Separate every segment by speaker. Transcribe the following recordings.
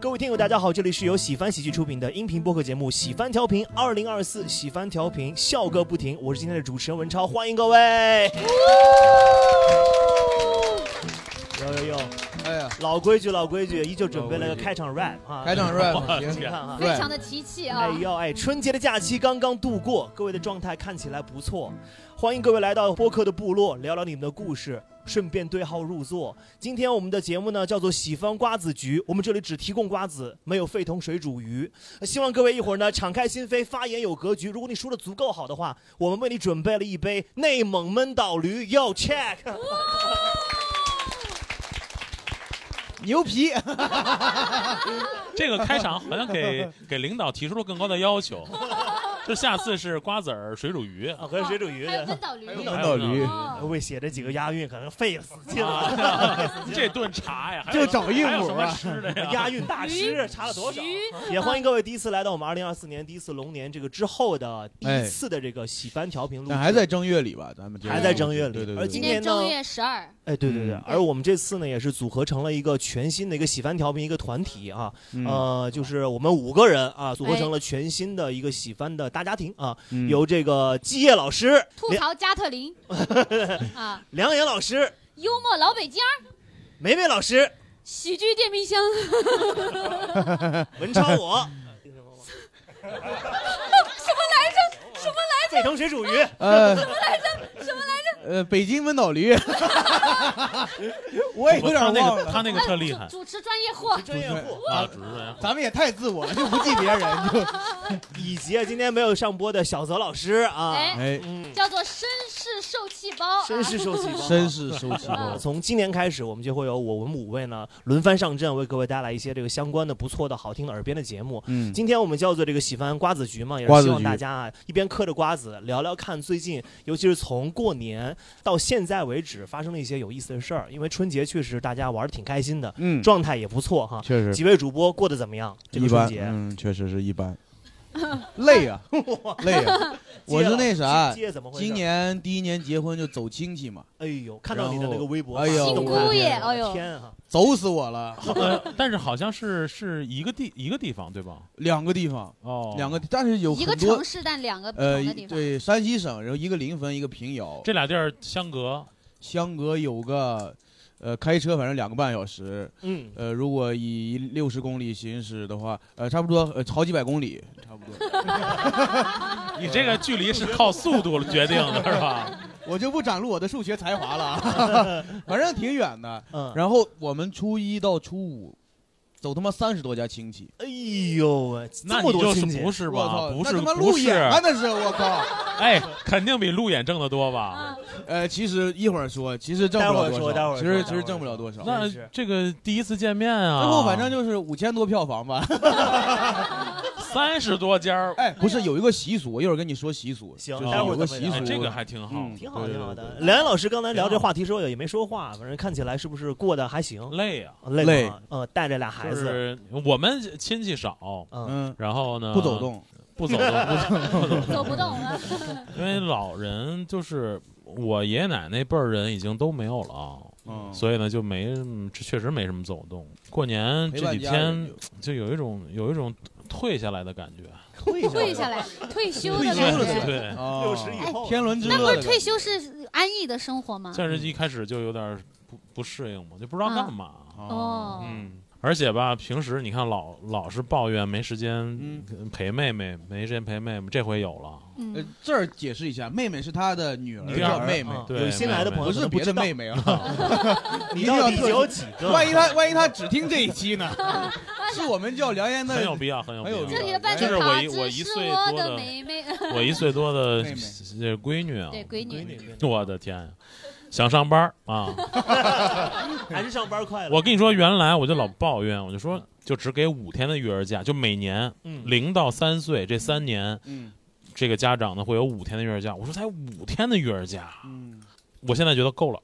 Speaker 1: 各位听友，大家好，这里是由喜翻喜剧出品的音频播客节目《喜翻调频二零二四》，喜翻调频笑个不停，我是今天的主持人文超，欢迎各位。有有有，
Speaker 2: 哎呀，
Speaker 1: 老规矩老规矩，依旧准备了个
Speaker 2: 老规矩
Speaker 1: 开场 rap 啊，
Speaker 2: 开场 rap，
Speaker 1: 哇
Speaker 2: 行
Speaker 1: 你看啊
Speaker 2: 非。常
Speaker 3: 的提气啊
Speaker 1: 哎呦哎，春节的假期刚刚度过，各位的状态看起来不错，欢迎各位来到播客的部落，聊聊你们的故事，顺便对号入座。今天我们的节目呢叫做喜欢瓜子局，我们这里只提供瓜子，没有沸腾水煮鱼。呃希望各位一会儿呢敞开心扉，发言有格局。如果你说的足够好的话，我们为你准备了一杯内蒙闷倒驴，Yo check。
Speaker 2: 牛皮，
Speaker 4: 这个开场好像给给领导提出了更高的要求，就下次是瓜子儿水煮鱼。
Speaker 1: 啊，和水煮鱼的，
Speaker 3: 倒驴
Speaker 4: 还有呢，
Speaker 1: 为写这几个 押韵可能费了死劲了。
Speaker 4: 啊这顿茶呀，还有
Speaker 2: 就找硬
Speaker 4: 还有
Speaker 2: 母
Speaker 4: 什
Speaker 2: 啊
Speaker 4: 么吃的呀？嗯
Speaker 1: 押韵大师啊查了多少？
Speaker 3: 驴
Speaker 1: 也欢迎各位第一次来到我们二零二四年第一次龙年这个之后的第一次的这个喜番调频录制，
Speaker 2: 但哎还在正月里吧？咱们这个
Speaker 1: 还在正月里
Speaker 2: 对对
Speaker 1: 而
Speaker 2: 对，
Speaker 1: 今
Speaker 3: 今
Speaker 1: 天
Speaker 3: 天
Speaker 1: 呢
Speaker 3: 正月十二，
Speaker 1: 哎对对对，
Speaker 2: 嗯
Speaker 1: 而我们这次呢也是组合成了一个全新的一个喜番调频一个团体啊，
Speaker 2: 嗯
Speaker 1: 呃就是我们五个人啊组合成了全新的一个喜番的大家庭啊，
Speaker 2: 嗯
Speaker 1: 由这个季叶老师、
Speaker 3: 吐
Speaker 1: 梁
Speaker 3: 槽加特林啊，
Speaker 1: 梁岩老师、
Speaker 3: 幽默老北京，
Speaker 1: 梅梅老师、
Speaker 3: 喜剧电冰箱，
Speaker 1: 文超我。什么来着？什么来着？沸腾水煮鱼。
Speaker 2: 呃什么来着？什么来着？呃，北京闷 倒驴，我也有点
Speaker 4: 他
Speaker 2: 忘
Speaker 4: 那 个
Speaker 2: 了。
Speaker 4: 他那个特厉害
Speaker 3: 主持专业户，
Speaker 1: 哦专业户
Speaker 4: 啊，主持人。
Speaker 2: 咱们也太自我了，就不记别人 就
Speaker 1: 以及今天没有上播的小泽老师啊，
Speaker 3: 哎，
Speaker 2: 哎，
Speaker 1: 嗯，
Speaker 3: 叫做绅士受气包，
Speaker 1: 绅士受气包，
Speaker 2: 绅。士收起
Speaker 3: 啊
Speaker 1: 从今年开始，我们就会有我们五位呢轮番上阵，为各位带来一些这个相关的不错的好听的耳边的节目。
Speaker 2: 嗯，
Speaker 1: 今天我们叫做这个喜欢瓜子局嘛，也
Speaker 2: 瓜
Speaker 1: 是
Speaker 2: 子
Speaker 1: 希望
Speaker 2: 局
Speaker 1: 大家啊一边嗑着瓜子聊聊看最近，尤其是从过年到现在为止发生了一些有意思的事儿。因为春节确实大家玩的挺开心的，
Speaker 2: 嗯，
Speaker 1: 状态也不错哈。
Speaker 2: 确实
Speaker 1: 几位主播过得怎么样？这个
Speaker 2: 一
Speaker 1: 春
Speaker 2: 般，
Speaker 1: 节，
Speaker 2: 嗯，确实是一 般， 累啊呀，累呀。我是那啥，
Speaker 1: 接怎么回事？啊
Speaker 2: 今年第一年结婚就走亲戚嘛，
Speaker 1: 哎呦，看到你的那个微博，
Speaker 2: 然后哎呦
Speaker 3: 新姑爷哎呦
Speaker 1: 天啊！
Speaker 2: 走死我了。
Speaker 4: 呃，但是好像是是一个地一个地方对吧？
Speaker 2: 两个地方，
Speaker 4: 哦，
Speaker 2: 两个，但是有
Speaker 3: 一个
Speaker 2: 很多
Speaker 3: 城市但两个不
Speaker 2: 呃
Speaker 3: 同的地，方，
Speaker 2: 对，山西省，然后一个临汾，一个平遥，
Speaker 4: 这俩地儿相隔
Speaker 2: 相隔有个，呃，开车反正两个半小时，
Speaker 1: 嗯，
Speaker 2: 呃，如果以六十公里行驶的话，呃，差不多呃好几百公里，差不多。
Speaker 4: 你这个距离是靠速度决定的是吧？
Speaker 2: 我就不展露我的数学才华了， 反正挺远的。
Speaker 1: 嗯，
Speaker 2: 然后我们初一到初五，走他妈三十多家亲戚，
Speaker 1: 哎呦喂，
Speaker 4: 那
Speaker 1: 这么
Speaker 4: 你
Speaker 1: 多
Speaker 4: 就是
Speaker 1: 亲
Speaker 4: 不
Speaker 1: 戚，
Speaker 4: 是
Speaker 2: 我
Speaker 4: 吧？
Speaker 2: 操，
Speaker 4: 不
Speaker 2: 那
Speaker 4: 是
Speaker 2: 他妈
Speaker 4: 不
Speaker 2: 路
Speaker 4: 是
Speaker 2: 演，啊，那是我 靠。
Speaker 4: 哎，肯定比路演挣得多吧？
Speaker 3: 啊，
Speaker 2: 呃，其实一会儿说，其实挣不了
Speaker 1: 待会儿
Speaker 2: 多
Speaker 1: 说
Speaker 2: 少，
Speaker 1: 待会儿
Speaker 2: 其
Speaker 1: 说
Speaker 2: 实其实
Speaker 1: 待
Speaker 2: 挣
Speaker 1: 会
Speaker 2: 不
Speaker 1: 儿
Speaker 2: 了多少。
Speaker 4: 那
Speaker 1: 真是
Speaker 4: 这个第一次见面啊，
Speaker 2: 最后反正就是五千多票房吧。
Speaker 4: 三十多家儿，
Speaker 2: 哎，不是有一个习俗，我一会儿跟你说习俗，
Speaker 1: 行
Speaker 2: 就是
Speaker 1: 待会儿
Speaker 2: 有个
Speaker 1: 咱们
Speaker 2: 习
Speaker 1: 聊
Speaker 2: 俗
Speaker 4: 哎，这个还挺好。
Speaker 2: 嗯
Speaker 1: 挺好
Speaker 2: 对
Speaker 1: 挺
Speaker 2: 对
Speaker 1: 好
Speaker 2: 对
Speaker 1: 的。
Speaker 2: 对
Speaker 1: 梁岩老师刚才聊这话题时候也没说话，反正看起来是不是过得还行？
Speaker 4: 累啊，
Speaker 1: 累
Speaker 2: 累
Speaker 1: 吗，呃，带着俩孩
Speaker 4: 就
Speaker 1: 子，
Speaker 4: 是我们亲戚少，
Speaker 1: 嗯，
Speaker 2: 嗯，
Speaker 4: 然后呢
Speaker 2: 不走，动，
Speaker 4: 不走动，不走
Speaker 3: 走不动了，
Speaker 4: 动， 因为老人就是我爷爷奶奶那辈儿人已经都没有了。
Speaker 2: 嗯，
Speaker 4: 所以呢，就没嗯确实没什么走动。过年
Speaker 2: 陪
Speaker 4: 这
Speaker 2: 伴
Speaker 4: 几
Speaker 2: 家人
Speaker 4: 天就有一种有一种退下来的感觉，
Speaker 1: 退
Speaker 3: 退下来，退休
Speaker 2: 退
Speaker 3: 的
Speaker 2: 休
Speaker 3: 感
Speaker 2: 了
Speaker 3: 觉，
Speaker 4: 对，
Speaker 2: 啊
Speaker 1: 六十以后，
Speaker 2: 天伦之
Speaker 3: 那
Speaker 2: 乐
Speaker 3: 不
Speaker 2: 的感觉，
Speaker 3: 是退休是安逸的生活吗？
Speaker 4: 但是一开始就有点不不适应嘛，就不知道干嘛。
Speaker 2: 哦，
Speaker 3: 哦，
Speaker 4: 嗯，而且吧，平时你看老老是抱怨没时间
Speaker 2: 嗯
Speaker 4: 陪妹妹，没时间陪妹妹，这回有 了。
Speaker 2: 呃
Speaker 3: 嗯，，
Speaker 2: 这儿解释一下，妹妹是他的女儿，
Speaker 4: 女儿嗯
Speaker 2: 叫妹妹，
Speaker 1: 啊
Speaker 4: 对
Speaker 1: 有新来的朋友
Speaker 2: 不是别的妹
Speaker 1: 妹，
Speaker 2: 妹啊。
Speaker 1: 你
Speaker 2: 一定要
Speaker 1: 到底有几个？
Speaker 2: 万一他万一他只听这一期呢？ 是我们叫梁岩的
Speaker 4: 很有必要，很有
Speaker 2: 很有
Speaker 4: 必
Speaker 2: 必
Speaker 3: 这
Speaker 2: 要
Speaker 4: 要。
Speaker 3: 里的半
Speaker 2: 就
Speaker 3: 截
Speaker 2: 是
Speaker 4: 我
Speaker 3: 塔
Speaker 4: 一我
Speaker 3: 只
Speaker 4: 一
Speaker 3: 是
Speaker 4: 岁
Speaker 3: 我
Speaker 4: 多
Speaker 3: 的
Speaker 4: 的
Speaker 3: 妹妹，
Speaker 4: 我一岁多的
Speaker 2: 妹妹
Speaker 4: 这闺女啊，
Speaker 3: 对闺
Speaker 1: 闺
Speaker 3: 女，
Speaker 1: 女
Speaker 4: 我的天呀，想上班儿啊！
Speaker 1: 还是上班快乐。
Speaker 4: 我跟你说，原来我就老抱怨，我就说就只给五天的育儿假，就每年
Speaker 1: 嗯
Speaker 4: 零到三岁这三年，
Speaker 2: 嗯
Speaker 4: 这个家长呢会有五天的育儿假。我说才五天的育儿假，
Speaker 2: 嗯，
Speaker 4: 我现在觉得够了，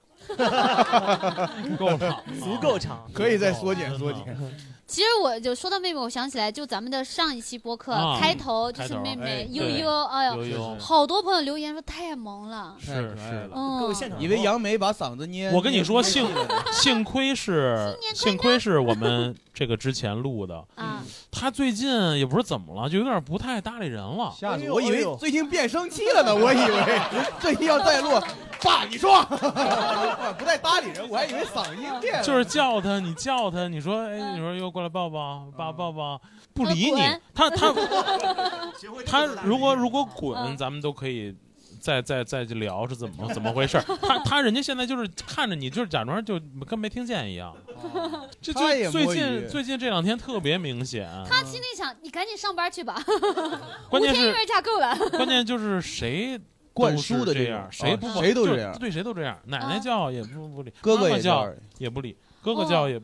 Speaker 4: 够长，嗯
Speaker 1: 足够长。
Speaker 2: 可以再缩减缩
Speaker 4: 真
Speaker 2: 减。
Speaker 3: 其实我就说到妹妹，我想起来，就咱们的上一期播客、
Speaker 4: 啊
Speaker 3: 开头就
Speaker 4: 开
Speaker 3: 是
Speaker 4: 头
Speaker 3: 妹
Speaker 2: 哎
Speaker 3: 妹悠
Speaker 4: 对
Speaker 3: 悠，哎呦，
Speaker 4: 悠悠
Speaker 2: 是
Speaker 3: 好多朋友留言说太萌了，
Speaker 4: 是
Speaker 2: 太可爱
Speaker 4: 是
Speaker 2: 了，
Speaker 3: 嗯，
Speaker 1: 各位现场，
Speaker 2: 以为杨梅把嗓子捏。
Speaker 4: 我跟你说
Speaker 2: 捏
Speaker 4: 幸幸亏是幸亏是我们这个之前录的，
Speaker 3: 啊，
Speaker 4: 他最近也不知怎么了，就有点不太搭理人了。
Speaker 2: 吓死
Speaker 1: 哎
Speaker 2: 我！
Speaker 1: 呦
Speaker 2: 我以
Speaker 1: 哎
Speaker 2: 为
Speaker 1: 呦
Speaker 2: 最近变声期 了呢，我以为最近要再录，爸，你说， 不太搭理人，我还以为嗓音变了。
Speaker 4: 就是叫他，你叫他，你说，哎，
Speaker 3: 嗯
Speaker 4: 你说又过来抱抱，爸
Speaker 2: 嗯
Speaker 4: 抱抱，不理你
Speaker 3: 滚。
Speaker 4: 他他
Speaker 1: 学会这
Speaker 4: 他
Speaker 1: 个大
Speaker 4: 如果
Speaker 1: 力
Speaker 4: 如果
Speaker 3: 嗯
Speaker 4: 滚，咱们都可以再再再去聊是怎么怎么回 事儿。他他人家现在就是看着你，就是假装就跟没听见一样。这
Speaker 2: 他也
Speaker 4: 就最
Speaker 2: 摸鱼
Speaker 4: 近最近这两天特别明显，
Speaker 3: 他心里想，你赶紧上班去吧，
Speaker 4: 关键
Speaker 3: 五天一
Speaker 4: 是
Speaker 3: 人假够了，
Speaker 4: 关键就是谁
Speaker 2: 灌输
Speaker 4: 都
Speaker 2: 的
Speaker 4: 是这
Speaker 2: 种
Speaker 4: 样，谁不
Speaker 2: 啊
Speaker 4: 管
Speaker 2: 谁都
Speaker 4: 就是
Speaker 2: 这样，
Speaker 4: 对谁都这样。奶
Speaker 3: 嗯
Speaker 4: 奶叫也不不理，
Speaker 2: 哥
Speaker 4: 妈
Speaker 2: 哥
Speaker 4: 妈
Speaker 2: 也这
Speaker 4: 叫
Speaker 2: 样
Speaker 4: 也不理，哥哥叫也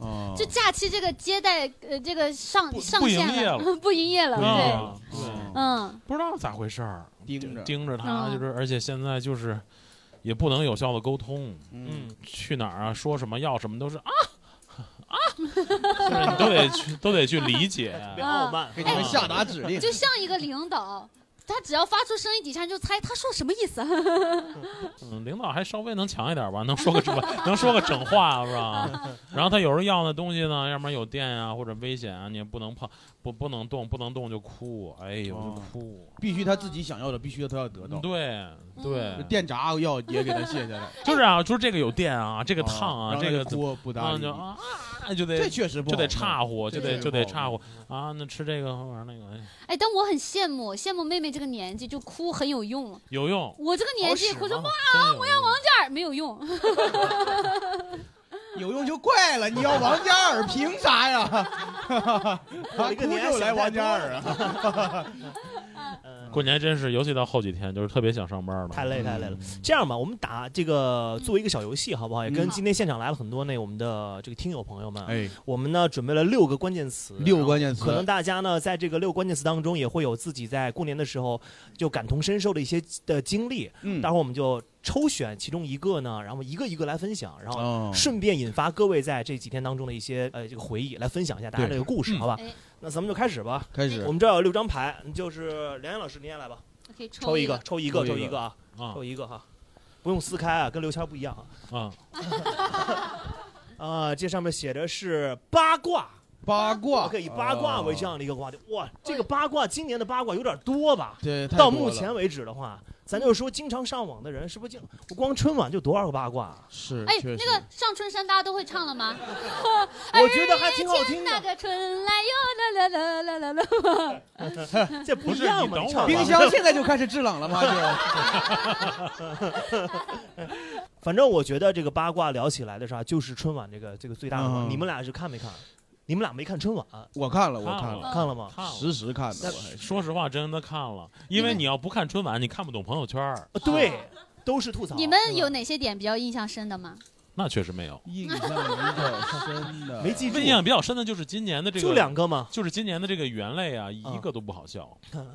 Speaker 2: 啊，
Speaker 3: 哦就假期这个接待呃这个上
Speaker 4: 不
Speaker 3: 上
Speaker 4: 不营
Speaker 3: 线
Speaker 4: 业了，
Speaker 3: 不营业了，
Speaker 2: 不营业了
Speaker 3: 对，
Speaker 4: 啊，
Speaker 2: 嗯
Speaker 3: 嗯，
Speaker 4: 不知道咋回事儿。
Speaker 2: 盯着，
Speaker 4: 盯着他，
Speaker 3: 嗯
Speaker 4: 就是而且现在就是也不能有效的沟通，
Speaker 2: 嗯，，
Speaker 4: 去哪儿啊，说什么要什么都是啊啊，就是你都得去 都得去理解，啊
Speaker 1: 特 别傲慢，哎
Speaker 2: 给你们下达指令。
Speaker 3: 就像一个领导。他只要发出声音，底下人就猜他说什么意思。
Speaker 4: 嗯，领导还稍微能强一点吧，能 说个整能说个整话 是吧？然后他有时候要那东西呢，要不然有电啊或者危险啊，你也不能碰，不不能动，不能动就哭，哎呦就
Speaker 2: 哦
Speaker 4: 哭，
Speaker 2: 必须他自己想要的，必须他要得到。
Speaker 4: 嗯
Speaker 2: 嗯
Speaker 4: 对对，
Speaker 2: 电闸要也给他卸下来，哦
Speaker 4: 就是啊，就是这个有电啊，这个烫啊，
Speaker 2: 让他
Speaker 4: 这个怎么
Speaker 2: 锅不搭
Speaker 4: 啊
Speaker 2: 理
Speaker 4: 就
Speaker 2: 你，
Speaker 4: 啊啊就得
Speaker 2: 这确实不
Speaker 4: 就得
Speaker 2: 好嗯
Speaker 4: 岔乎，就
Speaker 3: 对
Speaker 4: 得
Speaker 3: 对
Speaker 4: 就得
Speaker 2: 对
Speaker 4: 岔乎啊！那吃这个玩那个哎
Speaker 3: 哎，但我很羡慕，羡慕妹妹这个年纪就哭很有用。
Speaker 4: 有用，
Speaker 3: 我这个年纪哭说
Speaker 4: 说
Speaker 3: 哇，
Speaker 4: 我要王
Speaker 3: 这儿没有用。
Speaker 2: 有用就怪了，你要王嘉尔凭啥呀？
Speaker 1: 我一个
Speaker 2: 哭
Speaker 1: 年
Speaker 2: 就来王嘉尔啊！
Speaker 1: 嗯
Speaker 4: 过年真是，尤其到后几天，就是特别想上班了。
Speaker 1: 太累太累
Speaker 2: 嗯
Speaker 1: 了。这样吧，我们打这个作为一个小游戏，好不好？也跟
Speaker 3: 嗯
Speaker 1: 今天现场来了很多那我们的这个听友朋友们，啊
Speaker 2: 哎，
Speaker 1: 我们呢准备了六个关键词，
Speaker 2: 六个关键词，
Speaker 1: 可能大家呢，在这个六个关键词当中，也会有自己在过年的时候就感同身受的一些的经历。
Speaker 2: 嗯
Speaker 1: 待会儿我们就抽选其中一个呢，然后一个一个来分享，然后
Speaker 2: 哦
Speaker 1: 顺便引发各位在这几天当中的一些呃这个回忆，来分享一下大家
Speaker 2: 对嗯
Speaker 1: 这个故事，好吧
Speaker 3: 哎？
Speaker 1: 那咱们就开始吧。
Speaker 2: 开
Speaker 1: 我
Speaker 2: 始
Speaker 1: 们这儿有六张牌，就是梁岩老师您也来吧，
Speaker 3: 可以
Speaker 1: 抽
Speaker 3: 一
Speaker 1: 一个，，抽一个，
Speaker 2: 抽
Speaker 1: 抽
Speaker 2: 一个
Speaker 1: 一个啊，
Speaker 4: 啊
Speaker 1: 抽一个哈，不用撕开啊，跟刘谦儿不一样啊。
Speaker 4: 啊！
Speaker 1: 啊，这上面写着是八卦。
Speaker 2: 八卦，
Speaker 1: 可以以八卦为这样的一个话题。哇，这个八卦今年的八卦有点多吧？
Speaker 2: 对，太
Speaker 1: 到
Speaker 2: 多
Speaker 1: 目
Speaker 2: 了
Speaker 1: 前为止的话，咱就说经常上网的人，是不是就我光春晚就多少个八卦啊？
Speaker 2: 是
Speaker 3: 哎，
Speaker 2: 确
Speaker 3: 那
Speaker 2: 实
Speaker 3: 个上春山大家都会唱了吗？
Speaker 1: 我觉得还挺好听
Speaker 3: 那
Speaker 1: 的，
Speaker 3: 个春来哟，啦啦啦啦啦啦。
Speaker 1: 这不一样嘛？
Speaker 4: 不是你等会儿
Speaker 1: 唱吧
Speaker 2: 冰箱现在就开始制冷了吗？就
Speaker 1: 反正我觉得这个八卦聊起来的啥，就是春晚这个这个最大的话。
Speaker 2: 嗯
Speaker 1: 你们俩是看没看？你们俩没看春晚，
Speaker 2: 我看了，我
Speaker 4: 看
Speaker 2: 看
Speaker 4: 了
Speaker 2: 了，
Speaker 1: 看了吗？
Speaker 4: 看了。
Speaker 2: 实时看的，我还是
Speaker 4: 说实话，真的看了，因为你要不看春晚，你看不懂朋友圈儿。
Speaker 1: 呃对，都是吐槽。
Speaker 3: 你们有哪些点比较印象深的吗？
Speaker 4: 那确实没有。
Speaker 2: 印象比较深的，
Speaker 1: 没记住
Speaker 4: 印？象比较深的就是今年的这个，
Speaker 1: 就两个嘛。
Speaker 4: 就是今年的这个猿类啊，一个都不好笑，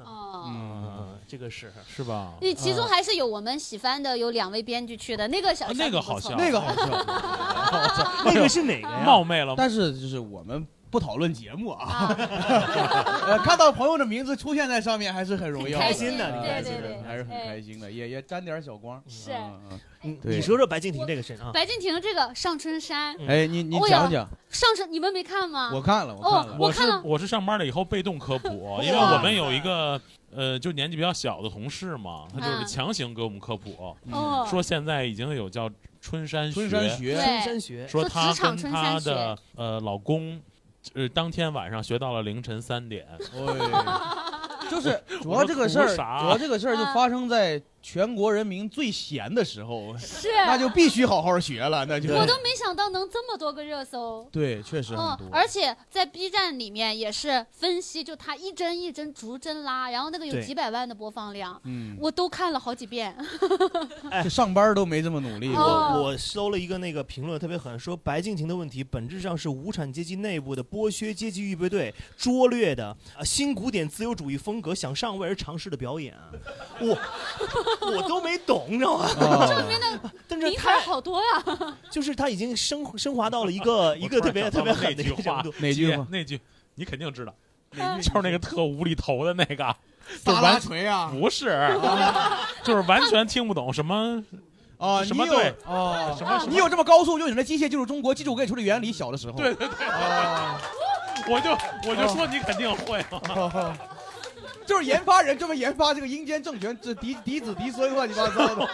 Speaker 3: 哦。
Speaker 2: 嗯，
Speaker 1: 嗯，这个是
Speaker 4: 是吧？
Speaker 3: 你其中还是有我们喜番的，有两位编剧去的，那个小
Speaker 4: 啊那个好
Speaker 3: 笑
Speaker 4: 像
Speaker 2: 那个好笑，
Speaker 1: 那个是哪个呀？
Speaker 4: 冒昧了，
Speaker 2: 但是就是我们不讨论节目啊，
Speaker 3: 啊，
Speaker 2: 呃，看到朋友的名字出现在上面还是很荣耀
Speaker 3: 很开
Speaker 1: 心的
Speaker 2: 啊
Speaker 1: 很开心的
Speaker 3: 对对对
Speaker 2: 还是很开心的，也也沾点小光。
Speaker 3: 是
Speaker 2: 嗯，嗯
Speaker 1: 你
Speaker 2: 对
Speaker 1: 哎你说说白敬亭这个事啊？
Speaker 3: 白敬亭这个上春山，
Speaker 2: 嗯哎，你你
Speaker 3: 我有
Speaker 2: 讲讲，
Speaker 3: 上春你们没看吗？
Speaker 2: 我看了，我看
Speaker 3: 哦
Speaker 2: 了，
Speaker 4: 我
Speaker 3: 我看了
Speaker 4: 是我是上班了以后被动科普， 因为我们有一个呃，就年纪比较小的同事嘛，他就是
Speaker 3: 嗯
Speaker 4: 强行给我们科普，
Speaker 2: 嗯
Speaker 3: 哦，
Speaker 4: 说现在已经有叫春山
Speaker 2: 春山学
Speaker 4: 学，
Speaker 3: 对
Speaker 1: 春山学
Speaker 4: 说
Speaker 3: 说
Speaker 4: 她
Speaker 3: 职场
Speaker 4: 跟
Speaker 3: 春
Speaker 4: 她
Speaker 3: 山学
Speaker 4: 的呃老公。呃，当天晚上学到了凌晨三点，
Speaker 2: 哎， 就是主
Speaker 4: 我
Speaker 2: 要
Speaker 4: 说
Speaker 2: 这个
Speaker 4: 图
Speaker 2: 事儿，主
Speaker 4: 啥
Speaker 2: 要这个事儿就
Speaker 3: 啊
Speaker 2: 发生在全国人民最闲的时候，
Speaker 3: 是，
Speaker 2: 那就必须好好学了，那就
Speaker 3: 我都没想到能这么多个热搜。
Speaker 2: 对，确实
Speaker 3: 嗯
Speaker 2: 很多，。
Speaker 3: 而且在 B 站里面也是分析，就他一帧一帧逐帧拉，然后那个有
Speaker 1: 对
Speaker 3: 几百万的播放量，
Speaker 2: 嗯，
Speaker 3: 我都看了好几遍。
Speaker 5: 哎
Speaker 2: 这上班都没这么努力
Speaker 3: 哦
Speaker 2: 过。
Speaker 1: 我我搜了一个那个评论特别狠，说白敬亭的问题本质上是无产阶级内部的剥削阶级预备队拙劣的、啊新古典自由主义风格想上
Speaker 5: 哦
Speaker 1: 位而尝试的表演。我我都没懂，你知道吗？
Speaker 2: 啊
Speaker 1: 但是
Speaker 3: 明
Speaker 1: 太
Speaker 3: 显好多呀，
Speaker 1: 就是他已经升升华到了一 个呃一个特别特别狠
Speaker 4: 那
Speaker 1: 的一
Speaker 4: 句
Speaker 1: 个
Speaker 4: 话
Speaker 1: 程度，，
Speaker 2: 哪句话
Speaker 4: 那句你肯定知道，
Speaker 3: 哪
Speaker 4: 就是那个特无厘头的那个，就是
Speaker 2: 撒拉
Speaker 4: 完
Speaker 2: 锤啊！
Speaker 4: 不是，就是完全听不懂什么
Speaker 2: 啊，
Speaker 4: 什么
Speaker 2: 你有
Speaker 4: 队
Speaker 2: 哦，
Speaker 3: 嗯
Speaker 4: 什么什
Speaker 2: 你
Speaker 4: 么，
Speaker 2: 有这么高速运行的机械进入中国？记住我给你说的原理，小的时候。
Speaker 4: 对
Speaker 2: 对对。
Speaker 1: 哦
Speaker 2: 啊，
Speaker 4: 我就我就说你肯定会啊嘛。
Speaker 2: 就是研发人专门研发这个阴间政权，这嫡嫡子嫡孙乱七八糟的。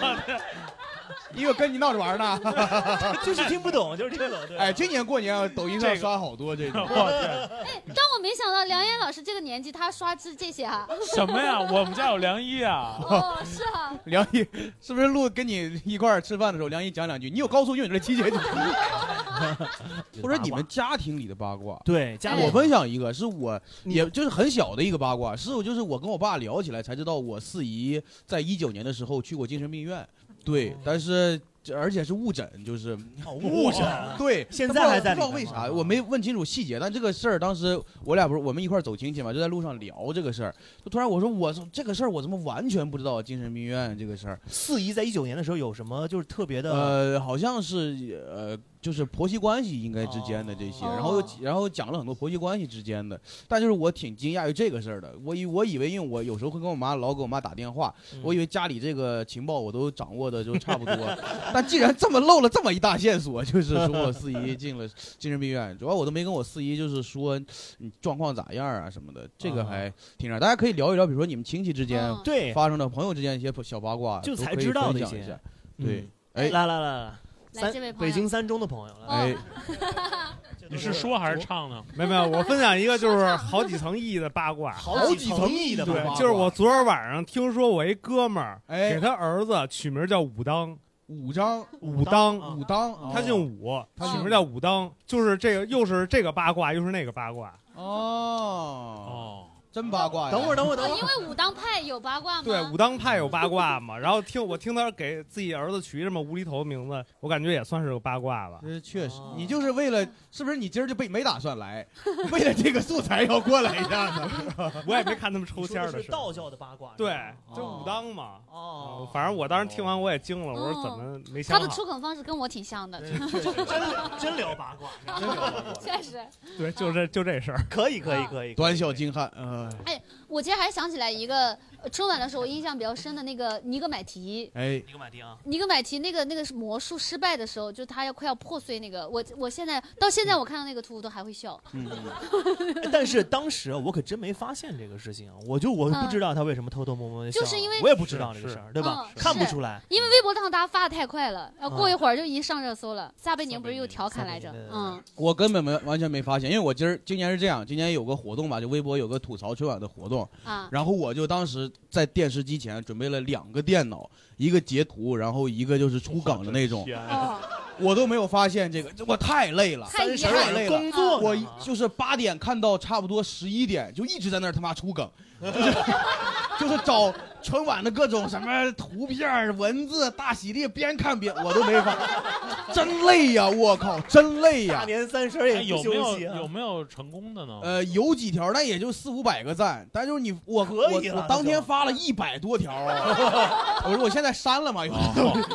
Speaker 2: 一个跟你闹着玩呢。
Speaker 1: 就是听不懂，就是听不懂。对
Speaker 2: 哎，，今年过年啊抖音上刷好多这种。
Speaker 4: 我
Speaker 3: 但哎我没想到梁岩老师这个年纪他刷这这些啊。
Speaker 4: 天，什么呀？我们家有良 医啊，
Speaker 3: 哦，是啊，
Speaker 2: 梁毅是不是录跟你一块儿吃饭的时候，梁毅讲两句？你有高速运转的机 械进入，或者你们家庭里的八卦？
Speaker 1: 对家里
Speaker 2: 我分享一个，是我
Speaker 1: 你
Speaker 2: 也就是很小的一个八卦，是我就是我跟我爸聊起来才知道，我四姨在一九年的时候去过精神病院，对，但是这而且是误诊，就是
Speaker 1: 哦误诊，
Speaker 2: 对，
Speaker 1: 现在
Speaker 2: 他不知道
Speaker 1: 还在
Speaker 2: 不知道
Speaker 1: 里面啊
Speaker 2: 为
Speaker 1: 吗
Speaker 2: 啥，我没问清楚细节。但这个事儿当时我俩不是我们一块儿走亲戚嘛，就在路上聊这个事儿，就突然我说我操这个事儿我怎么完全不知道精神病院这个事儿？
Speaker 1: 四姨在一九年的时候有什么就是特别的
Speaker 2: 呃，好像是呃就是婆媳关系应该之间的这些，
Speaker 3: 哦
Speaker 2: 然后又然后讲了很多婆媳关系之间的，但就是我挺惊讶于这个事儿的。我以我以为因为我有时候会跟我妈老给我妈打电话，
Speaker 1: 嗯
Speaker 2: 我以为家里这个情报我都掌握的就差不多，但既然这么漏了这么一大线索，就是说我四姨进了精神病院，主要我都没跟我四姨就是说你状况咋样啊什么的，这个还挺啥。大家可以聊一聊，比如说你们亲戚之间
Speaker 3: 嗯
Speaker 1: 对？
Speaker 2: 发生的、朋友之间一些小八卦，
Speaker 1: 啊就
Speaker 2: 都
Speaker 1: 才
Speaker 2: 可以
Speaker 1: 知道
Speaker 2: 分
Speaker 1: 的一
Speaker 2: 享一
Speaker 1: 些
Speaker 2: 下。
Speaker 1: 嗯
Speaker 2: 对，，哎
Speaker 1: 来来来来，
Speaker 3: 来这位朋
Speaker 1: 北
Speaker 3: 友，
Speaker 1: 京三中的朋友来，
Speaker 2: 哎，
Speaker 4: 你是说还是唱呢？
Speaker 5: 没有没有，我分享一个就是好几层意义的八卦。
Speaker 1: 好
Speaker 2: 几层
Speaker 1: 意的
Speaker 2: 对
Speaker 1: 八卦
Speaker 5: 就是我昨儿晚上听说我一哥们儿
Speaker 2: 哎
Speaker 5: 给他儿子取名叫武当，
Speaker 2: 五张
Speaker 5: 武当，
Speaker 1: 啊
Speaker 2: 武当，哦
Speaker 5: 他姓武，
Speaker 2: 他
Speaker 5: 取
Speaker 2: 姓
Speaker 5: 名叫武当，就是这个又是这个八卦又是那个八卦。
Speaker 2: 哦，
Speaker 4: 哦，
Speaker 2: 真八卦呀。
Speaker 1: 等会儿等会儿等
Speaker 3: 哦，
Speaker 1: 会
Speaker 3: 因
Speaker 1: 儿，
Speaker 3: 为武当派有八卦吗？
Speaker 5: 对，武当派有八卦嘛，然后听我听他给自己儿子取这么无厘头的名字，我感觉也算是个八卦吧。
Speaker 2: 这呃确实
Speaker 1: 哦，
Speaker 2: 你就是为了是不是？你今儿就被没打算来， 为了这个素材要过来一下子。
Speaker 5: 我也没看他们抽
Speaker 1: 你
Speaker 5: 签
Speaker 1: 说
Speaker 5: 儿
Speaker 1: 的是
Speaker 5: 事儿。
Speaker 1: 道教的八卦，
Speaker 5: 对
Speaker 1: 是吧，
Speaker 5: 就武当嘛。
Speaker 1: 哦
Speaker 5: 嗯，反正我当时听完我也惊了，我说怎么没想
Speaker 3: 他
Speaker 5: 好？
Speaker 3: 的出梗方式跟我挺像的，
Speaker 1: 真真聊八卦，
Speaker 3: 确实。
Speaker 5: 对，就这就这事儿。
Speaker 1: 可以可以可以，
Speaker 2: 短小精悍，呃，
Speaker 3: 哎我今天还想起来一个呃春晚的时候，我印象比较深的那个尼格买提，
Speaker 2: 哎，
Speaker 1: 你个马丁啊，
Speaker 3: 尼格买提那个那个是魔术失败的时候，就他要快要破碎那个，我我现在到现在我看到那个图我都还会笑。
Speaker 2: 嗯，
Speaker 1: 哎 但是当时我可真没发现这个事情啊，我就我不知道他为什么偷偷摸摸的笑啊，
Speaker 3: 就是因为
Speaker 1: 我也不知道这个事儿，啊对吧
Speaker 3: 嗯？是
Speaker 1: 看不出来，
Speaker 3: 因为微博上大家发的太快了，然后过
Speaker 1: 啊
Speaker 3: 一会儿就已经上热搜了。撒贝宁不是又
Speaker 4: 撒贝宁
Speaker 3: 调侃
Speaker 1: 撒贝
Speaker 3: 来
Speaker 1: 宁
Speaker 3: 着
Speaker 1: 对对？对
Speaker 3: 嗯，
Speaker 2: 我根本没完全没发现，因为我今儿今年是这样，今年有个活动吧，就微博有个吐槽春晚的活动，
Speaker 3: 啊，
Speaker 2: 然后我就当时在电视机前准备了两个电脑，一个截图，然后一个就是出梗的那种，
Speaker 3: 哦，
Speaker 2: 我都没有发现这个，我太累了。
Speaker 3: 太
Speaker 1: 三
Speaker 3: 遗
Speaker 1: 十
Speaker 3: 憾
Speaker 1: 晚
Speaker 2: 太累
Speaker 1: 上
Speaker 2: 了
Speaker 1: 工作呢，啊
Speaker 2: 我一就是八点看到差不多十一点，就一直在那儿他妈出梗，就是 就是找春晚的各种什么图片儿、文字、大喜力，边看边我都没法，真累呀！我靠，真累
Speaker 1: 大
Speaker 2: 呀！
Speaker 1: 年三十
Speaker 4: 哎
Speaker 1: 也
Speaker 4: 有
Speaker 1: 不
Speaker 4: 没
Speaker 1: 休
Speaker 4: 有
Speaker 1: 息啊，
Speaker 4: 有没有成功的呢？
Speaker 2: 呃，有几条，但也就四五百个赞，但就是你我
Speaker 1: 可
Speaker 2: 我
Speaker 1: 以了
Speaker 2: 我当
Speaker 1: 那
Speaker 2: 天
Speaker 1: 就
Speaker 2: 发了一百多条啊， 我说我现在删了嘛，有
Speaker 4: 哦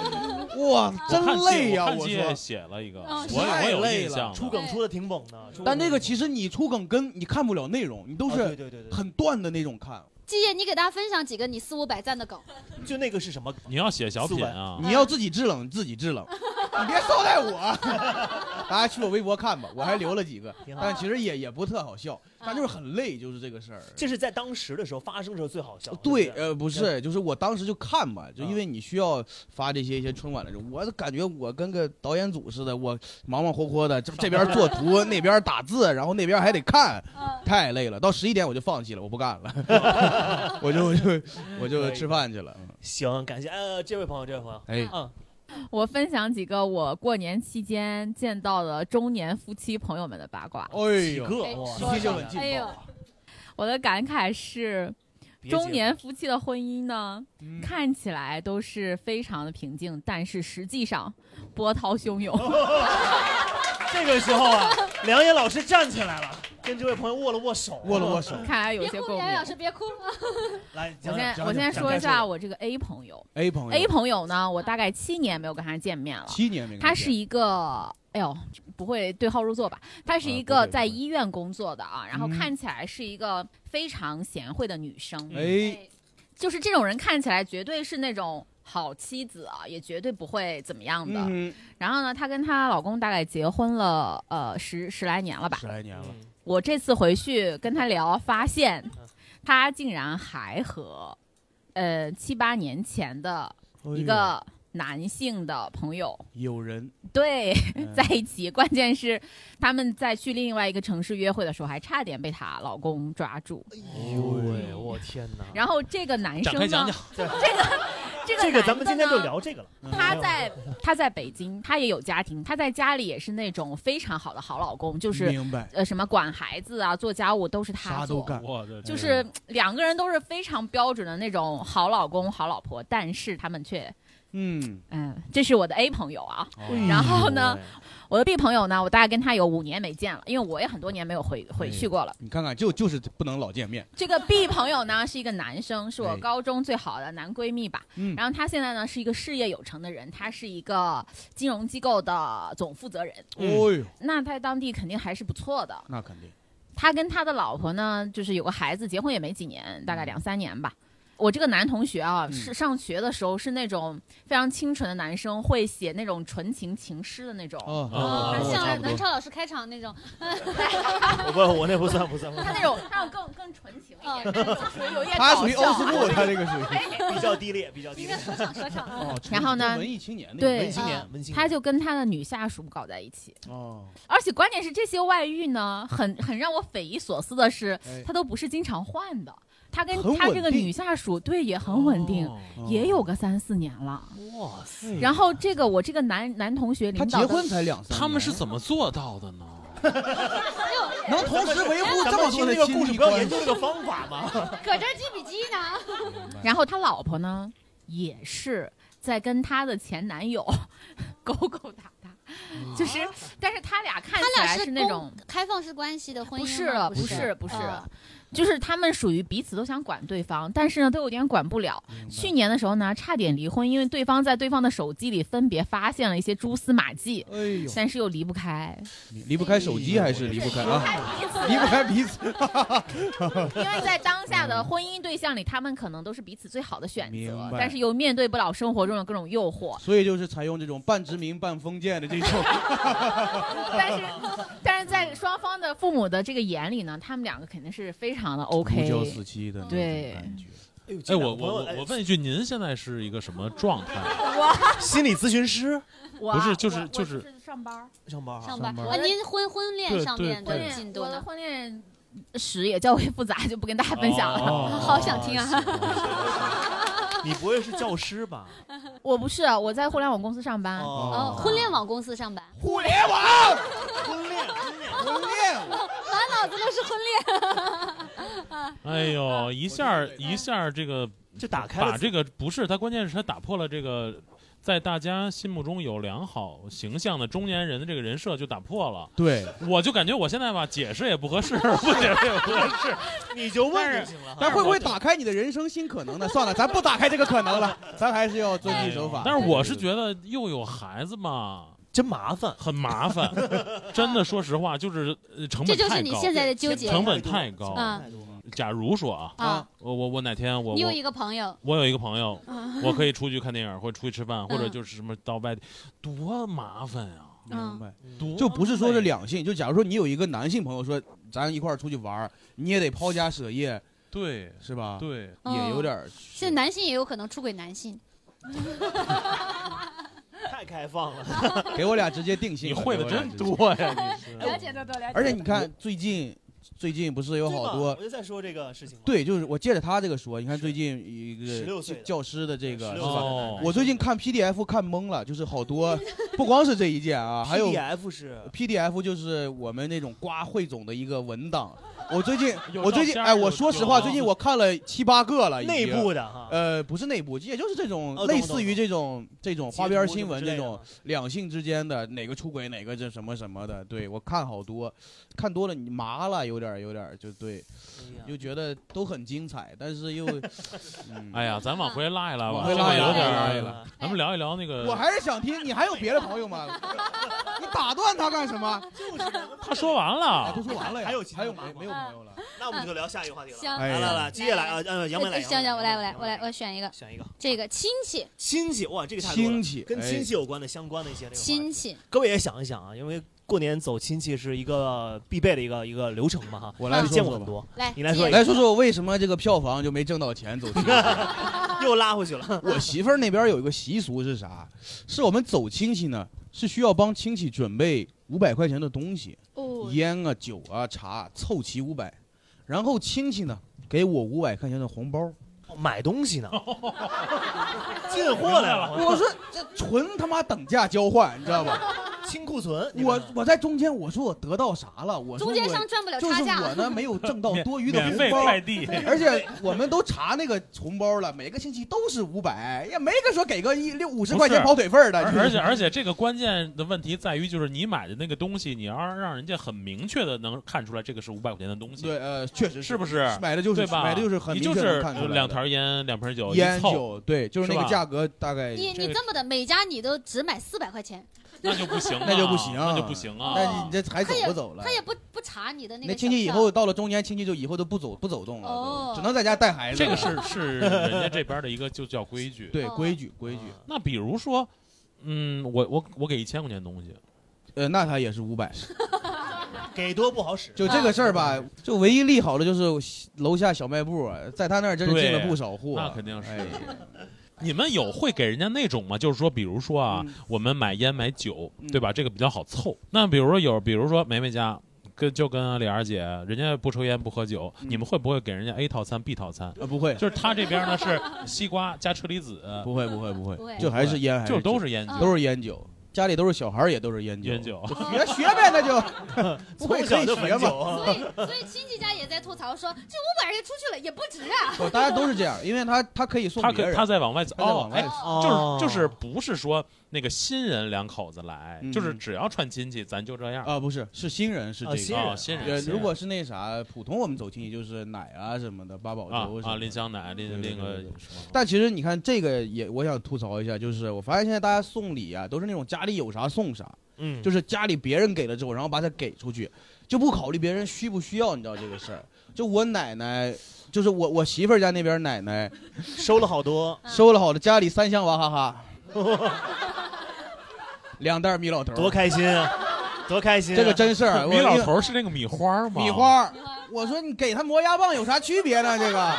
Speaker 2: 哇，真
Speaker 4: 我看
Speaker 2: 累呀！
Speaker 4: 我
Speaker 2: 我
Speaker 4: 看季
Speaker 2: 说
Speaker 4: 也写了一个，
Speaker 1: 啊
Speaker 3: 嗯
Speaker 4: 啊我
Speaker 2: 太
Speaker 4: 我有
Speaker 2: 累
Speaker 4: 印
Speaker 2: 了
Speaker 4: 象的。
Speaker 1: 出梗出的挺猛的，出得
Speaker 2: 但这个
Speaker 1: 挺
Speaker 2: 其实你出梗跟你看不了内容，你都
Speaker 1: 猛的啊
Speaker 2: 是
Speaker 1: 对对对对
Speaker 2: 很断的那种看。
Speaker 3: 季爷，你给大家分享几个你四五百赞的梗。
Speaker 1: 对， 就那个是什么梗？
Speaker 4: 你要写小品啊？
Speaker 2: 你要自己制冷，自己制冷，
Speaker 1: 啊
Speaker 2: 你别捎带我。 大家去我微博看吧，我还留了几个，
Speaker 1: 挺好
Speaker 2: 但。其实也也不特好笑，但就是很累，就是这个事儿。
Speaker 1: 这是在当时的时候发生的时候最好笑。
Speaker 2: 对，
Speaker 1: 是不是
Speaker 2: 呃，不是，就是我当时就看吧，就因为你需要发这些一些春晚的时候，我感觉我跟个导演组似的，我忙忙活活的，这这边做图，那边打字，然后那边还得看，
Speaker 3: 嗯，
Speaker 2: 太累了。到十一点我就放弃了，我不干了，我就我就我就吃饭去了。嗯
Speaker 1: 行，感谢呃这位朋友，这位朋友，
Speaker 2: 哎，
Speaker 1: 嗯，
Speaker 6: 我分享几个我过年期间见到的中年夫妻朋友们的八卦。
Speaker 2: 哎
Speaker 1: 几
Speaker 2: 呦，
Speaker 1: 个
Speaker 3: 哎
Speaker 1: 哇，
Speaker 3: 说
Speaker 2: 一听就很劲
Speaker 3: 哎
Speaker 2: 爆
Speaker 3: 呦
Speaker 2: 啊。，
Speaker 6: 我的感慨是，
Speaker 1: 别
Speaker 6: 中
Speaker 1: 介
Speaker 6: 年夫妻的婚姻呢，
Speaker 2: 嗯
Speaker 6: 看起来都是非常的平静，但是实际上 波涛汹涌。
Speaker 1: 这个时候啊，梁野老师站起来了，跟这位朋友握了握手，
Speaker 2: 握了握手。
Speaker 6: 看来有
Speaker 3: 别
Speaker 6: 些
Speaker 3: 哭，
Speaker 6: 共鸣
Speaker 3: 梁。哎老师别哭。
Speaker 1: 来，
Speaker 6: 我
Speaker 1: 讲
Speaker 6: 先
Speaker 1: 讲
Speaker 6: 我先说一
Speaker 1: 展开
Speaker 6: 下我这个 A 朋友
Speaker 2: ，A 朋友
Speaker 6: ，A 朋友呢，我大概七年没有跟他见面了。
Speaker 2: 七年没跟
Speaker 6: 他
Speaker 2: 见
Speaker 6: 是一个，哎呦，不会对号入座吧？他是
Speaker 2: 啊
Speaker 6: 一
Speaker 2: 不会
Speaker 6: 个
Speaker 2: 不
Speaker 6: 在
Speaker 2: 会
Speaker 6: 医院工作的啊，然后
Speaker 2: 嗯
Speaker 6: 看起来是一个非常贤惠的女生，
Speaker 2: 哎，
Speaker 6: 就是这种人看起来绝对是那种好妻子啊，也绝对不会怎么样的。
Speaker 2: 嗯
Speaker 6: 然后呢，她跟她老公大概结婚了呃十十来年了吧
Speaker 2: 哼，十。来年了，
Speaker 6: 我这次回去跟她聊，发现她竟然还和呃七八年前的一
Speaker 2: 哎
Speaker 6: 个男性的朋友
Speaker 2: 呦有人
Speaker 6: 对
Speaker 2: 嗯
Speaker 6: 在一起。关键是他们在去另外一个城市约会的时候，还差点被她老公抓住。
Speaker 1: 哎呦喂，我天哪！
Speaker 6: 然后这个男
Speaker 4: 展
Speaker 6: 生
Speaker 4: 开
Speaker 6: 呢，
Speaker 4: 讲讲，
Speaker 6: 这个
Speaker 1: 这
Speaker 6: 这
Speaker 1: 个咱们今天就
Speaker 6: 聊。
Speaker 1: 聊这个了。
Speaker 2: 嗯
Speaker 1: 哎
Speaker 6: 他在他在北京，他也有家庭，他在家里也是那种非常好的好老公，就是
Speaker 2: 明白，
Speaker 6: 呃什么管孩子啊、做家务都是他
Speaker 2: 啥都
Speaker 6: 做，
Speaker 2: 干，
Speaker 4: 我的
Speaker 6: 就
Speaker 4: 天
Speaker 6: 是两个人都是非常标准的那种好老公、好老婆，但是他们却
Speaker 2: 嗯，
Speaker 6: 嗯，这是我的 A 朋友啊，
Speaker 2: 哦
Speaker 6: 然后呢，我的 B 朋友呢，我大概跟他有五年没见了，因为我也很多年没有回回去过了。
Speaker 2: 你看看，就就是不能老见面，
Speaker 6: 这个 B 朋友呢是一个男生，是我
Speaker 2: 哎
Speaker 6: 高中最好的男闺蜜吧。
Speaker 2: 嗯，
Speaker 6: 然后他现在呢是一个事业有成的人，他是一个金融机构的总负责人。
Speaker 2: 哦呦，
Speaker 6: 那在当地肯定还是不错的。
Speaker 2: 那肯定，
Speaker 6: 他跟他的老婆呢，就是有个孩子，结婚也没几年，大概两三年吧。我这个男同学啊，
Speaker 2: 嗯
Speaker 6: 是上学的时候是那种非常清纯的男生，会写那种纯情情诗的那种。
Speaker 2: 哦
Speaker 4: 啊
Speaker 3: 嗯
Speaker 4: 跟我
Speaker 2: 差
Speaker 3: 像
Speaker 2: 不
Speaker 3: 南
Speaker 2: 多，
Speaker 3: 超老师开场那种，
Speaker 1: 我不，我那不算，不算，不
Speaker 6: 他
Speaker 1: 算
Speaker 6: 那 种，他要更更纯情一点，
Speaker 3: 嗯
Speaker 6: 属于有一点
Speaker 2: 他
Speaker 6: 搞
Speaker 2: 属于
Speaker 6: 笑
Speaker 2: 欧
Speaker 6: 啊。
Speaker 2: 斯库，他这个属于，
Speaker 1: 比较低劣，比较低
Speaker 3: 一个
Speaker 1: 劣。
Speaker 3: 说唱说唱。
Speaker 2: 哦，
Speaker 6: 然后呢
Speaker 2: 文艺青年那
Speaker 6: 对呃
Speaker 1: 文
Speaker 2: 个
Speaker 1: 青年，文青年，
Speaker 6: 他就跟他的女下属搞在一起，
Speaker 2: 哦，
Speaker 6: 而且关键是这些外遇呢，很很让我匪夷所思的是，
Speaker 2: 哎
Speaker 6: 他都不是经常换的。他跟
Speaker 2: 很
Speaker 6: 他这个
Speaker 2: 稳定
Speaker 6: 女下属对也很稳定，
Speaker 4: 哦
Speaker 6: 也有个三四年了。
Speaker 1: 哇塞，
Speaker 6: 然后这个我这个男男同学
Speaker 2: 他
Speaker 6: 领导
Speaker 2: 结
Speaker 6: 的
Speaker 2: 婚才两三年，
Speaker 4: 他们是怎么做到的呢？
Speaker 2: 能同时维护
Speaker 1: 咱
Speaker 2: 这
Speaker 1: 们听
Speaker 2: 么多的
Speaker 1: 这个
Speaker 2: 亲
Speaker 1: 故事
Speaker 2: 密
Speaker 1: 不要
Speaker 2: 关
Speaker 1: 研
Speaker 2: 系？
Speaker 1: 究这个方法嘛。
Speaker 3: 搁这儿记笔记呢，
Speaker 6: 然后他老婆呢也是在跟他的前男友勾勾搭搭，就是，但是他俩看
Speaker 3: 他
Speaker 6: 起来
Speaker 3: 俩
Speaker 6: 是那
Speaker 3: 公
Speaker 6: 种。
Speaker 3: 开放式关系的婚姻
Speaker 6: 不
Speaker 3: 吗
Speaker 6: 是了，
Speaker 3: 不
Speaker 6: 是，不是
Speaker 3: 嗯
Speaker 6: 了，就是他们属于彼此都想管对方，但是呢都有点管不了。去年的时候呢，差点离婚，因为对方在对方的手机里分别发现了一些蛛丝马迹，
Speaker 2: 哎呦，
Speaker 6: 但是又离不 开，
Speaker 2: 离不开手机还是离不开啊？
Speaker 6: 彼此
Speaker 2: 离不开彼此，
Speaker 6: 因为在当下的婚姻对象里，他们可能都是彼此最好的选
Speaker 2: 嗯明
Speaker 6: 择
Speaker 2: 白，。
Speaker 6: 但是又面对不了生活中的各种诱惑
Speaker 2: 所以就是采用这种半殖民半封建的这 种，
Speaker 6: 但是， 但是在双方的父母的这个眼里呢，他们两个肯定是非常的 OK
Speaker 2: 不。娇四妻的那种
Speaker 6: 对
Speaker 2: 感觉。
Speaker 1: 哎呦
Speaker 4: 哎，
Speaker 1: 这
Speaker 4: 我
Speaker 1: 两个
Speaker 4: 我
Speaker 1: 朋友
Speaker 4: 我我问一句，您现在是一个什么状 态？
Speaker 1: 哎心理咨询师
Speaker 6: 我
Speaker 4: 不是就是
Speaker 6: 我我
Speaker 4: 就
Speaker 6: 就是上班，
Speaker 1: 上班啊
Speaker 3: 上班
Speaker 2: 上班
Speaker 3: 啊，您婚婚恋上面
Speaker 6: 婚
Speaker 4: 对
Speaker 3: 的
Speaker 4: 对
Speaker 3: 进
Speaker 6: 恋
Speaker 3: 度
Speaker 6: 我的
Speaker 3: 呢？
Speaker 6: 婚恋史也较为复杂，就不跟大家分享了。
Speaker 4: 哦
Speaker 3: 好想听啊！
Speaker 1: 你不会是教师 吧？
Speaker 6: 我不是，我在互联网公司上班。嗯
Speaker 1: 哦，
Speaker 3: 哦，婚恋网公司上班，
Speaker 2: 互联网，
Speaker 1: 婚恋，婚恋，
Speaker 2: 婚恋网，
Speaker 3: 满脑子都是婚恋。
Speaker 4: 哎呦，一下儿
Speaker 2: 对
Speaker 4: 一下儿这个
Speaker 1: 就打开
Speaker 4: 把
Speaker 1: 了。
Speaker 4: 这个不是他，关键是他打破了这个在大家心目中有良好形象的中年人的这个人设就打破了。
Speaker 2: 对，
Speaker 4: 我就感觉我现在吧，解释也不合适，不解
Speaker 1: 哎
Speaker 4: 释也不合适。
Speaker 1: 你就问就行了。
Speaker 2: 但会不会打开你的人生新可能呢？算了，咱不打开这个可能 了，咱还是要遵纪守法。
Speaker 4: 哎但是我是觉得又有孩子嘛，
Speaker 1: 真麻烦，
Speaker 4: 很麻 烦，真的。说实话，就是呃成
Speaker 3: 这
Speaker 4: 本
Speaker 3: 就是
Speaker 4: 太
Speaker 3: 你
Speaker 4: 高。
Speaker 3: 现在的纠结嗯
Speaker 4: 成本太高
Speaker 1: 啊！
Speaker 4: 假如说啊，
Speaker 3: 啊！
Speaker 4: 我我我哪天我
Speaker 3: 你有
Speaker 4: 我
Speaker 3: 一个朋友，
Speaker 4: 我有一个朋友，我可以出去看电 影，或者出去吃饭，或者
Speaker 3: 嗯
Speaker 4: 就是什么到外地，多麻烦呀！
Speaker 3: 嗯
Speaker 2: 明白，
Speaker 4: 多
Speaker 2: 就不是说是
Speaker 4: 累
Speaker 2: 两性，就假如说你有一个男性朋友说咱一块儿出去玩儿，你也得抛家舍业，
Speaker 4: 对
Speaker 2: 是吧？
Speaker 4: 对，
Speaker 2: 也有点儿。
Speaker 3: 现在男性也有可能出轨男性，
Speaker 1: 太开放了。
Speaker 2: 给我俩直接定性
Speaker 4: 你
Speaker 2: 了，
Speaker 4: 会的
Speaker 2: 给我俩
Speaker 4: 真
Speaker 2: 直接。
Speaker 4: 多呀！你是
Speaker 6: 解的多了
Speaker 2: 而且你看，最近最近不是有
Speaker 1: 对嘛
Speaker 2: 好多
Speaker 1: 我就在说这个事情嘛。
Speaker 2: 对，就是我借着他这个说，你看
Speaker 1: 是
Speaker 2: 最近一个
Speaker 1: 16岁的
Speaker 2: 教师的这个
Speaker 1: 16
Speaker 2: 是
Speaker 1: 岁的
Speaker 2: 吧？嗯
Speaker 4: 哦
Speaker 2: 我最近看 PDF 看懵了，就是好多不光是这一件啊，还有
Speaker 1: PDF 是
Speaker 2: PDF 就是我们那种瓜汇总的一个文档。我最近
Speaker 4: 有
Speaker 2: 我最近
Speaker 4: 照片
Speaker 2: 哎，
Speaker 4: 有
Speaker 2: 我说实
Speaker 4: 有
Speaker 2: 话，最近我看了七八个了，已经
Speaker 1: 内部的哈，
Speaker 2: 呃不是内部，也就是这种
Speaker 1: 哦懂
Speaker 2: 类
Speaker 1: 懂
Speaker 2: 似于
Speaker 1: 懂
Speaker 2: 这种这种花边新闻
Speaker 1: 截
Speaker 2: 这
Speaker 1: 图什么
Speaker 2: 种两性之间的哪个出轨哪个这什么什么的，对我看好多，看多了你麻了，有点儿有点儿就对，
Speaker 1: 之类的。哎呀
Speaker 2: 就觉得都很精彩，但 是又嗯
Speaker 4: 哎呀，咱往回拉一拉吧，
Speaker 2: 往回拉
Speaker 4: 这
Speaker 2: 一
Speaker 4: 个
Speaker 2: 拉往回拉一
Speaker 4: 有点儿
Speaker 2: 拉，哎
Speaker 4: 咱们聊一聊那个。
Speaker 2: 我还是想听，你还有别的朋友吗？ 你打断他干什 么？
Speaker 4: 他说完
Speaker 2: 哎
Speaker 4: 了
Speaker 2: 都，说完了呀，
Speaker 1: 还有其他
Speaker 2: 还有
Speaker 1: 吗
Speaker 2: 没没有朋友了？
Speaker 1: 那我们就聊下一个话题了。
Speaker 3: 行
Speaker 1: 来
Speaker 2: 哎呀
Speaker 1: 来来，接下来啊，呃，杨梅来，
Speaker 3: 行行，我来，
Speaker 1: 杨
Speaker 3: 我
Speaker 1: 梅
Speaker 3: 来，我来，
Speaker 1: 杨梅
Speaker 3: 我选一个，
Speaker 1: 选一个
Speaker 3: 这个亲戚，
Speaker 1: 亲戚哇，这个太多了
Speaker 2: 亲戚
Speaker 1: 跟亲
Speaker 2: 哎
Speaker 1: 戚有关的相关的一些这个话题
Speaker 3: 亲戚，
Speaker 1: 各位也想一想啊，因为过年走亲戚是一个必备的一个一个流程嘛哈。
Speaker 2: 我来
Speaker 1: 你
Speaker 2: 说
Speaker 1: 见过
Speaker 2: 说
Speaker 1: 很
Speaker 2: 吧。
Speaker 1: 多，
Speaker 3: 来，
Speaker 1: 你来说一个
Speaker 2: 来说说为什么这个票房就没挣到钱走亲戚？
Speaker 1: 又拉回去了。
Speaker 2: 我媳妇儿那边有一个习俗是啥？是我们走亲戚呢，是需要帮亲戚准备五百块钱的东西，
Speaker 3: 哦，
Speaker 2: 烟啊、酒啊、茶啊，凑齐五百，然后亲戚呢给我五百块钱的红包。
Speaker 1: 哦买东 西呢，进货来了，
Speaker 2: 我说这纯他妈等价交换，你知道吧？
Speaker 1: 清库存。你
Speaker 2: 我
Speaker 1: 看
Speaker 2: 我在中间，我说我得到啥了？我说
Speaker 3: 中间
Speaker 2: 我
Speaker 3: 商赚不了
Speaker 2: 就是
Speaker 3: 差价，
Speaker 2: 我呢没 有挣到
Speaker 4: 免
Speaker 2: 多余的
Speaker 4: 免
Speaker 2: 红
Speaker 4: 费
Speaker 2: 包，
Speaker 4: 快递，
Speaker 2: 而且我们都查那个红包了，每个星期都是五百，也没个说给个一六五十块钱跑腿份儿的。
Speaker 4: 而而且而且这个关键的问题在于，就是你买的那个东西，你要让人家很明确的能看出来，这个是五百块钱的东西，
Speaker 2: 对，呃，确实
Speaker 4: 是不是？
Speaker 2: 买的就是
Speaker 4: 对吧？
Speaker 2: 买的就是很
Speaker 4: 你
Speaker 2: 明
Speaker 4: 就
Speaker 2: 确
Speaker 4: 是
Speaker 2: 能看出来的
Speaker 4: 两条烟、两瓶酒，
Speaker 2: 烟
Speaker 4: 一凑，
Speaker 2: 酒，对，就是那
Speaker 4: 是
Speaker 2: 个
Speaker 4: 吧
Speaker 2: 价格大概。
Speaker 3: 你
Speaker 4: 这
Speaker 3: 你
Speaker 4: 个
Speaker 3: 这么的，每家你都只买四百块钱，
Speaker 4: 那就不行啊，
Speaker 2: 那就不行啊
Speaker 4: 那就不行啊！
Speaker 2: 那你这还走不走了？
Speaker 3: 他也不不查你的那
Speaker 2: 那
Speaker 3: 个
Speaker 2: 亲
Speaker 3: 小
Speaker 2: 戚以
Speaker 3: 票
Speaker 2: 后到了中年，亲戚就以后都不走不走动了，
Speaker 3: 哦
Speaker 2: 都只能在家带孩子。
Speaker 4: 这个 是是人家这边的一个就叫规矩。
Speaker 2: 对
Speaker 3: 哦
Speaker 2: 规矩规矩。
Speaker 4: 那比如说，嗯，我我我给一千块钱东西，
Speaker 2: 呃，那他也是 五百。
Speaker 1: 给多不好使，
Speaker 2: 就这个事儿吧，就唯一利好的就是楼下小卖部啊，在他那儿真是进了不少货。
Speaker 4: 那肯定是
Speaker 2: 哎
Speaker 4: 你们有会给人家那种吗？就是说，比如说啊，
Speaker 2: 嗯
Speaker 4: 我们买烟买酒，对吧？这个比较好凑。那比如说有，比如说梅梅家。跟就跟李二姐，人家不抽烟不喝酒，
Speaker 2: 嗯
Speaker 4: 你们会不会给人家 A 套餐 B 套餐？
Speaker 2: 呃不会
Speaker 4: 就是他这边 呢是西瓜加车厘子，
Speaker 2: 不会不会不会
Speaker 3: 不会，
Speaker 2: 就还是烟还
Speaker 4: 就是都
Speaker 2: 酒
Speaker 4: 是烟酒
Speaker 3: 啊
Speaker 2: 都是烟酒，家里都是小孩儿也都是烟酒。
Speaker 4: 烟酒。
Speaker 2: 学学呗，那 就不会
Speaker 1: 从
Speaker 2: 可
Speaker 1: 小
Speaker 2: 以
Speaker 1: 就
Speaker 2: 学
Speaker 1: 很
Speaker 2: 嘛。
Speaker 1: 久啊
Speaker 3: 所。以所以亲戚家也在吐槽说，这五百人出去了也不值 啊。
Speaker 2: 哦不，大家都是这样，因为他他可以送
Speaker 4: 他
Speaker 2: 别
Speaker 4: 可
Speaker 2: 人
Speaker 4: 他，在往外走，
Speaker 2: 他在
Speaker 4: 哦
Speaker 2: 往，
Speaker 4: 哎
Speaker 2: 外，
Speaker 4: 就是就是不是说那个新人两口子来，
Speaker 2: 嗯
Speaker 4: 就是只要串亲戚，咱就这样。
Speaker 2: 啊，不是是新人是
Speaker 1: 啊
Speaker 2: 这
Speaker 1: 新
Speaker 2: 个。
Speaker 1: 人
Speaker 4: 哦新人
Speaker 2: 呃，
Speaker 4: 新人
Speaker 2: 如果是那啥，呃普通我们走亲戚就是奶啊什么的，八宝
Speaker 4: 啊
Speaker 2: 粥什
Speaker 4: 啊，
Speaker 2: 么
Speaker 4: 林
Speaker 2: 的。
Speaker 4: 香奶，林
Speaker 2: 对对
Speaker 4: 那个
Speaker 2: 对对
Speaker 4: 什么，
Speaker 2: 但其实你看这个也，我想吐槽一下，就是我发现现在大家送礼啊，都是那种家里有啥送啥，
Speaker 1: 嗯，
Speaker 2: 就是家里别人给了之后，然后把它给出去，就不考虑别人需不需要，你知道这个事儿。就我奶奶，就是我我媳妇儿家那边奶奶
Speaker 1: 收了好多，
Speaker 3: 嗯
Speaker 2: 收了好的家里三箱娃哈哈， 两袋米老头儿，
Speaker 1: 多开心啊，多开心啊！
Speaker 2: 这个真事儿，我
Speaker 4: 米老头是那个米花吗？
Speaker 2: 米花儿
Speaker 3: 米花儿，
Speaker 2: 我说你给他磨牙棒有啥区别呢？这 个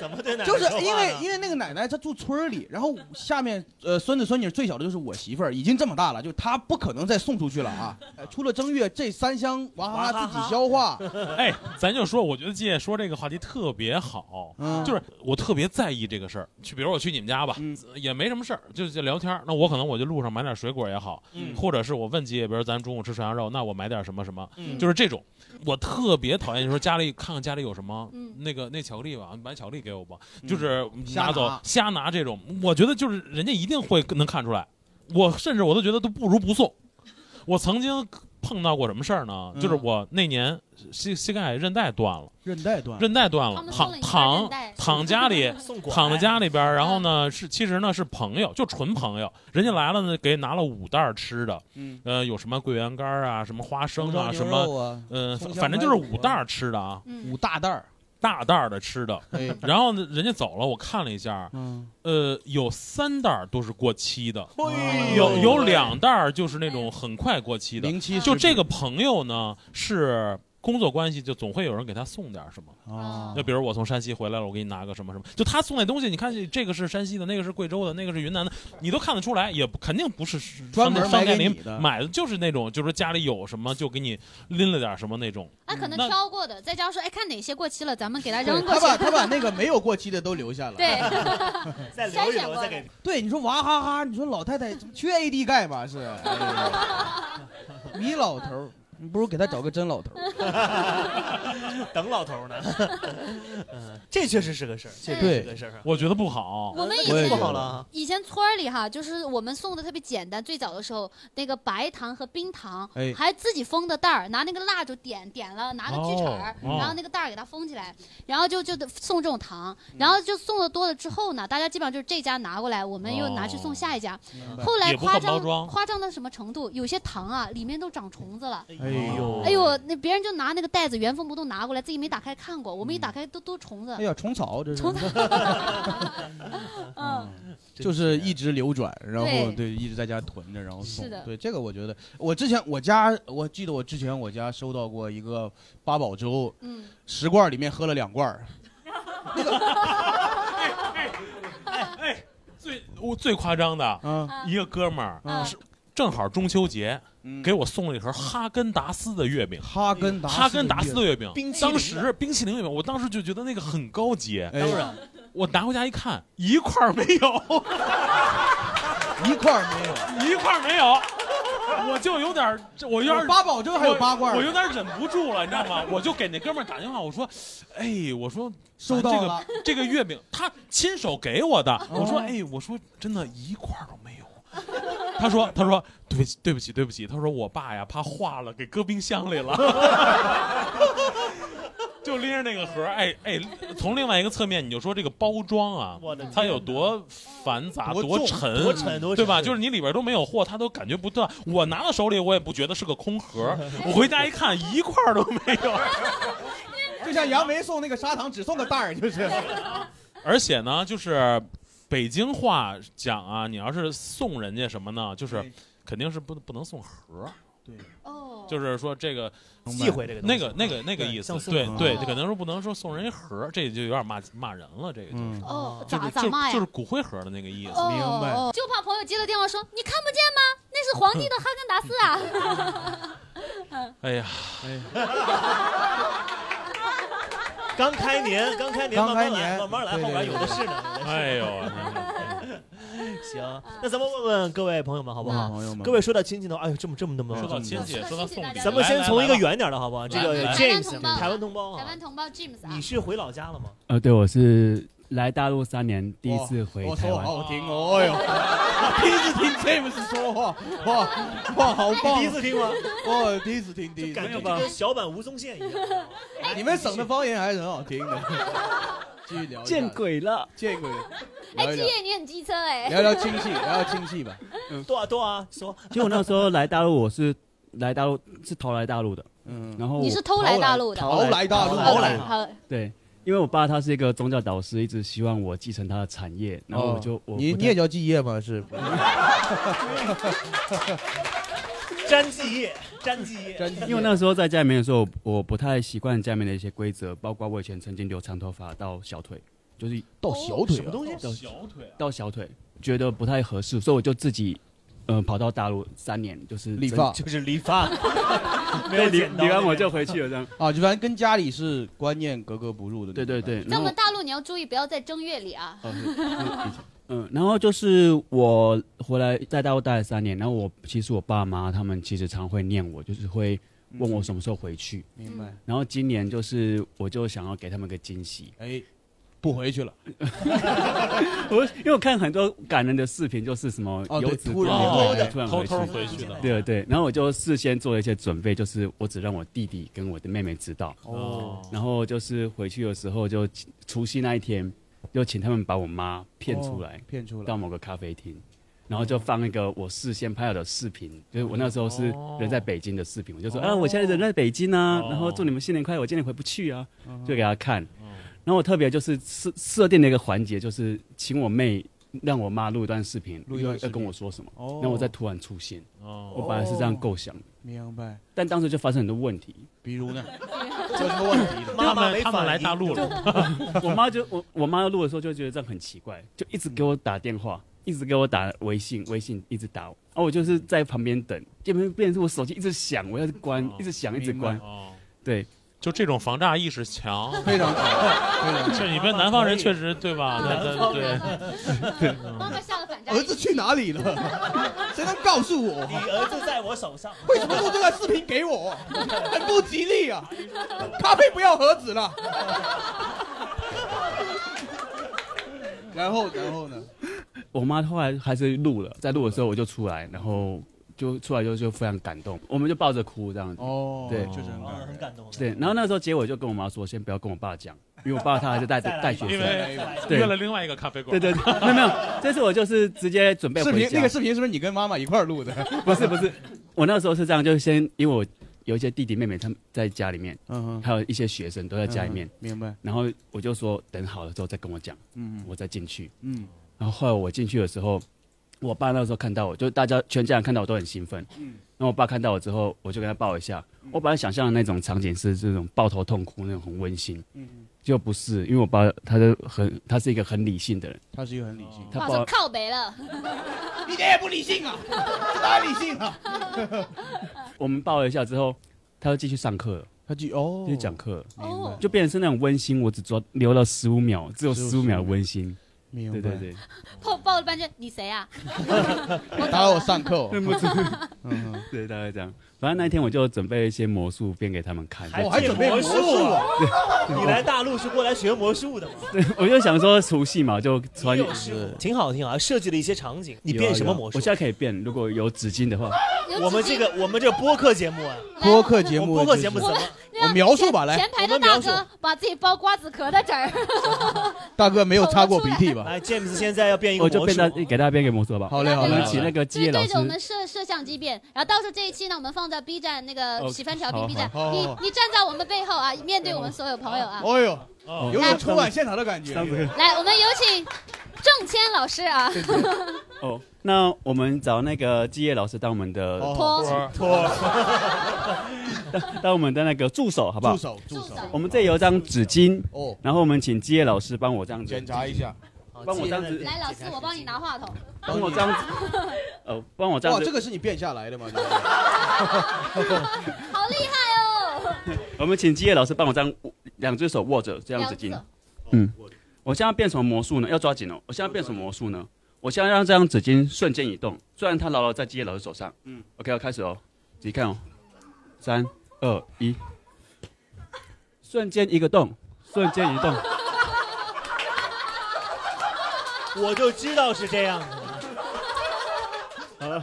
Speaker 1: 怎么对奶奶
Speaker 2: 就是
Speaker 1: 说话呢
Speaker 2: 因为因为那个奶奶她住村儿里，然后下面呃孙子孙女最小的就是我媳妇儿，已经这么大了，就她不可能再送出去了啊！呃出了正月这三箱娃哈哈自己消 化，
Speaker 4: 哎，咱就说，我觉得姐姐说这个话题特别好，
Speaker 2: 嗯，
Speaker 4: 就是我特别在意这个事儿。去，比如我去你们家吧，
Speaker 2: 嗯
Speaker 4: 也没什么事儿，就就聊天儿。那我可能我就路上买点水果也好，
Speaker 1: 嗯
Speaker 4: 或者是我问姐姐，比如咱中午吃涮羊肉，那我买点什么什么，
Speaker 1: 嗯。
Speaker 4: 就是这种。我特别讨厌，就是家里看看家里有什么，
Speaker 3: 嗯
Speaker 4: 那个那巧克力吧，买巧克力给我吧，
Speaker 2: 嗯
Speaker 4: 就是
Speaker 2: 瞎
Speaker 4: 拿走
Speaker 2: 拿
Speaker 4: 瞎拿这种，我觉得就是人家一定会能看出来。我甚至我都觉得都不如不送。我曾经碰到过什么事儿呢？
Speaker 2: 嗯
Speaker 4: 就是我那年膝膝盖韧带断了，
Speaker 2: 韧带断了，
Speaker 4: 韧带断
Speaker 3: 他
Speaker 4: 了，
Speaker 3: 们
Speaker 4: 躺
Speaker 3: 送了你发
Speaker 4: 躺
Speaker 3: 韧带，
Speaker 4: 躺家里
Speaker 1: 送果，
Speaker 4: 躺在家里边儿，然后呢
Speaker 3: 嗯
Speaker 4: 是其实呢是朋友，就纯朋友。人家来了呢，给拿了五袋儿吃的，
Speaker 2: 嗯，
Speaker 4: 呃，有什么桂圆干儿啊，什么花生
Speaker 2: 红
Speaker 4: 啊，
Speaker 2: 烧
Speaker 4: 什
Speaker 2: 牛
Speaker 4: 么，
Speaker 2: 肉啊，
Speaker 4: 呃，
Speaker 2: 葱
Speaker 4: 反
Speaker 2: 姜
Speaker 4: 反正就是
Speaker 2: 排骨
Speaker 4: 五袋儿吃的啊，
Speaker 3: 嗯
Speaker 2: 五，大袋儿，
Speaker 4: 大袋儿的吃的。
Speaker 2: 哎，
Speaker 4: 然后呢，人家走了，我看了一下，
Speaker 2: 嗯，
Speaker 4: 呃，有三袋儿都是过期的，
Speaker 1: 哎呦
Speaker 4: 有有两袋儿就是那种很快过期的。
Speaker 2: 零七
Speaker 4: 就这个朋友呢，是工作关系就总会有人给他送点儿什么。
Speaker 2: 啊
Speaker 4: 就比如我从山西回来了，我给你拿个什么什么，就他送那东西，你看这这个是山西的，那个是贵州的，那个是云南的，你都看得出来，也不肯定不是
Speaker 2: 专
Speaker 4: 商店
Speaker 2: 门买
Speaker 4: 商
Speaker 2: 给
Speaker 4: 店里
Speaker 2: 你的
Speaker 4: 买的，就是那种就是家里有什么就给你拎了点什么那种。
Speaker 3: 他
Speaker 1: 嗯
Speaker 3: 可能
Speaker 4: 那
Speaker 3: 挑过的，再加上说，哎，看哪些过期了，咱们给它
Speaker 2: 对
Speaker 3: 扔过
Speaker 2: 他把
Speaker 3: 去。
Speaker 2: 他把那个没有过期的都留下了。
Speaker 3: 对，
Speaker 1: 再留一
Speaker 3: 筛选
Speaker 1: 留，
Speaker 3: 过
Speaker 1: 再
Speaker 3: 的
Speaker 1: 给
Speaker 2: 对，你说娃哈哈，你说老太太怎么缺 AD 钙吧？ 是，米老头儿，你不如给他找个真老头儿。
Speaker 1: 等老头呢。嗯，这确实是个事儿，确实是个事儿啊。
Speaker 4: 我觉得不好，
Speaker 3: 我们以
Speaker 2: 我
Speaker 1: 不
Speaker 2: 也觉
Speaker 3: 前
Speaker 1: 好
Speaker 2: 得
Speaker 1: 了啊，
Speaker 3: 以前村儿里哈，就是我们送的特别简单。最早的时候，那个白糖和冰糖，
Speaker 2: 哎
Speaker 3: 还自己封的袋儿，拿那个蜡烛点点了，拿个锯齿儿，
Speaker 4: 哦哦
Speaker 3: 然后那个袋儿给它封起来，然后就就得送这种糖，然后就送的多了之后呢，大家基本上就是这家拿过来，我们又拿去送下一
Speaker 2: 哦
Speaker 3: 家。后来
Speaker 4: 也不
Speaker 3: 夸
Speaker 4: 换包
Speaker 3: 张
Speaker 4: 装
Speaker 3: 夸张到什么程度？有些糖啊，里面都长虫子了。
Speaker 2: 哎呦
Speaker 3: 哎呦，那别人就拿那个袋子原封不动拿过来，自己没打开看过，我们一打开都都虫子
Speaker 2: 哎。呀，虫草这是，
Speaker 3: 虫嗯，
Speaker 1: 真
Speaker 2: 哦 就是一直流转，然后
Speaker 3: 对
Speaker 2: 对一直在家囤着，然后送
Speaker 3: 是的。
Speaker 2: 对这个我觉得，我之前我家我记得我之前我家收到过一个八宝粥，
Speaker 3: 嗯，
Speaker 2: 十罐儿里面喝了两 罐儿。
Speaker 4: 最我最夸张的
Speaker 2: 啊
Speaker 4: 一个哥们儿，
Speaker 3: 啊
Speaker 4: 是正好中秋节
Speaker 2: 嗯
Speaker 4: 给我送了一盒哈根达斯的月饼，
Speaker 2: 哈根达斯
Speaker 4: 哈根达斯的月饼
Speaker 1: 冰淇，淋的
Speaker 4: 当时冰淇淋月饼，我当时就觉得那个很高级，
Speaker 2: 哎
Speaker 1: 当然，
Speaker 4: 我拿回家一看，一块儿没有。
Speaker 2: 一块儿没有。
Speaker 4: 一块儿没有，我就有点儿，这我有点儿
Speaker 2: 八宝粥还有八罐
Speaker 4: 我，我有
Speaker 2: 儿，
Speaker 4: 点儿忍不住了，你知道吗？我就给那哥们儿打电话，我说，哎，我说
Speaker 2: 收到
Speaker 4: 这
Speaker 2: 了
Speaker 4: 个这个月饼，他亲手给我的，我说，
Speaker 2: 哦
Speaker 4: 哎，我说真的，一块儿都没有。他说：“他说对不起，对不起，对不起。”他说：“我爸呀，怕化了，给搁冰箱里
Speaker 3: 嗯
Speaker 4: 了。”就拎着那个盒儿，哎哎，从另外一个侧面，你就说这个包装啊，
Speaker 1: 我的天
Speaker 4: 它有多繁杂、
Speaker 2: 多重
Speaker 4: 沉、
Speaker 1: 多沉多沉
Speaker 4: 对吧？就是你里边都没有货，他都感觉不到。我拿到手里，我也不觉得是个空盒 儿。我回家一看，一块儿都没有。
Speaker 2: 就像杨梅送那个砂糖，只送个袋儿，就是。
Speaker 4: 而且呢，就是北京话讲啊，你要是送人家什么呢，就是
Speaker 2: 对
Speaker 4: 肯定是不不能送盒儿，
Speaker 3: 哦，
Speaker 4: 就是说这个
Speaker 1: 忌讳这个东西嗯
Speaker 4: 那个那个那个
Speaker 1: 对
Speaker 4: 意思
Speaker 1: 像。送
Speaker 4: 对
Speaker 1: 盒
Speaker 4: 对，
Speaker 3: 哦
Speaker 4: 就可能说不能说送人一盒儿，这就有点骂骂人了。这个就是
Speaker 2: 嗯
Speaker 3: 哦，
Speaker 4: 就
Speaker 3: 咋
Speaker 4: 是
Speaker 3: 咋
Speaker 4: 就
Speaker 3: 骂
Speaker 4: 是
Speaker 3: 呀？
Speaker 4: 就是骨灰盒儿的那个意思。
Speaker 3: 哦
Speaker 2: 明白
Speaker 3: 哦就怕朋友接了电话说：“你看不见吗？那是皇帝的哈根达斯啊
Speaker 4: 哎呀，
Speaker 1: 刚开年，刚开年，
Speaker 2: 刚开
Speaker 1: 慢慢来，
Speaker 2: 年
Speaker 1: 慢慢来，
Speaker 2: 对
Speaker 1: 后
Speaker 2: 对
Speaker 1: 边有的
Speaker 2: 对
Speaker 1: 是呢。哎啊有的
Speaker 4: 哎呦，
Speaker 1: 是 行，
Speaker 3: 嗯
Speaker 1: 那咱们问问各位朋友们好不好？
Speaker 2: 朋友们
Speaker 1: 各位说到亲戚呢，哎呦，这么这么这么
Speaker 4: 说
Speaker 1: 多
Speaker 4: 到，亲戚，说到送礼，
Speaker 1: 咱们先从一个
Speaker 4: 来来来
Speaker 1: 远点的好不好？这个
Speaker 4: 来来
Speaker 1: James，
Speaker 3: 来
Speaker 1: 台湾同胞！”
Speaker 3: 台
Speaker 1: 啊
Speaker 3: 湾，同胞 James 啊
Speaker 1: 你，是回老家了 吗？
Speaker 7: 呃，对，我是来大陆三年，第一次回
Speaker 2: 我
Speaker 7: 台
Speaker 2: 说
Speaker 7: 湾。
Speaker 2: 好好听哦，哎呦，第一次听 James 说话，哇哇，好棒！
Speaker 1: 哎第一次听吗？
Speaker 2: 哇，第一次听，第一次
Speaker 1: 感觉
Speaker 2: 听哎
Speaker 1: 就。跟小版吴宗宪一样。
Speaker 2: 你们省的方言还是很好听的。继续聊一下，
Speaker 7: 见鬼了！
Speaker 2: 见鬼！聊
Speaker 3: 哎，
Speaker 2: 一
Speaker 3: 基
Speaker 2: 聊，
Speaker 3: 业你很机车哎，
Speaker 2: 聊聊亲戚，聊聊亲戚吧。嗯
Speaker 1: 多啊多啊，说
Speaker 7: 就我那时候来大陆，我是来大陆是逃来大陆的，
Speaker 2: 嗯，
Speaker 7: 然后我
Speaker 3: 你是偷来大陆的，
Speaker 7: 逃
Speaker 2: 豪来大陆，
Speaker 1: 豪
Speaker 2: 豪
Speaker 1: 来
Speaker 2: 来，
Speaker 3: 好，
Speaker 7: 对，因为我爸他是一个宗教导师，一直希望我继承他的产业，然后我就、我
Speaker 2: 哦你
Speaker 7: 不
Speaker 2: 你
Speaker 7: 太
Speaker 2: 也叫继业吗？是
Speaker 1: 粘继业，粘继业，
Speaker 2: 真
Speaker 7: 因为那时候在家里面的时候，我不太习惯家里面的一些规则，包括我以前曾经留长头发到小腿，就是
Speaker 3: 哦
Speaker 2: 到小腿
Speaker 1: 什么
Speaker 2: 啊，
Speaker 1: 东西？
Speaker 7: 到
Speaker 4: 小腿啊，
Speaker 7: 到小腿，觉得不太合适，所以我就自己，呃，跑到大陆三年，就是
Speaker 2: 理发
Speaker 1: 就是理发， 没有
Speaker 7: 对，理
Speaker 1: 剪刀
Speaker 7: 理完我就回去了，这样。
Speaker 2: 啊，就反正跟家里是观念格格不入的。
Speaker 7: 对对，对，然
Speaker 3: 在我
Speaker 7: 后
Speaker 3: 们大陆你要注意，不要在正月里啊。
Speaker 7: 哦，是是 以前嗯，然后就是我回来在大陆待了三年，然后我其实我爸妈他们其实常会念我，就是会问我什么时候回去。
Speaker 2: 明白。
Speaker 7: 然后今年就是我就想要给他们个惊喜，
Speaker 2: 哎，不回去了。
Speaker 7: 我因为我看很多感人的视频，就是什么
Speaker 2: 哦对
Speaker 7: 游子
Speaker 2: 突然
Speaker 7: 回
Speaker 2: 回
Speaker 7: 来
Speaker 2: 来
Speaker 7: 突然
Speaker 4: 偷
Speaker 7: 回去
Speaker 4: 偷。回去的。
Speaker 7: 对对，然后我就事先做了一些准备，就是我只让我弟弟跟我的妹妹知道，
Speaker 4: 哦，
Speaker 7: 然后就是回去的时候就除夕那一天，就请他们把我妈骗出来，
Speaker 2: 哦骗出来嗯
Speaker 7: 到。某个咖啡厅，然后就放一个我事先拍好的视频，就是我那时候是
Speaker 2: 哦
Speaker 7: 人在北京的视频，我就说啊，我现在人在北京啊
Speaker 4: 哦，
Speaker 7: 然后祝你们新年快乐，我今年回不去啊，
Speaker 2: 嗯
Speaker 7: 就给他看。
Speaker 2: 哦
Speaker 7: 然后我特别就是设设定的一个环节，就是请我妹让我妈录一段视频，
Speaker 2: 录一段视频
Speaker 7: 要跟我说什么，
Speaker 2: 哦
Speaker 7: 然后我再突然出现，
Speaker 4: 哦，
Speaker 7: 我本来是这样构想的，
Speaker 2: 明白。
Speaker 7: 但当时就发生很多问题，
Speaker 2: 比如呢？这是个问题的。
Speaker 1: 妈
Speaker 4: 他
Speaker 1: 妈没
Speaker 4: 们他
Speaker 1: 反应
Speaker 4: 们来大陆 了，
Speaker 7: 我妈就我我妈录的时候就觉得这样很奇怪，就一直给我打电话，一直给我打微信，微信一直打我，啊，我就是在旁边等，这边变成是我手机一直响，我要是关
Speaker 4: 哦，
Speaker 7: 一直响，一直
Speaker 2: 明
Speaker 7: 关，
Speaker 4: 哦，
Speaker 7: 对，
Speaker 4: 就这种防诈意识强，
Speaker 2: 非常好，非常好。
Speaker 4: 这你们南方人确实对吧？
Speaker 1: 哎
Speaker 4: 对对对，
Speaker 3: 妈妈下了反诈，
Speaker 2: 儿子去 哪里了？谁能告诉我
Speaker 1: 你？儿子在我手上，
Speaker 2: 为什么录这个视频给 我？很不吉利啊！咖啡不要盒子了。然后，然后呢？
Speaker 7: 我妈后来还是录了，在录的时候我就出来，然后就出来就就非常感动，我们就抱着哭这样子。
Speaker 2: 哦
Speaker 7: 对
Speaker 2: 就是很
Speaker 1: 啊，
Speaker 2: 感
Speaker 1: 很
Speaker 2: 人。
Speaker 1: 感动。
Speaker 7: 对，然后那时候结尾就跟我妈说，先不要跟我爸讲，因为我爸他还是 带
Speaker 1: 再来一
Speaker 7: 带
Speaker 1: 把
Speaker 7: 学
Speaker 4: 因
Speaker 7: 生。
Speaker 1: 再来一把
Speaker 4: 为
Speaker 7: 对
Speaker 4: 约了另外一个咖啡馆，
Speaker 7: 对对，对没有没有，这次我就是直接准备
Speaker 2: 视
Speaker 7: 回
Speaker 2: 频
Speaker 7: 家。
Speaker 2: 那个视频是不是你跟妈妈一块儿录的？
Speaker 7: 不是不是，我那时候是这样，就是先因为我有一些弟弟妹妹他们在家里面，
Speaker 2: 嗯
Speaker 7: 还有一些学生都在家里面，
Speaker 2: 明白。
Speaker 7: 然后我就说等好了之后再跟我讲，
Speaker 2: 嗯
Speaker 7: 我再进去。
Speaker 2: 嗯
Speaker 7: 然后后来我进去的时候，我爸那时候看到我，就大家全家人看到我都很兴奋。嗯，然后我爸看到我之后，我就跟他抱一下。
Speaker 2: 嗯
Speaker 7: 我本来想象的那种场景是这种抱头痛哭那种很温馨，
Speaker 2: 嗯嗯，
Speaker 7: 就不是，因为我爸他就很他是一个很理性的人，
Speaker 2: 他是一个很理性，
Speaker 7: 他
Speaker 3: 话
Speaker 7: 抱
Speaker 3: 说靠北了，
Speaker 2: 一点也不理性啊，哪理性啊？
Speaker 7: 我们抱了一下之后，他就继续上课了，
Speaker 2: 他就哦
Speaker 7: 继续讲课了。
Speaker 3: 哦
Speaker 7: 就变成是那种温馨，我只抓留了十五秒，只有
Speaker 2: 15
Speaker 7: 十五秒温馨。
Speaker 2: 明
Speaker 7: 对
Speaker 2: 白
Speaker 7: 对， 对，
Speaker 3: 抱抱了半天，你谁啊？
Speaker 2: 打扰我上课哦。嗯嗯
Speaker 7: 对，大概这样。反正那一天我就准备一些魔术变给他们看，
Speaker 1: 还
Speaker 2: 哦我还准备魔术啊，
Speaker 1: 你来大陆是过来学魔术的吗？
Speaker 7: 对，我就想说除夕嘛，就穿。
Speaker 1: 有是挺好挺好，设计了一些场景。你
Speaker 7: 有啊
Speaker 1: 变什么
Speaker 7: 有啊
Speaker 1: 魔术
Speaker 7: 我？现在可以变，如果有纸巾的话，
Speaker 3: 有
Speaker 1: 我们
Speaker 3: 纸巾
Speaker 1: 这个我们这播客节目啊，
Speaker 2: 播客节
Speaker 1: 我
Speaker 2: 目
Speaker 1: 们播客节目
Speaker 2: 就
Speaker 1: 怎
Speaker 2: 是
Speaker 1: 么？
Speaker 2: 我描述吧，来，
Speaker 3: 前排
Speaker 1: 我
Speaker 3: 的
Speaker 1: 们
Speaker 3: 大
Speaker 1: 描
Speaker 3: 哥
Speaker 1: 述
Speaker 3: 把自己包瓜子壳的纸 儿，
Speaker 2: 大哥没有擦过鼻涕吧？
Speaker 1: 哎，James 现在要变一个
Speaker 7: 我
Speaker 1: 哎魔术，
Speaker 7: 就变到给大家变个魔术好不好？
Speaker 2: 好嘞，好
Speaker 7: 我
Speaker 2: 嘞，
Speaker 7: 们
Speaker 2: 好
Speaker 7: 请
Speaker 2: 嘞
Speaker 7: 那个
Speaker 3: 就是
Speaker 7: 基业老
Speaker 3: 对
Speaker 7: 师
Speaker 3: 着我们摄摄像机变。然后到时候这一期呢，我们放在 B 站那个
Speaker 7: 哦
Speaker 3: 喜翻调
Speaker 7: 好
Speaker 3: 频 B 站，
Speaker 2: 好好
Speaker 3: 你
Speaker 2: 好
Speaker 3: 你站在我们背后啊，面对我们所有朋友啊。
Speaker 2: 哦呦，
Speaker 4: 哦
Speaker 2: 有种春晚现场的感觉。
Speaker 7: 上次
Speaker 3: 来，我们有请郑谦老师啊，
Speaker 7: 哦，那我们找那个基业老师当我们的
Speaker 2: 哦，
Speaker 3: 托
Speaker 1: 托
Speaker 7: 当我们的那个助手好不好
Speaker 2: 助？手，助手
Speaker 3: 助手，
Speaker 7: 我们这有一张纸巾，
Speaker 2: 哦，
Speaker 7: 然后我们请基业老师帮我这样子
Speaker 2: 检查一下。
Speaker 7: 帮我这样子
Speaker 3: 来老师，我帮你拿话筒。
Speaker 7: 帮我这样子，哦，帮我这样
Speaker 2: 哇，
Speaker 7: 子哦
Speaker 2: 这个是你变下来 的吗？
Speaker 3: 好厉害哦！
Speaker 7: 我们请基业老师帮我这样握两只手握着这样子
Speaker 3: 两
Speaker 7: 巾
Speaker 3: 只手。
Speaker 7: 嗯，我现在变什么魔术呢？要抓紧哦！我现在变什么魔术呢？我现在让这张纸巾瞬间移动，虽然它牢牢在基业老师手上。嗯，OK，要开始哦，你看哦，三二一，瞬间一个洞，瞬间移动。
Speaker 1: 我就知道是这样的。好了，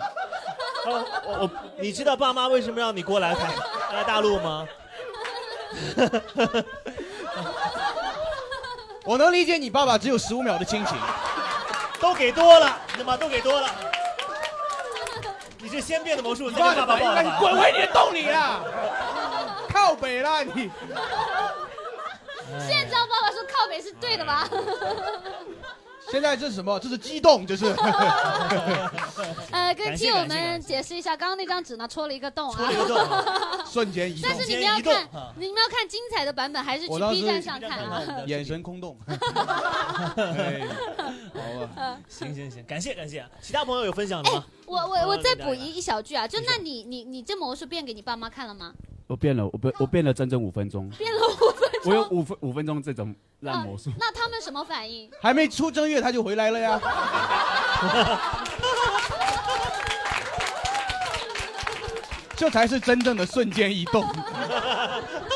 Speaker 1: 哦，我我，你知道爸妈为什么让你过来台来大陆吗？
Speaker 2: 我能理解你爸爸只有十五秒的亲情，
Speaker 1: 都给多了，你妈都给多了。你是先变的魔术，再跟爸爸抱了
Speaker 2: 你
Speaker 1: 吧
Speaker 2: 滚回你的洞里啦！靠北啦你！
Speaker 3: 现在知道爸爸说靠北是对的吧？
Speaker 2: 现在这是什么？这是激动，这 是。
Speaker 3: 呃，跟
Speaker 1: 感谢
Speaker 3: 听
Speaker 1: 感谢
Speaker 3: 友们
Speaker 1: 感
Speaker 3: 解释一下，刚刚那张纸呢戳了一个洞
Speaker 1: 戳
Speaker 3: 啊
Speaker 1: 了一。个洞，
Speaker 2: 瞬间移动
Speaker 3: 但，是你
Speaker 1: 瞬
Speaker 3: 们要
Speaker 1: 间移动
Speaker 3: 看
Speaker 1: 啊，
Speaker 3: 你们要看精彩的版本，还是去
Speaker 2: 啊我当时
Speaker 3: B 站上看
Speaker 1: 看
Speaker 3: 啊？
Speaker 1: 看我们的
Speaker 2: 眼神空洞。 哎好吧，
Speaker 1: 行行行，感谢感谢。啊其他朋友有分享的吗？
Speaker 3: 我我我
Speaker 1: 嗯
Speaker 3: 再
Speaker 1: 明白
Speaker 3: 补
Speaker 1: 了
Speaker 3: 一一小句啊，就
Speaker 1: 你说
Speaker 3: 那你你你这魔术变给你爸妈看了吗？
Speaker 7: 我变了，我变我变了整整五分钟，
Speaker 3: 变了五分
Speaker 7: 我有
Speaker 3: 钟，
Speaker 7: 五分五分钟这种烂魔术。
Speaker 3: 那他们什么反应？
Speaker 2: 还没出正月他就回来了 呀。这才是真正的瞬间移动，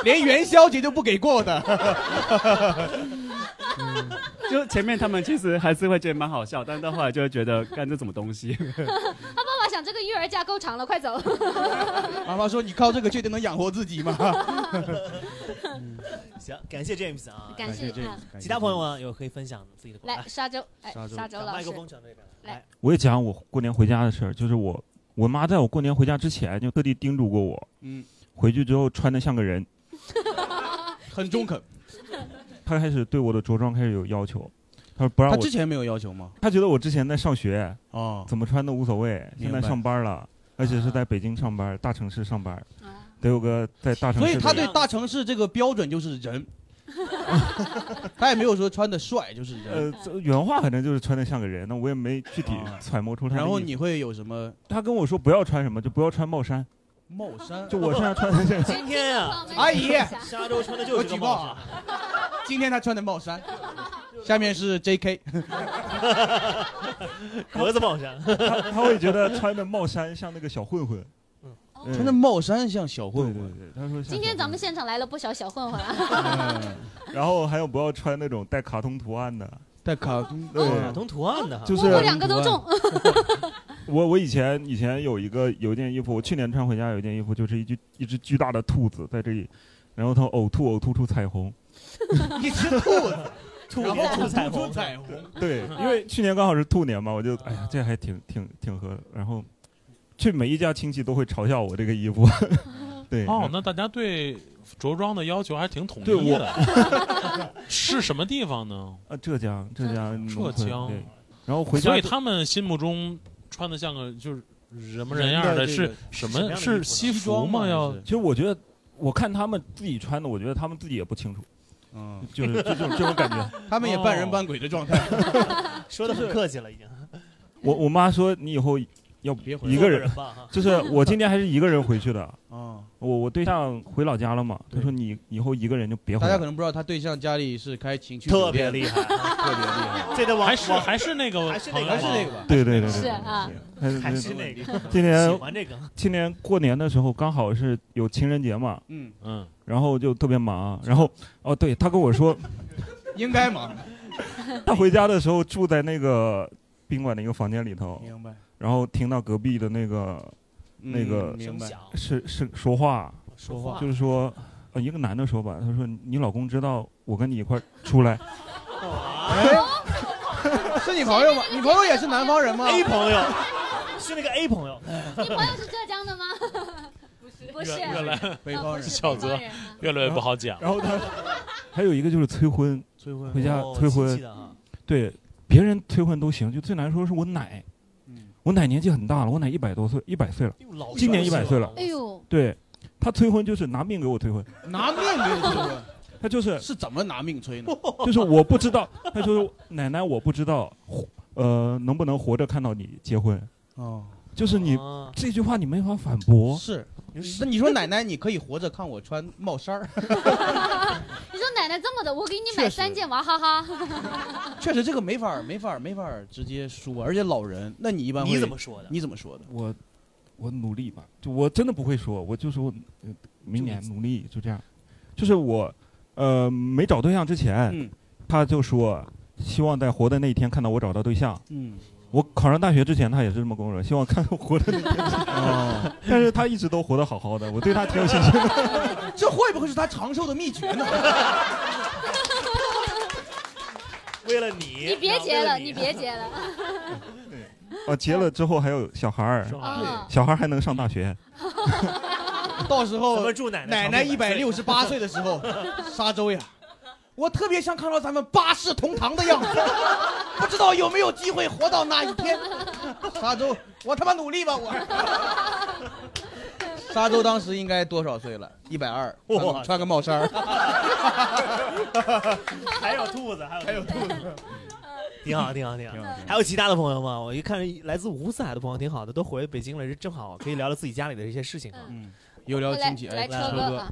Speaker 2: 连元宵节都不给过的。
Speaker 7: 就前面他们其实还是会觉得蛮好笑，但到后来就会觉得干这什么 东西。
Speaker 3: 他爸爸想这个育儿假够长了，快走。
Speaker 2: 妈妈说：“你靠这个确定能养活自己吗
Speaker 1: 行，感谢 James 啊。
Speaker 3: 感谢啊，？”
Speaker 1: 其他朋友啊，有可以分享自己的故事。
Speaker 3: 来沙洲，哎，
Speaker 2: 沙洲
Speaker 3: 沙洲
Speaker 1: 把
Speaker 3: 老
Speaker 1: 麦
Speaker 3: 师
Speaker 1: 克，风抢这边来。
Speaker 3: 来
Speaker 1: 来
Speaker 8: 我也讲我过年回家的事儿，就是我我妈在我过年回家之前就特地叮嘱过我，
Speaker 2: 嗯，
Speaker 8: 回去之后穿的像个人。
Speaker 2: 很中肯。
Speaker 8: 她开始对我的着装开始有要求，她说不让
Speaker 2: 他
Speaker 8: 我，
Speaker 2: 之前没有要求吗？
Speaker 8: 她觉得我之前在上学，
Speaker 2: 哦，
Speaker 8: 怎么穿都无所谓，
Speaker 2: 明
Speaker 8: 现
Speaker 2: 白啊
Speaker 8: 在上班了，而且是在北京上班，大城市上班，
Speaker 3: 啊
Speaker 8: 得有个在大城市
Speaker 2: 所
Speaker 8: 里。
Speaker 2: 以他对大城市这个标准就是人，他也没有说穿的帅，就是人。
Speaker 8: 呃，这原话反正就是穿的像个人，那我也没具体揣摩出他的
Speaker 2: 啊
Speaker 8: 意思。
Speaker 2: 然后你会有什么
Speaker 8: 他跟我说不要穿什么，就不要穿帽衫，
Speaker 2: 帽衫？
Speaker 8: 就我身上穿的这
Speaker 1: 今天呀，
Speaker 2: 阿姨
Speaker 1: 下周穿的就
Speaker 2: 我
Speaker 1: 是这
Speaker 2: 举
Speaker 1: 个
Speaker 2: 报
Speaker 1: 帽衫。
Speaker 2: 啊！今天他穿的帽衫，下面是 J.K.
Speaker 1: 格子帽衫，
Speaker 8: 他他会觉得穿的帽衫像那个小混混，嗯
Speaker 2: 穿的帽衫像小
Speaker 8: 对
Speaker 2: 混
Speaker 8: 对
Speaker 2: 混。
Speaker 8: 对，他说像
Speaker 3: 今天
Speaker 8: 小
Speaker 3: 咱
Speaker 8: 混
Speaker 3: 们现场来了不少小混混啊，
Speaker 2: 嗯
Speaker 8: 混，然后还有不要穿那种带卡通图案的，
Speaker 2: 带卡哦
Speaker 8: 对
Speaker 1: 哦卡通图案的哈，
Speaker 8: 就是
Speaker 3: 我两个都中，
Speaker 8: 我我以前以前有一个有一件衣服，我去年穿回家有一件衣服，就是一只一只巨大的兔子在这里，然后它呕吐呕吐出彩虹。
Speaker 2: 一只兔子，
Speaker 1: 兔
Speaker 2: 然
Speaker 1: 年
Speaker 2: 后
Speaker 1: 出彩
Speaker 2: 出
Speaker 1: 虹，嗯
Speaker 2: 彩虹，
Speaker 8: 对，因为去年刚好是兔年嘛，我就哎呀，这还挺挺挺合的。然后去每一家亲戚都会嘲笑我这个衣服， 对，
Speaker 4: 哦，那大家对着装的要求还挺统
Speaker 8: 对
Speaker 4: 一
Speaker 8: 我
Speaker 4: 的。 是什么地方呢？
Speaker 8: 啊，浙江浙
Speaker 2: 嗯
Speaker 8: 江
Speaker 4: 浙
Speaker 8: 农村
Speaker 4: 江嗯
Speaker 8: 对，然后回家
Speaker 4: 所以他们心目中穿的像个就是什么人
Speaker 2: 人
Speaker 4: 样
Speaker 2: 的
Speaker 4: 的
Speaker 2: 这
Speaker 4: 是
Speaker 2: 个
Speaker 4: 什
Speaker 1: 什么样的
Speaker 4: 么？
Speaker 1: 衣
Speaker 8: 啊
Speaker 1: 服
Speaker 4: 是
Speaker 1: 呢
Speaker 2: 西
Speaker 4: 西服
Speaker 2: 装
Speaker 4: 吗？
Speaker 2: 嘛
Speaker 4: 要
Speaker 2: 还是
Speaker 8: 其实我觉得我看他们自己穿的，我觉得他们自己也不清楚，
Speaker 2: 嗯，
Speaker 8: 就是就这种这种感觉。
Speaker 2: 他们也半人半鬼的状态。
Speaker 1: 哦说的很客气了，已经。
Speaker 8: 我我妈说你以后要
Speaker 2: 别回来
Speaker 8: 一个
Speaker 1: 做
Speaker 8: 人，
Speaker 1: 吧哈，
Speaker 8: 就是我今天还是一个人回去的。
Speaker 2: 啊，
Speaker 8: 我我对象回老家了嘛，他
Speaker 2: 对
Speaker 8: 说你以后一个人就别啊回
Speaker 2: 大
Speaker 8: 来
Speaker 2: 家可能不知道，他对象家里是开情趣
Speaker 1: 特
Speaker 2: 酒
Speaker 1: 别
Speaker 2: 店的，
Speaker 1: 厉害，
Speaker 2: 特别厉害，
Speaker 1: 这得往
Speaker 4: 还是
Speaker 1: 往
Speaker 4: 还是那个
Speaker 1: 还是那
Speaker 4: 朋
Speaker 1: 个
Speaker 4: 友
Speaker 2: 还是
Speaker 4: 吗
Speaker 2: 那个吧？
Speaker 8: 对对对对，
Speaker 3: 是
Speaker 8: 对
Speaker 3: 啊，
Speaker 8: 还是
Speaker 1: 还是那个，
Speaker 8: 今
Speaker 1: 喜
Speaker 8: 年
Speaker 1: 欢这个，
Speaker 8: 今年过年的时候刚好是有情人节嘛，
Speaker 2: 嗯，
Speaker 4: 嗯，
Speaker 8: 然后就特别忙，然后哦对，他跟我说
Speaker 2: 应该嘛？
Speaker 8: 他回家的时候住在那个宾馆的一个房间里头，
Speaker 2: 明白，嗯
Speaker 8: 然后听到隔壁的那个那个
Speaker 2: 明白
Speaker 1: 声。响
Speaker 8: 是是说话，
Speaker 2: 说话
Speaker 8: 就是说。呃一个男的说吧，他说你老公知道我跟你一块儿出来，
Speaker 2: 是你朋友 吗？你朋友也是南方人吗？
Speaker 1: A 朋友是那个 A 朋友，
Speaker 3: 你朋友是浙江的吗？不是，不是，
Speaker 4: 越越来
Speaker 2: 北
Speaker 3: 哦
Speaker 2: 方
Speaker 3: 不
Speaker 2: 人
Speaker 3: 是，
Speaker 4: 小泽
Speaker 3: 北方人啊
Speaker 4: 越来越不好讲。
Speaker 8: 然后他还有一个就是催婚，
Speaker 2: 催婚
Speaker 8: 回家
Speaker 1: 哦
Speaker 8: 催婚
Speaker 1: 亲戚的哈
Speaker 8: 对，别人催婚都行，就最难说是我奶，
Speaker 2: 嗯
Speaker 8: 我奶年纪很大了，我奶一百多岁，一百岁了。
Speaker 1: 哎呦老
Speaker 8: 今年
Speaker 1: 帅
Speaker 8: 100岁了
Speaker 3: 哎呦，
Speaker 8: 对，她催婚就是拿命给我催婚，
Speaker 2: 拿命给你催婚，
Speaker 8: 她就是
Speaker 2: 是怎么拿命催呢？
Speaker 8: 就是我不知道，她就是奶奶我不知道，活呃能不能活着看到你结婚，
Speaker 2: 哦，
Speaker 8: 就是你、
Speaker 1: 啊
Speaker 8: 这句话你没法反驳，
Speaker 2: 是
Speaker 1: 你说，
Speaker 2: 那你说奶奶，你可以活着看我穿帽衫儿，
Speaker 3: 你说奶奶这么的，我给你
Speaker 2: 确
Speaker 3: 买
Speaker 2: 实
Speaker 3: 三件娃哈哈，
Speaker 2: 确实这个没法儿没法儿没法儿直接说，而且老人，那你一般会
Speaker 1: 你怎么说的？
Speaker 2: 你怎么说 的？
Speaker 8: 我我努力吧，就我真的不会说，我就说呃明年努力就这样，就是我呃没找对象之前，
Speaker 2: 嗯
Speaker 8: 她就说希望在活的那一天看到我找到对象。
Speaker 2: 嗯，
Speaker 8: 我考上大学之前，他也是这么跟我说，希望看我活的那 天。
Speaker 2: 哦，
Speaker 8: 但是他一直都活得好好的，我对他挺有信心 的。
Speaker 2: 这会不会是他长寿的秘诀呢？
Speaker 1: 为了你，
Speaker 3: 你别
Speaker 1: 啊
Speaker 3: 结了，
Speaker 1: 为
Speaker 3: 你
Speaker 1: 你
Speaker 3: 别结了
Speaker 8: 啊，结了之后还有小孩儿，
Speaker 1: 嗯
Speaker 3: 啊！
Speaker 8: 小孩儿还能上大学。
Speaker 2: 到时
Speaker 1: 咱
Speaker 2: 候
Speaker 1: 们祝奶
Speaker 2: 奶奶
Speaker 1: 奶长命
Speaker 2: 一百
Speaker 1: 百岁
Speaker 2: 六十 八岁的时候，沙洲呀，我特别想看到咱们八世同堂的样 子，不知道有没有机会活到那一天。 沙洲，我他妈努力吧我。沙洲当时应该多少岁了？一百二
Speaker 1: 哇，
Speaker 2: 穿个帽衫 儿。
Speaker 1: 还有兔子，还有还有兔子， 挺好，挺好，挺好。
Speaker 2: 好挺
Speaker 1: 还有其他的朋友吗？我一看来自五彩的朋友挺好的，都回北京了，这正好可以聊聊自己家里的一些事情啊。
Speaker 2: 嗯，有
Speaker 3: 来
Speaker 2: 聊亲戚，
Speaker 3: 来
Speaker 2: 哎，
Speaker 1: 车
Speaker 3: 车
Speaker 2: 哥
Speaker 3: 哥，啊，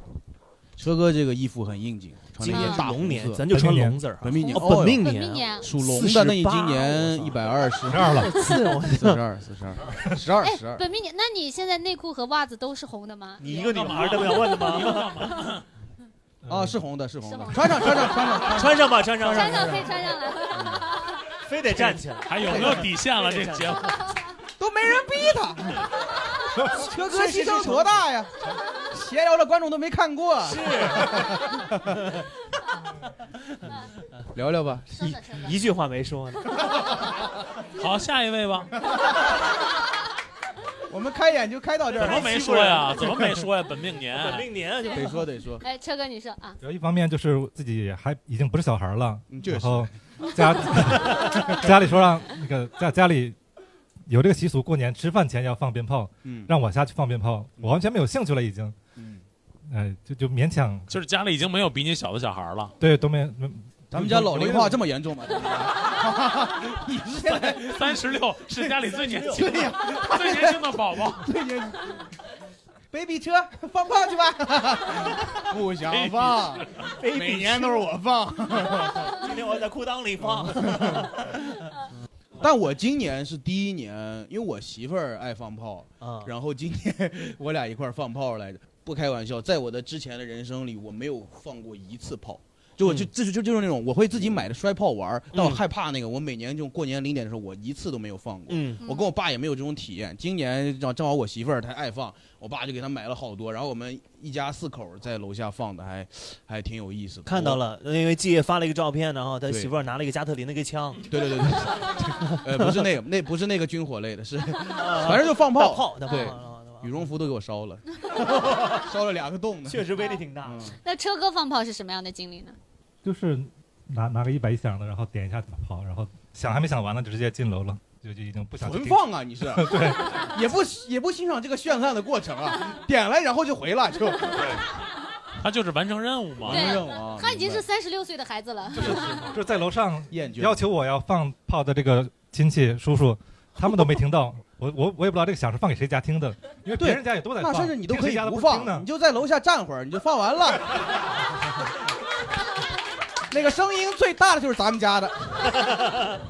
Speaker 2: 车哥这个衣服很应景，穿
Speaker 1: 今
Speaker 2: 了一
Speaker 1: 年
Speaker 2: 件
Speaker 1: 是
Speaker 2: 大
Speaker 1: 龙
Speaker 2: 红
Speaker 1: 年，
Speaker 2: 色，
Speaker 1: 咱就穿
Speaker 8: 本命年
Speaker 1: 龙字儿哈。
Speaker 2: 本命年，
Speaker 1: 哦本命
Speaker 3: 本
Speaker 1: 年
Speaker 3: 命
Speaker 1: 啊，
Speaker 3: 年。
Speaker 2: 属龙的那你今年一
Speaker 1: 48
Speaker 2: 百二十二了，
Speaker 1: 是我
Speaker 2: 四十二，四十二，十二，
Speaker 3: 哎
Speaker 2: 十，二。
Speaker 3: 本命年，那你现在内裤和袜子都是红的吗？
Speaker 1: 你一个女孩儿都不要问的吗？嗯
Speaker 2: 啊，是红的，是红
Speaker 3: 是
Speaker 2: 的
Speaker 3: 红，的
Speaker 2: 穿上，穿上，穿上，穿上。
Speaker 1: 穿上吧，穿上，
Speaker 3: 穿上可以穿上了。
Speaker 1: 非得站起来。
Speaker 4: 还有没有底线了？这个节目
Speaker 2: 都没人逼他。车哥牺牲多大呀？闲聊的观众都没看过。是。 聊聊吧，
Speaker 3: 真的真的，
Speaker 1: 一句话没说呢，
Speaker 4: 好，下一位 吧。
Speaker 2: 我们开眼就开到这
Speaker 4: 怎么
Speaker 2: 儿。哎
Speaker 4: 没说呀？怎么没说呀？本命年，
Speaker 1: 本命年啊就
Speaker 2: 得说得说，
Speaker 3: 哎，车哥你说啊，
Speaker 9: 然后一方面就是自己还已经不是小孩了，
Speaker 2: 嗯就
Speaker 9: 然
Speaker 2: 是
Speaker 9: 后家 家里说让那个家家里有这个习俗，过年吃饭前要放鞭炮，
Speaker 2: 嗯嗯
Speaker 9: 让我下去放鞭炮，我完全没有兴趣了已经。哎，就就勉强
Speaker 4: 就是家里已经没有比你小的小孩了。
Speaker 9: 对都没。没
Speaker 2: 咱们家老龄化这么严重吗？
Speaker 4: 你现在 三十六是家里最年轻的
Speaker 2: 对呀
Speaker 4: 最年轻的宝宝。
Speaker 2: ，baby 车放炮去吧，不想 放，
Speaker 1: Baby
Speaker 2: 每年都是我放。
Speaker 1: 今天我在裤裆里放。
Speaker 2: 但我今年是第一年，因为我媳妇儿爱放炮，
Speaker 1: 啊
Speaker 2: 然后今天我俩一块儿放炮来着。不开玩笑，在我的之前的人生里，我没有放过一次炮。就我就
Speaker 1: 嗯
Speaker 2: 这就就就是那种我会自己买的摔炮玩儿，但我
Speaker 1: 嗯
Speaker 2: 害怕那个，我每年这种过年零点的时候，我一次都没有放过。
Speaker 1: 嗯
Speaker 2: 我跟我爸也没有这种体验。今年正正好我媳妇儿她爱放，我爸就给她买了好多，然后我们一家四口在楼下放的还还挺有意思的。
Speaker 1: 看到
Speaker 2: 我，
Speaker 1: 了，因为季也发了一个照片，然后他
Speaker 2: 对
Speaker 1: 媳妇儿拿了一个加特林那个枪，
Speaker 2: 对对对对， 呃，不是那个，那不是那个军火类的，是反正就放
Speaker 1: 大
Speaker 2: 炮。
Speaker 1: 炮，大炮
Speaker 2: 对
Speaker 1: 大炮大炮
Speaker 2: 羽绒服都给我烧了，烧了两个洞 呢。
Speaker 1: 确实威力挺大
Speaker 2: 嗯。
Speaker 3: 那车哥放炮是什么样的经历呢？
Speaker 9: 就是拿拿个一百一响的，然后点一下跑，然后想还没想完呢，就直接进楼了，就就已经不想
Speaker 2: 存
Speaker 9: 听
Speaker 2: 放啊，你 是，也不也不欣赏这个绚烂的过 程啊，点了然后就回了，就
Speaker 4: 他就是完成任务嘛。
Speaker 3: 对
Speaker 2: 任务啊，
Speaker 3: 他已经是
Speaker 2: 明白
Speaker 3: 三十六岁的孩子了，
Speaker 9: 就是在楼上
Speaker 2: 厌倦，
Speaker 9: 要求我要放炮的这个亲戚叔 叔，他们都没听到，我我我也不知道这个响是放给谁家听的，因为别
Speaker 2: 对
Speaker 9: 人家也都在
Speaker 2: 那
Speaker 9: 放，
Speaker 2: 甚至你都
Speaker 9: 听
Speaker 2: 可
Speaker 9: 谁
Speaker 2: 以
Speaker 9: 家的
Speaker 2: 不
Speaker 9: 不听
Speaker 2: 放，
Speaker 9: 呢
Speaker 2: 你。就在楼下站会儿，你就放完 了。那个声音最大的就是咱们家的，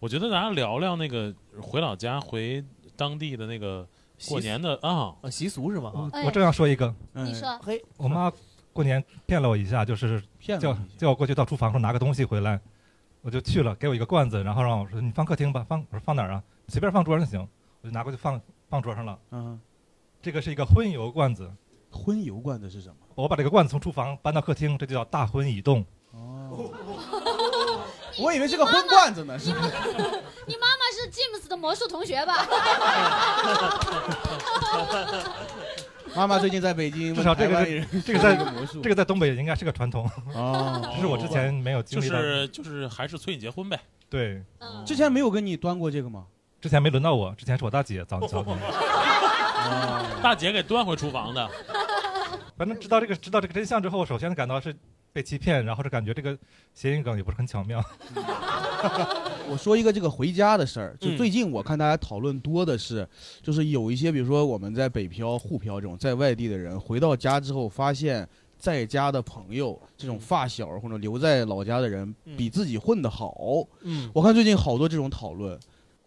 Speaker 4: 我觉得咱俩聊聊那个回老家回当地的那个过年的啊，
Speaker 1: 啊，习俗是吗？啊
Speaker 9: 嗯我
Speaker 3: 哎
Speaker 9: 我正要说一个，
Speaker 2: 嗯
Speaker 3: 你说
Speaker 1: 嘿，
Speaker 9: 我妈过年骗了我一下，就是
Speaker 2: 骗
Speaker 9: 叫
Speaker 2: 了你
Speaker 9: 叫我过去到厨房说拿个东西回来，我就去了，给我一个罐子，然后让我说你放客厅吧，放我说放哪儿啊？随便放桌上就行，我就拿过去放放桌上了。
Speaker 2: 嗯，
Speaker 9: 这个是一个荤油罐子，
Speaker 2: 荤油罐子是什么？
Speaker 9: 我把这个罐子从厨房搬到客厅，这就叫大荤移动。
Speaker 2: 哦，我以为是个荤罐子呢，是
Speaker 3: 你妈妈是 James 的魔术同学 吧？
Speaker 2: 妈妈最近在北京，
Speaker 9: 至少这个
Speaker 2: 问台湾人
Speaker 9: 这个在
Speaker 2: 个魔术，
Speaker 9: 这个在东北应该是个传统，
Speaker 2: 哦
Speaker 9: 这是我之前没有经
Speaker 4: 就
Speaker 9: 历到的。
Speaker 4: 是就是还是催你结婚呗。
Speaker 9: 对，
Speaker 3: 嗯，
Speaker 2: 之前没有跟你端过这个吗？
Speaker 9: 之前没轮到我，之前是我大姐早早 年。
Speaker 4: 大姐给端回厨房的，
Speaker 9: 反正知道这个知道这个真相之后，首先感到是被欺骗，然后是感觉这个谐音梗也不是很巧妙。
Speaker 2: 我说一个这个回家的事儿，就
Speaker 1: 嗯
Speaker 2: 最近我看大家讨论多的是，就是有一些比如说我们在北漂、沪漂这种在外地的人，回到家之后发现在家的朋友这种发小或者留在老家的人
Speaker 1: 嗯
Speaker 2: 比自己混得好。
Speaker 1: 嗯，
Speaker 2: 我看最近好多这种讨论，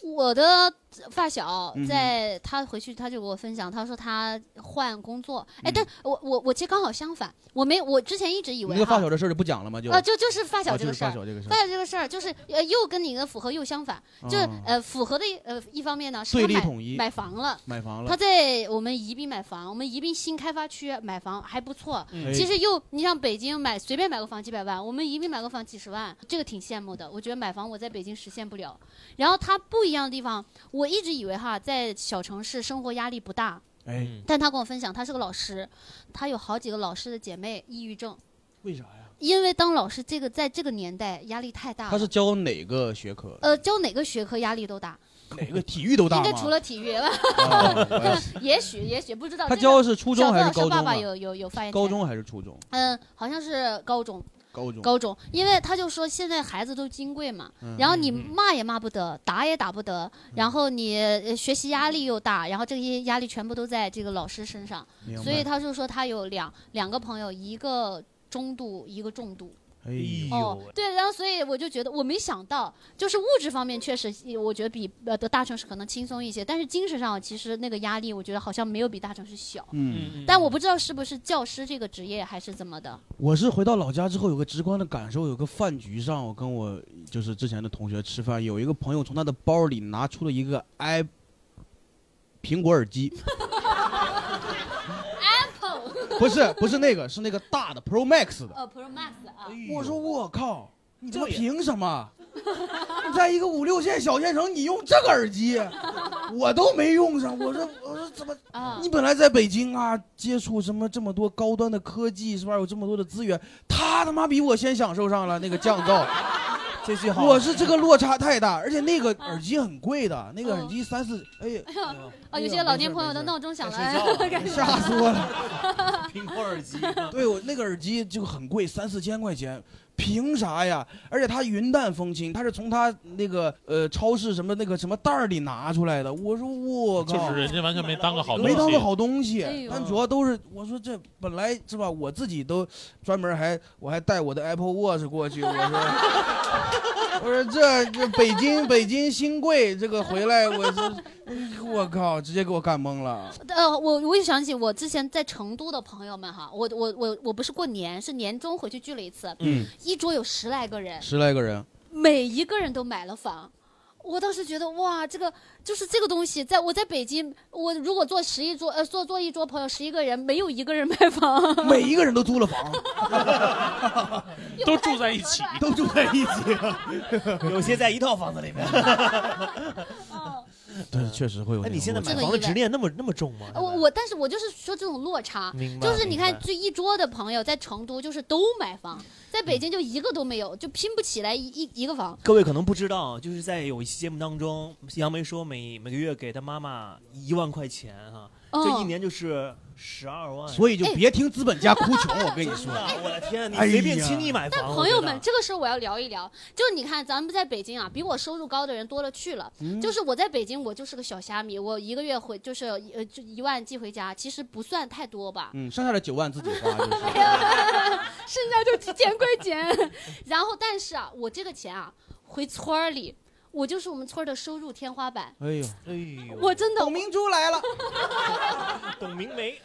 Speaker 3: 我的发小
Speaker 2: 嗯
Speaker 3: 在他回去，他就给我分享，他说他换工作，哎，
Speaker 2: 嗯
Speaker 3: 但我我我其实刚好相反，我没我之前一直以
Speaker 2: 你
Speaker 3: 为
Speaker 2: 那个
Speaker 3: 哈
Speaker 2: 发小的事儿就不讲了吗？就
Speaker 3: 啊，就就是发
Speaker 2: 啊
Speaker 3: 小
Speaker 2: 就
Speaker 3: 这
Speaker 2: 是
Speaker 3: 个事儿
Speaker 2: 发。小这个事
Speaker 3: 发
Speaker 2: 儿，
Speaker 3: 小这个事儿就是呃，又跟你的符合又相反，就
Speaker 2: 嗯
Speaker 3: 呃符合的一呃一方面呢是
Speaker 2: 对
Speaker 3: 他
Speaker 2: 立
Speaker 3: 买
Speaker 2: 统一，
Speaker 3: 买房了，
Speaker 2: 买房
Speaker 3: 他
Speaker 2: 了。
Speaker 3: 在我们宜宾买房，我们宜宾新开发区买房还不错，
Speaker 2: 哎
Speaker 3: 其实又，你像北京买随便买个房几百万，我们宜宾买个房几十万，这个挺羡慕的。我觉得买房我在北京实现不了。然后它不一样的地方，我一直以为哈，在小城市生活压力不大，
Speaker 2: 哎，
Speaker 1: 嗯
Speaker 3: 但他跟我分享，他是个老师，他有好几个老师的姐妹抑郁症，
Speaker 2: 为啥呀？
Speaker 3: 因为当老师这个在这个年代压力太大
Speaker 2: 他
Speaker 3: 了。
Speaker 2: 是教哪个学科？
Speaker 3: 呃，教哪个学科压力都大，
Speaker 2: 哪个体育都大
Speaker 3: 应
Speaker 2: 吗？
Speaker 3: 该除了体育，
Speaker 2: 哦我也是
Speaker 3: 也许也许不知道。
Speaker 2: 他
Speaker 3: 这个
Speaker 2: 教的是初中
Speaker 3: 小
Speaker 2: 还
Speaker 3: 高
Speaker 2: 是
Speaker 3: 老
Speaker 2: 高
Speaker 3: 师爸
Speaker 2: 中
Speaker 3: 爸
Speaker 2: 啊？
Speaker 3: 有有有发言权。
Speaker 2: 高中还是初中？
Speaker 3: 嗯，好像是高中。
Speaker 2: 高中。
Speaker 3: 高中，因为他就说现在孩子都金贵嘛，
Speaker 2: 嗯
Speaker 3: 然后你骂也骂不得，打也打不得，然后你呃学习压力又大，然后这些压力全部都在这个老师身上，
Speaker 2: 明白
Speaker 3: 所以他就说他有两两个朋友，一个中度，一个重度。
Speaker 2: 哎
Speaker 1: 哎
Speaker 2: 呦
Speaker 1: 呦
Speaker 3: 哦
Speaker 1: 喂，
Speaker 3: 对，然后所以我就觉得我没想到，就是物质方面确实我觉得比呃的大城市可能轻松一些，但是精神上其实那个压力我觉得好像没有比大城市小，
Speaker 2: 嗯，
Speaker 3: 但我不知道是不是教师这个职业还是怎么的。
Speaker 2: 我是回到老家之后有个直观的感受，有个饭局上，我跟我就是之前的同学吃饭，有一个朋友从他的包里拿出了一个 i 苹果耳机，Apple，不 是不是那个，是那个大的 Pro Max 的。哎
Speaker 3: 呃，Pro Max 啊，
Speaker 2: 我说我靠，你他妈
Speaker 1: 这也
Speaker 2: 凭什么？你在一个五六线小县城，你用这个耳机， 我都没用上。我 说我说怎么
Speaker 3: 啊
Speaker 2: 你本来在 北京啊，接触什么这么多高 端的科技，是吧？有这么多的资源，他他妈比我先享受上了那个降噪，
Speaker 1: 这句好，
Speaker 2: 我是这个落差太大，而且那个耳机很贵的，那个耳机三 四，哎呀，
Speaker 3: 哦，有些老年朋友的闹钟响了，
Speaker 1: 该睡觉了
Speaker 3: 哎感觉
Speaker 2: 吓死我了！
Speaker 1: 苹果耳机，
Speaker 2: 对我那个耳机就很贵，三四千块钱，凭啥呀？而且它云淡风轻，它是从它那个呃超市什么那个什么袋儿里拿出来的。我说我靠，
Speaker 4: 就是人家完全没当个好东
Speaker 2: 没
Speaker 4: 西，
Speaker 2: 当个好东
Speaker 3: 哎
Speaker 2: 西
Speaker 3: 呦，
Speaker 2: 但主要都是我说这本来是吧，我自己都专门还我还带我的 Apple Watch 过去，我说我说这这北京北京新贵这个回来我是我靠，直接给我干懵了。
Speaker 3: 呃，我我又想起我之前在成都的朋友们哈，我我我我不是过年，是年终回去聚了一次，
Speaker 2: 嗯，
Speaker 3: 一桌有十来个人，
Speaker 2: 十来个人，
Speaker 3: 每一个人都买了房。我当时觉得哇，这个就是这个东西，在我在北京，我如果坐十一桌，呃，坐坐一桌朋友十一个人，没有一个人买 房，
Speaker 2: 每一个人都租了房，
Speaker 4: 都住在一起。
Speaker 2: 都住在一起。
Speaker 1: 有些在一套房子里面。
Speaker 3: 嗯
Speaker 2: 对，确实会有
Speaker 1: 那
Speaker 2: 那种落差。
Speaker 1: 你现在买
Speaker 3: 这个
Speaker 1: 房的
Speaker 3: 意外
Speaker 1: 执念那么那么重吗？
Speaker 3: 我我，但是我就是说这种落差，
Speaker 1: 明白，
Speaker 3: 就是你看
Speaker 1: 明，白
Speaker 3: 就一桌的朋友在成都就是都买房，在北京就一个都没有，就拼不起来一一一个房。
Speaker 1: 各位可能不知道，就是在有一期节目当中，杨梅说每每个月给她妈妈一万块钱哈、这一
Speaker 3: 嗯，
Speaker 1: 年就是十二万。
Speaker 2: 所以就别听资本家哭穷，我跟你
Speaker 1: 真
Speaker 2: 说。
Speaker 1: 的，我的天，你
Speaker 2: 哎呀
Speaker 1: 随便轻易买房，
Speaker 3: 朋友
Speaker 1: 我觉得
Speaker 3: 们，这个时候我要聊一聊，就你看咱们在北京啊，比我收入高的人多了去了。
Speaker 1: 嗯
Speaker 3: 就是我在北京，我就是个小虾米，我一个月回就是呃就一万寄回家，其实不算太多吧。
Speaker 2: 嗯，剩下的九万自己花就是。
Speaker 3: 剩下就捡归捡。 然后，但是啊，我这个钱啊，回村儿里，我就是我们村儿的收入天花板。
Speaker 2: 哎呦，
Speaker 1: 哎呦，
Speaker 3: 我真的，
Speaker 2: 董明珠来 了，
Speaker 1: 董明梅，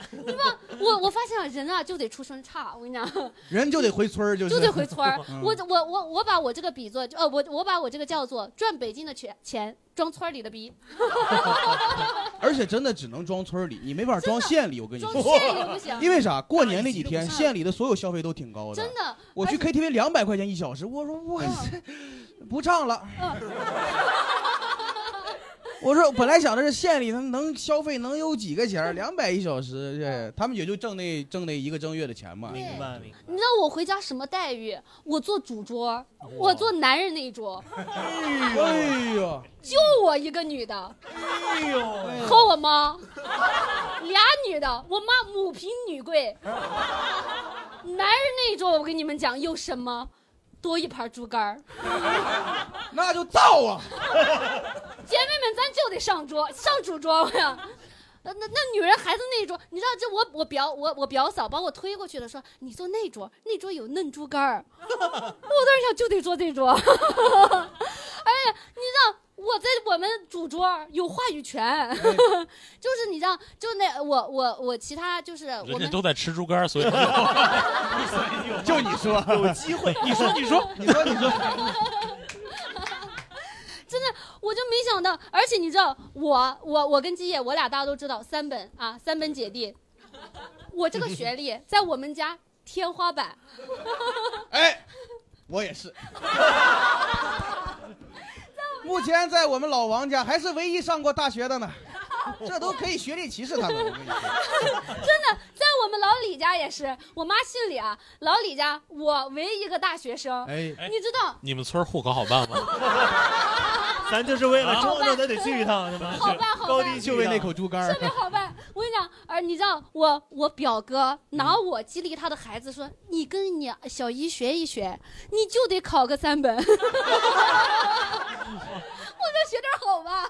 Speaker 3: 我我发现啊，人啊就得出身差，我跟你讲，
Speaker 2: 人就得回村儿，就是
Speaker 3: 就得回村 儿
Speaker 2: 嗯。
Speaker 3: 我我我我把我这个比作，呃，我我把我这个叫做赚北京的钱钱，装村儿里的逼，
Speaker 2: 而且真的只能装村儿里，你没法装县里。我跟你
Speaker 3: 装
Speaker 2: 说，
Speaker 3: 县里不行，
Speaker 2: 因为啥？过年那几天，
Speaker 3: 大一级都不上
Speaker 2: 县里的所有消费都挺高的。
Speaker 3: 真的。嗯
Speaker 2: 我去 KTV 两百块钱一小时，我说我不唱了。 我说本来想着是县里他们能消费能有几个钱儿，两百一小时，这他们也就挣那挣那一个正月的钱嘛。
Speaker 1: 明白明白
Speaker 3: 你知道我回家什么待遇？我坐主桌，我坐男人那一 桌，
Speaker 2: 哎呦，
Speaker 3: 就我一个女的，
Speaker 1: 哎呦，
Speaker 2: 哎
Speaker 3: 和
Speaker 2: 呦
Speaker 3: 我妈，俩女的，我妈母凭女贵。男人那一桌，我跟你们讲，有什么？多一盘猪肝儿，
Speaker 2: 那就造啊！
Speaker 3: 姐妹们，咱就得上桌，上主桌呀。 那那那女人孩子那一桌，你知道这我我表我我表嫂把我推过去了，说你坐那桌，那桌有嫩猪肝 儿。我当时想就得坐这桌，而 且你知道我在我们主桌有话语权， 就是你知道，就那我我我其他就是我
Speaker 4: 人家
Speaker 3: 们
Speaker 4: 都在吃猪肝儿，所以
Speaker 2: 就你说，
Speaker 1: 有机会，你说你说，
Speaker 2: 你说你说，
Speaker 3: 我就没想到，而且你知道，我我我跟基业，我俩大家都知道，三本啊，三本姐弟，我这个学历在我们家天花板，
Speaker 2: 哎，我也 是。目前在我们老王家还是唯一上过大学的呢， 这都可以学历歧视他们。我跟你说，
Speaker 3: 在我们老李家也是，我妈姓李啊，老李家我唯一一个大学生，
Speaker 2: 哎，
Speaker 3: 你知道。
Speaker 4: 你们村儿户口好办吗？
Speaker 1: 咱就是为了装着咱得去一趟，对吧？
Speaker 4: 啊
Speaker 3: 好办好办
Speaker 1: 高低就
Speaker 2: 就为
Speaker 1: 为
Speaker 2: 那
Speaker 1: 那口，
Speaker 2: 口猪肝
Speaker 3: 特别
Speaker 2: 儿，
Speaker 3: 好办，我跟你讲，而你知道我我表哥
Speaker 1: 嗯
Speaker 3: 拿我激励他的孩子说，你跟你小姨学一学，你就得考个三本。我 说学点好吧。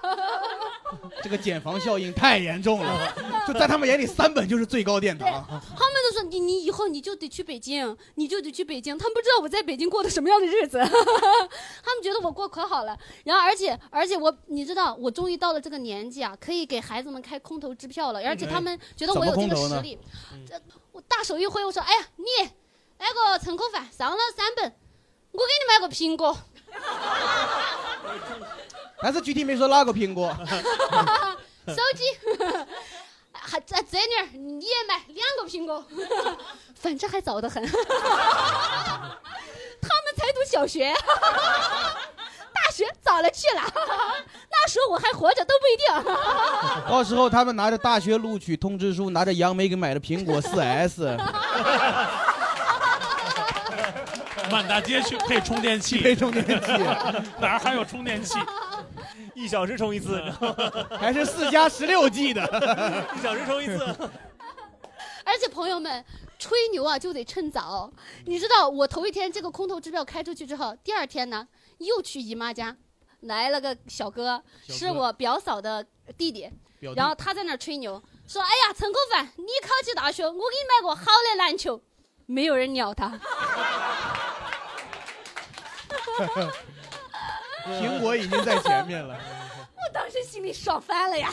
Speaker 2: 这个减房效应太严重了， 就在他们眼里，三本就是最高殿堂。
Speaker 3: 他们都说你你以后你就得去北京，你就得去北京。他们不知道我在北京过的什么样的日子， 他们觉得我过可好了。然后而且而且我你知道，我终于到了这个年纪啊，可以给孩子们开空头支票了。而且他们觉得我有这个实力，这我大手一挥，我说哎呀你来个成口饭，上了三本，我给你买个苹果。
Speaker 2: 但是具体没说哪个苹 果，
Speaker 3: 手机， 还在这女儿你也买两个苹果， 反正还早得很。他 们才读小学，大学早了去了， 那时候我还活着都不一定。
Speaker 2: 到时候他们拿着大学录取通知书，拿 着杨梅给买的苹果四 S，
Speaker 4: 满大街去配充电 器，
Speaker 2: 配充电器，
Speaker 4: 哪儿还有充电器？ 嗯
Speaker 1: 一小时充一次，
Speaker 2: 还是四加十六 G 的，
Speaker 1: 一小时充一 次。
Speaker 3: 而且朋友们，吹牛啊就得趁早。你知道我头一天这个空头支票开出去之后，第二天呢又去姨妈家，来了个小哥，
Speaker 2: 小哥
Speaker 3: 是我表嫂的弟弟，
Speaker 2: 表弟
Speaker 3: 然后他在那儿吹牛，说：“哎呀，陈国凡，你考起大学，我给你买个好的篮球。”没有人鸟他，
Speaker 2: 哎苹果已经在前面了，
Speaker 3: 我当时心里爽翻 了呀！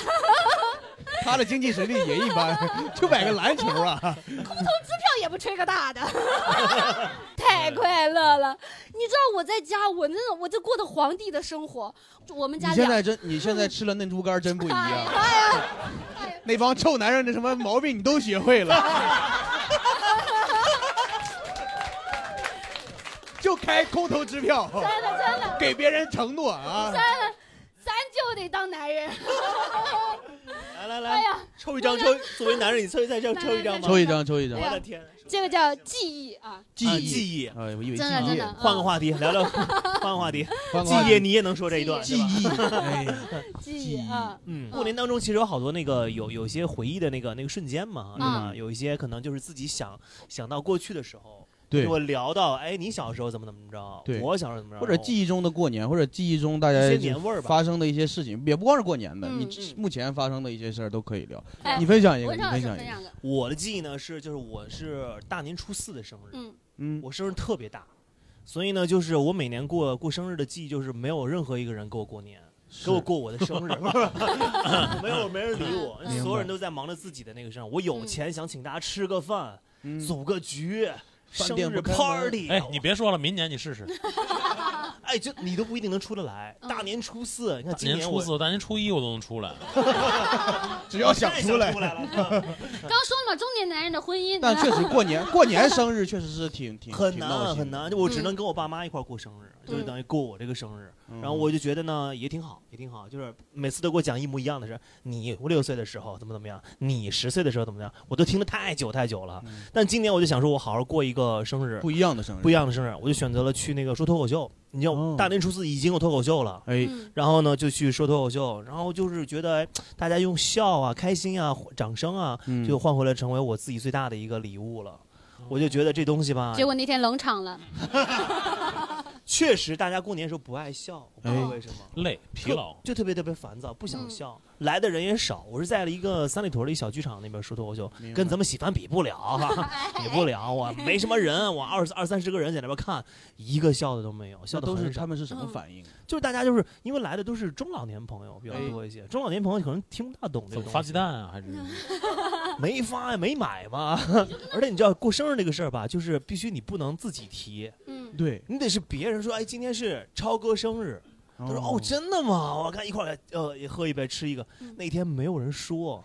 Speaker 2: 他的经济实力也一 般，就买个篮球啊，
Speaker 3: 空头支票也不吹个大 的，太快乐了！你知道我在家，我那种我就过的皇帝的生活。我们
Speaker 2: 你
Speaker 3: 家
Speaker 2: 现
Speaker 3: 两
Speaker 2: 在真，你现在吃了嫩猪肝真不一
Speaker 3: 哎呀
Speaker 2: 样。
Speaker 3: 哎呀，
Speaker 2: 那帮臭男人的什么毛病你都学会 了，就开空头支票，
Speaker 3: 真的真的
Speaker 2: 给别人承诺啊
Speaker 3: 真，的，咱就得当男人。
Speaker 1: 来来
Speaker 3: 哎
Speaker 1: 来，
Speaker 3: 呀，
Speaker 1: 抽一张，抽作为男人，你抽一张，抽抽一张吧。
Speaker 2: 抽一张抽一张
Speaker 3: 哎，呀
Speaker 1: 我的天，
Speaker 3: 这个叫记忆啊，
Speaker 2: 记
Speaker 1: 啊
Speaker 2: 忆
Speaker 1: 记忆，
Speaker 2: 哎，我以为
Speaker 3: 真
Speaker 2: 记
Speaker 3: 的真的。
Speaker 2: 忆，
Speaker 3: 嗯
Speaker 1: 换个话题聊 聊，换个话题。
Speaker 2: 换个话
Speaker 1: 季爷，
Speaker 2: 题
Speaker 1: 你也能说这一段，
Speaker 3: 季
Speaker 2: 记
Speaker 1: 对吧
Speaker 2: 忆， 哎呀，
Speaker 3: 记忆啊，
Speaker 1: 嗯，过年当中其实有好多那个有有些回忆的那个那个瞬间嘛，对吧？
Speaker 3: 嗯
Speaker 1: 有一些可能就是自己想想到过去的时候，
Speaker 2: 对
Speaker 1: 就，会聊到，哎，你小时候怎么怎么着，
Speaker 2: 对
Speaker 1: 我小时候怎么着，
Speaker 2: 或者记忆中的过年，或者记忆中大家
Speaker 1: 一些年味儿吧。
Speaker 2: 发生的一些事情，也不光是过年的，
Speaker 3: 嗯
Speaker 2: 你
Speaker 1: 嗯
Speaker 2: 目前发生的一些事儿都可以聊。
Speaker 3: 哎
Speaker 2: 你分享一个，
Speaker 3: 我
Speaker 2: 你
Speaker 3: 让老
Speaker 2: 分
Speaker 3: 师
Speaker 2: 享
Speaker 3: 分
Speaker 2: 一个
Speaker 3: 享，个，
Speaker 1: 我的记忆呢是，就是我是大年初四的生日，
Speaker 3: 嗯，
Speaker 2: 嗯，
Speaker 1: 我生日特别大，所以呢，就是我每年过过生日的记忆就是没有任何一个人给我过年，给我
Speaker 2: 是
Speaker 1: 过我的生 日， 没有没人理我，
Speaker 3: 嗯
Speaker 1: 所有人都在忙着自己的那个事儿。我有钱想请大家吃个饭，组个局。
Speaker 2: 嗯饭
Speaker 1: 生
Speaker 2: 店
Speaker 1: 日
Speaker 2: 不开门
Speaker 1: party，
Speaker 4: 哎，你别说了，明年你试试。
Speaker 1: 哎，这你都不一定能出得来。
Speaker 3: 嗯
Speaker 1: 大年初四，你看
Speaker 4: 大
Speaker 1: 今
Speaker 4: 年
Speaker 1: 年
Speaker 4: 初
Speaker 1: 我
Speaker 4: 四，大年初一我都能出来。
Speaker 2: 只要想
Speaker 1: 太
Speaker 2: 出来。
Speaker 1: 出来了，
Speaker 3: 刚说了嘛，中年男人的婚姻，
Speaker 2: 但确实过年过年生日确实是挺挺
Speaker 1: 很
Speaker 2: 挺闹
Speaker 1: 难
Speaker 2: 心
Speaker 1: 很难。就我只能跟我爸妈一块儿过生日，就是
Speaker 3: 嗯
Speaker 1: 等于过我这个生日。
Speaker 2: 嗯
Speaker 1: 然后我就觉得呢，也挺好，也挺好。就是每次都给我讲一模一样的事，你五六岁的时候怎么怎么样，你十岁的时候怎么样，我都听得太久太久了。
Speaker 2: 嗯
Speaker 1: 但今年我就想说，我好好过一个生日，
Speaker 2: 不一样的生日，
Speaker 1: 不一样的生日，我就选择了去那个说脱口秀。你知道
Speaker 2: 哦，
Speaker 1: 大年初四已经有脱口秀了。
Speaker 2: 哎，
Speaker 3: 嗯，
Speaker 1: 然后呢，就去说脱口秀，然后就是觉得哎大家用笑啊、开心啊、掌声啊，
Speaker 2: 嗯哦
Speaker 1: 就换回来成为我自己最大的一个礼物了。我就觉得这东西
Speaker 4: 啊
Speaker 1: 吧，
Speaker 3: 结果那天冷场了，
Speaker 1: 确实大家过年的时候不爱笑，我不
Speaker 2: 哎
Speaker 1: 知道为什么，
Speaker 4: 累、疲劳，嗯
Speaker 1: 就特别特别烦躁，不想笑。来的人也少，我是在了一个三里屯的一小剧场那边说脱口秀
Speaker 2: 明白，
Speaker 1: 跟咱们喜番比不了 哈，比不了，我没什么人，我二二三十个人在那边看，一个笑的都没有，笑
Speaker 2: 这
Speaker 1: 的
Speaker 2: 都是
Speaker 1: 很少
Speaker 2: 他。们是什么反应？
Speaker 1: 就是大家就是因为来的都是中老年朋友比较多
Speaker 2: 哎
Speaker 1: 一些，中老年朋友可能听不大懂这
Speaker 4: 怎
Speaker 1: 个东
Speaker 4: 么
Speaker 1: 西
Speaker 4: 发鸡蛋啊？还是
Speaker 1: 没发呀，没买嘛。 而且你知道过生日这个事儿吧，就是必须你不能自己提，
Speaker 3: 嗯，
Speaker 2: 对，
Speaker 1: 你得是别人说，哎，今天是超哥生日，他说哦，真的吗？我看一块儿呃也喝一杯吃一个
Speaker 3: 嗯，
Speaker 1: 那天没有人说，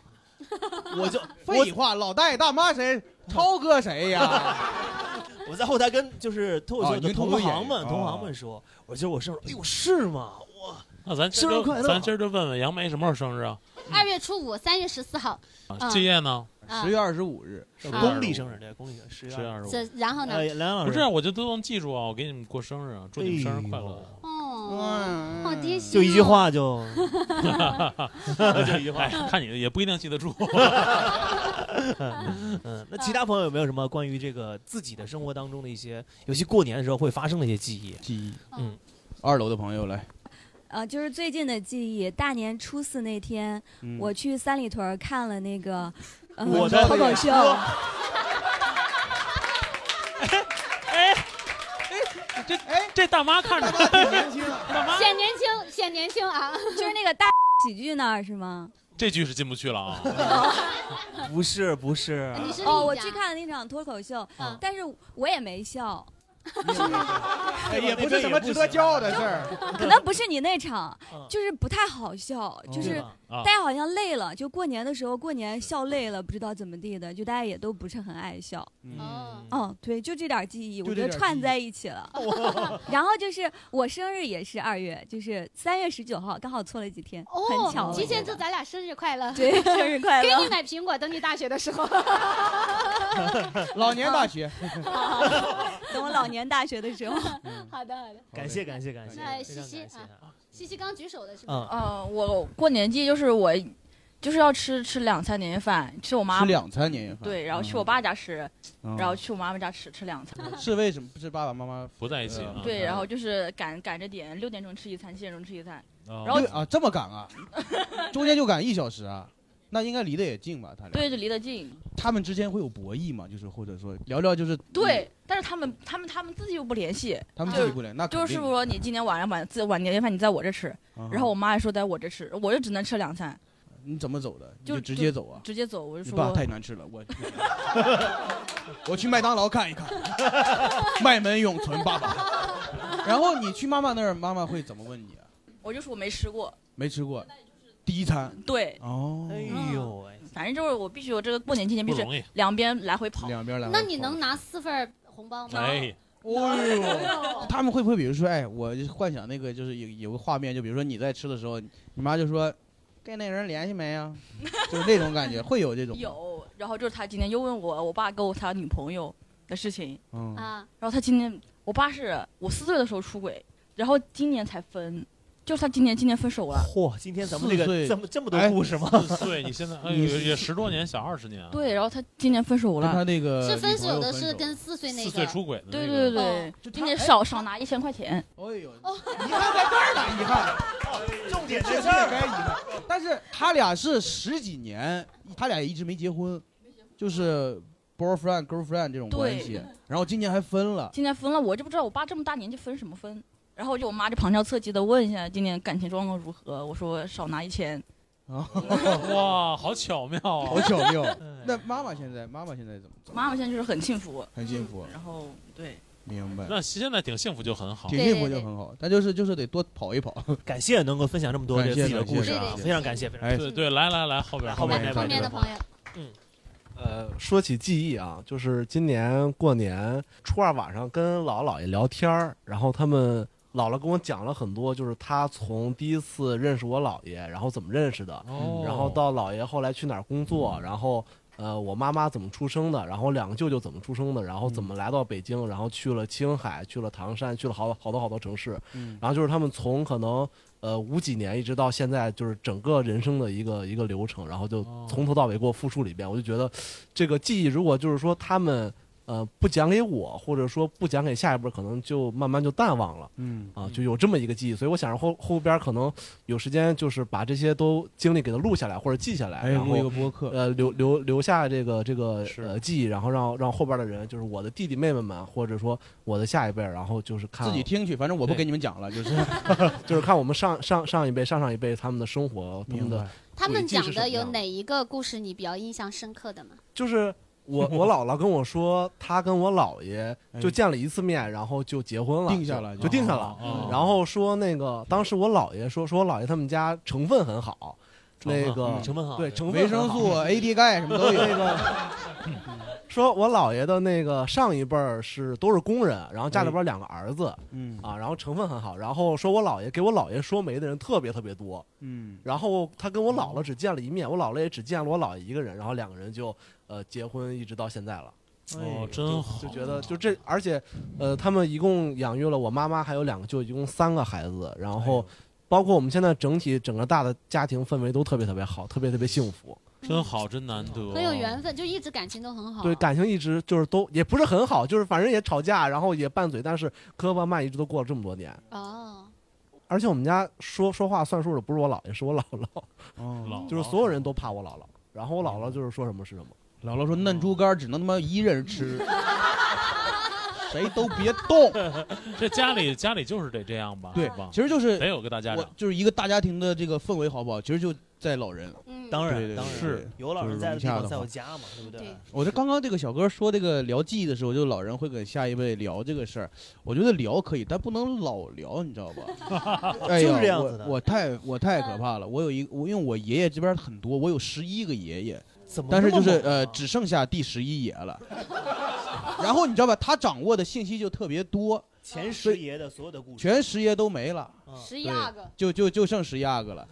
Speaker 1: 我就我
Speaker 2: 废话，老大爷大妈谁， 超哥谁呀？
Speaker 1: 我在后台跟就是脱口秀
Speaker 2: 哦
Speaker 1: 的
Speaker 2: 你跟脱
Speaker 1: 同
Speaker 2: 口秀
Speaker 1: 行
Speaker 2: 演
Speaker 1: 们
Speaker 2: 员哦
Speaker 1: 同行们说，我今儿我生日，哎呦是 吗？哇，
Speaker 4: 那咱今
Speaker 1: 生
Speaker 4: 儿
Speaker 1: 日
Speaker 4: 就
Speaker 1: 快乐
Speaker 4: 咱今儿就问问杨梅什么时候生日啊？
Speaker 3: 二月初五，三月十四号，
Speaker 4: 啊
Speaker 3: 嗯
Speaker 4: 季夜呢？
Speaker 3: 啊
Speaker 2: 十月二十五日，
Speaker 4: 是
Speaker 3: 啊
Speaker 1: 公历生日对，公历十
Speaker 4: 十
Speaker 1: 月
Speaker 4: 月
Speaker 1: 二
Speaker 4: 二十
Speaker 3: 这
Speaker 4: 五。
Speaker 3: 然后呢
Speaker 1: 哎，，梁老
Speaker 4: 啊不
Speaker 1: 师
Speaker 4: 是，我就都能记住啊！我给你们过生日啊，祝你们生日快
Speaker 1: 哎
Speaker 4: 乐！
Speaker 3: 哦，好
Speaker 2: 好
Speaker 3: 贴心，
Speaker 1: 就一句，话就就一句话
Speaker 4: 哎。，看你也不一定记得住。
Speaker 1: 嗯，那其他朋友有没有什么关于这个自己的生活当中的一些，尤其过年的时候会发生的一些记忆？
Speaker 2: 记忆，
Speaker 1: 嗯，
Speaker 2: 二楼的朋友 来，
Speaker 10: 呃，就是最近的记忆，大年初四那天，
Speaker 2: 嗯
Speaker 10: 我去三里屯儿看了那个，呃、
Speaker 1: 我的
Speaker 10: 脱口秀，
Speaker 1: 哎
Speaker 3: 哎
Speaker 4: 这大妈看着
Speaker 3: 显年轻，显年轻啊，
Speaker 10: 就是那个大喜剧那儿是吗？
Speaker 4: 这句是进不去了啊！
Speaker 1: 不是不是，
Speaker 3: 啊哎你是
Speaker 10: 哦，我
Speaker 3: 哪一家
Speaker 10: 去看了那场脱口秀，
Speaker 3: 嗯
Speaker 10: 但是我也没笑，
Speaker 2: 哎也不是什么值得骄傲的事儿，
Speaker 10: 可能不是你那场，
Speaker 1: 嗯
Speaker 10: 就是不太好笑，就
Speaker 1: 对
Speaker 10: 是。
Speaker 1: 吧
Speaker 4: 啊
Speaker 10: 大，家好像累了，就过年的时候，过年笑累了，不知道怎么地的，就大家也都不是很爱笑。
Speaker 3: 哦
Speaker 10: 嗯，对，就这点记忆，
Speaker 2: 就这
Speaker 10: 我觉得
Speaker 2: 点记
Speaker 10: 串
Speaker 2: 忆
Speaker 10: 在一起了。 然后就是我生日也是二月，就是三月十九号，刚好错了几天，很巧
Speaker 3: 哦，
Speaker 10: 了。
Speaker 3: 提前祝咱俩生日快乐，
Speaker 10: 对，生日快
Speaker 3: 给你
Speaker 10: 乐！
Speaker 3: 买苹果，等你大学的时候。
Speaker 2: 老年大学，
Speaker 10: 等我老年大学的时候。
Speaker 3: 好的好的，
Speaker 1: 感谢感谢感谢，
Speaker 3: 那
Speaker 1: 非
Speaker 3: 西
Speaker 1: 常
Speaker 3: 西
Speaker 1: 感谢
Speaker 3: 啊，西西刚举手的是
Speaker 1: 嗯
Speaker 3: 吧？
Speaker 11: 呃，我过年季就是我就是要吃吃两餐年夜饭，去我妈
Speaker 2: 吃两餐年夜饭
Speaker 11: 对，然后去我爸家吃，
Speaker 2: 嗯
Speaker 11: 然后去我妈妈家吃吃两餐。
Speaker 2: 是为什么？是爸爸妈妈
Speaker 4: 不在一起
Speaker 2: 啊
Speaker 11: 对，然后就是赶赶着点，六点钟吃一餐，七点钟吃一餐。然后
Speaker 2: 因为啊，这么赶啊，中间就赶一小时啊，那应该离得也近吧？他俩
Speaker 11: 对，就离得近。
Speaker 2: 他们之间会有博弈嘛？就是或者说聊聊，就是
Speaker 11: 对，但是他们他们他们自己又不联系，
Speaker 2: 嗯他们
Speaker 11: 就
Speaker 2: 自己不联那肯
Speaker 11: 就是
Speaker 2: 定
Speaker 11: 说你今天晚上晚自晚年夜饭你在我这吃，
Speaker 2: 嗯
Speaker 11: 然后我妈还说在我这吃，我就只能吃两餐，
Speaker 2: 你怎么走的？你
Speaker 11: 就
Speaker 2: 直接走啊？
Speaker 11: 直接走，我就
Speaker 2: 你
Speaker 11: 说
Speaker 2: 爸 太难吃了，我 我去麦当劳看一 看，麦门永存爸爸。然后你去妈妈那儿，妈妈会怎么问你啊？
Speaker 11: 我就说我没吃过，
Speaker 2: 没吃过，第一餐
Speaker 11: 对，
Speaker 2: 哦，
Speaker 1: 哎呦喂，
Speaker 11: 反正就是我必须我这个过年期间必
Speaker 2: 不
Speaker 11: 须
Speaker 2: 容易
Speaker 11: 两边来回跑，
Speaker 2: 两边来回
Speaker 3: 那
Speaker 2: 跑。
Speaker 3: 你能拿四份儿红包吗？
Speaker 2: 哎哦呦，他们会不会比如说，哎，我就幻想那个就是有有个画面，就比如说你在吃的时候，你妈就说跟那人联系没啊？就是那种感觉，会有这种吗。
Speaker 11: 有，然后就是他今天又问我我爸跟我他女朋友的事情，
Speaker 2: 嗯
Speaker 3: 啊，
Speaker 11: 然后他今年，我爸是我四岁的时候出轨，然后今年才分，就是他今年今年分手了。
Speaker 1: 嚯，今天咱们这
Speaker 4: 四岁
Speaker 1: 个这么这么多
Speaker 4: 哎
Speaker 1: 故事吗？
Speaker 4: 四岁，你现在哎也也十多年，小二十年啊。
Speaker 11: 对，然后他今年分手了。
Speaker 2: 他那个
Speaker 3: 是分手
Speaker 2: 女朋友
Speaker 3: 的
Speaker 2: 分
Speaker 3: 是
Speaker 2: 手
Speaker 3: 跟四岁那个哦
Speaker 4: 四岁出轨的
Speaker 11: 对
Speaker 4: 那
Speaker 11: 对对
Speaker 4: 个，
Speaker 11: 对，就今年少少拿一千块钱。
Speaker 2: 哎呦，遗憾在这儿呢，遗憾。
Speaker 3: 哦
Speaker 1: 重
Speaker 2: 点在这儿该遗憾。但是他俩是十几年，他俩一直没结婚，就是 boyfriend girlfriend 这种关系
Speaker 11: 对。
Speaker 2: 然后今年还分了，
Speaker 11: 今年分了，我就不知道我爸这么大年纪分什么分。然后就我妈就旁敲侧击的问一下今年感情状况如何，我说少拿一千。
Speaker 4: 哇，好巧妙
Speaker 1: 哦
Speaker 4: 啊，
Speaker 2: 好巧妙。哦
Speaker 1: 嗯
Speaker 2: 那妈妈现在，妈妈现在怎么？
Speaker 11: 妈妈现在就是很幸福，
Speaker 2: 很幸福，
Speaker 11: 然后对，
Speaker 2: 明白。
Speaker 4: 那现在挺幸福就很好，
Speaker 2: 挺幸福就很好，但就是就是得多跑一跑。
Speaker 1: 感谢能够分享这么多
Speaker 2: 感
Speaker 1: 这
Speaker 2: 谢
Speaker 1: 自己的
Speaker 2: 感谢
Speaker 1: 故事啊
Speaker 2: 感，谢
Speaker 1: 非常感谢，非常
Speaker 2: 哎
Speaker 1: 感
Speaker 4: 对对，来来来，后边
Speaker 1: 后面
Speaker 4: 边嗯
Speaker 1: 后
Speaker 3: 后面的朋友，
Speaker 12: 呃，说起记忆啊，就是今年过年初二晚上跟姥姥姥爷聊天儿，然后他们姥姥跟我讲了很多，就是他从第一次认识我姥爷，然后怎么认识的，
Speaker 4: 哦
Speaker 12: 然后到姥爷后来去哪儿工作，然后呃我妈妈怎么出生的，然后两个舅舅怎么出生的，然后怎么来到北京，然后去了青海，去了唐山，去了好好多好多城市，
Speaker 2: 嗯
Speaker 4: 啊
Speaker 12: 然后就是他们从可能呃五几年一直到现在，就是整个人生的一个一个流程，然后就
Speaker 2: 哦
Speaker 12: 从头到尾给我复述了一遍。我就觉得，这个记忆如果就是说他们呃不讲给我，或者说不讲给下一辈儿，可能就慢慢就淡忘了。
Speaker 2: 嗯
Speaker 12: 啊，就有这么一个记忆，所以我想着后后边儿可能有时间，就是把这些都经历给它录下来或者记下来，
Speaker 2: 哎
Speaker 12: 然后
Speaker 2: 录一个播客
Speaker 12: 呃，留留留下这个这个呃记忆，然后让让后边儿的人，就是我的弟弟妹妹们，或者说我的下一辈儿，然后就是看
Speaker 2: 自己听去，反正我不
Speaker 12: 对
Speaker 2: 给你们讲了，就是
Speaker 12: 就是 看我们上上上一辈、上上一辈他们的生活，他们的
Speaker 3: 他们
Speaker 12: 轨迹是
Speaker 3: 讲
Speaker 12: 什么
Speaker 3: 的有
Speaker 12: 样
Speaker 3: 哪一个故事你比较印象深刻的吗？
Speaker 12: 就是我我姥姥跟我说，她跟我姥爷就
Speaker 2: 哎
Speaker 12: 见了一次面，然后就结婚了，
Speaker 2: 定下
Speaker 12: 就
Speaker 2: 来就
Speaker 12: 就定下了。
Speaker 2: 哦
Speaker 12: 然后说那个当时我姥爷说说我姥爷他们家成分很好，那个
Speaker 2: 嗯成分好
Speaker 12: 对成分
Speaker 2: 维生
Speaker 12: 很好
Speaker 2: 素、AD 钙什么都有。
Speaker 12: 那个说我姥爷的那个上一辈儿是都是工人，然后
Speaker 2: 哎
Speaker 12: 家里边儿两个儿子，
Speaker 2: 嗯
Speaker 12: 啊，然后成分很好。然后说我姥爷给我姥爷说媒的人特别特别多，
Speaker 2: 嗯，
Speaker 12: 然后他跟我姥姥只见了一面，我姥姥也只见了我姥爷一个人，然后两个人就呃结婚一直到现在了。
Speaker 4: 哦，
Speaker 12: 就
Speaker 4: 真好，
Speaker 12: 就觉得就这，而且，呃，他们一共养育了我妈妈还有两个舅，一共三个孩子，然
Speaker 4: 哎
Speaker 12: 后包括我们现在整体整个大的家庭氛围都特别特别好，特别特别幸福，
Speaker 4: 真好，真难
Speaker 1: 哦
Speaker 4: 得，哦
Speaker 3: 很有缘分，就一直感情都很好。啊
Speaker 12: 对感情一直就是都也不是很好，就是反正也吵架，然后也拌嘴，但是磕磕绊绊一直都过了这么多年，
Speaker 3: 哦，
Speaker 12: 而且我们家说说话算数的不是我姥爷，是我姥
Speaker 2: 姥
Speaker 12: 姥， 就是所有人都怕我姥姥，然后我姥姥就是说什么是什么。
Speaker 2: 姥姥说嫩猪肝只能他妈一 人吃，谁都别动。
Speaker 4: 这家里家里就是得这样吧？
Speaker 2: 对
Speaker 4: 吧，
Speaker 2: 其实就是
Speaker 4: 得有个大家
Speaker 2: 我
Speaker 4: 长，
Speaker 2: 就是一个大家庭的这个氛围好不好，其实就在老人。
Speaker 3: 嗯
Speaker 1: 当然
Speaker 2: 对对
Speaker 1: 当
Speaker 2: 对
Speaker 1: 然
Speaker 2: 是
Speaker 1: 有老人
Speaker 2: 就是
Speaker 1: 在的
Speaker 2: 融
Speaker 1: 地
Speaker 2: 洽
Speaker 1: 方
Speaker 2: 的
Speaker 1: 才有
Speaker 2: 话
Speaker 1: 家嘛，对不对？？
Speaker 2: 我这刚刚这个小哥说这个聊记忆的时候，就老人会跟下一辈聊这个事儿。我觉得聊可以，但不能老聊，你知道吧 哎呀
Speaker 1: 就是这样子的嗯
Speaker 2: 我我太我太可怕了。我有一我因为我爷爷这边很多，我有十一个爷爷，
Speaker 1: 怎么
Speaker 2: 但是
Speaker 1: 那
Speaker 2: 就
Speaker 1: 么
Speaker 2: 是
Speaker 1: 猛啊
Speaker 2: 呃只 剩下第十一爷了。然后你知道吧，他掌握的信息就特别多。
Speaker 1: 前十爷的所有的故事，嗯
Speaker 2: 全十爷都没了，
Speaker 1: 十一阿
Speaker 2: 对
Speaker 1: 哥嗯
Speaker 2: 就就就剩十一阿哥了。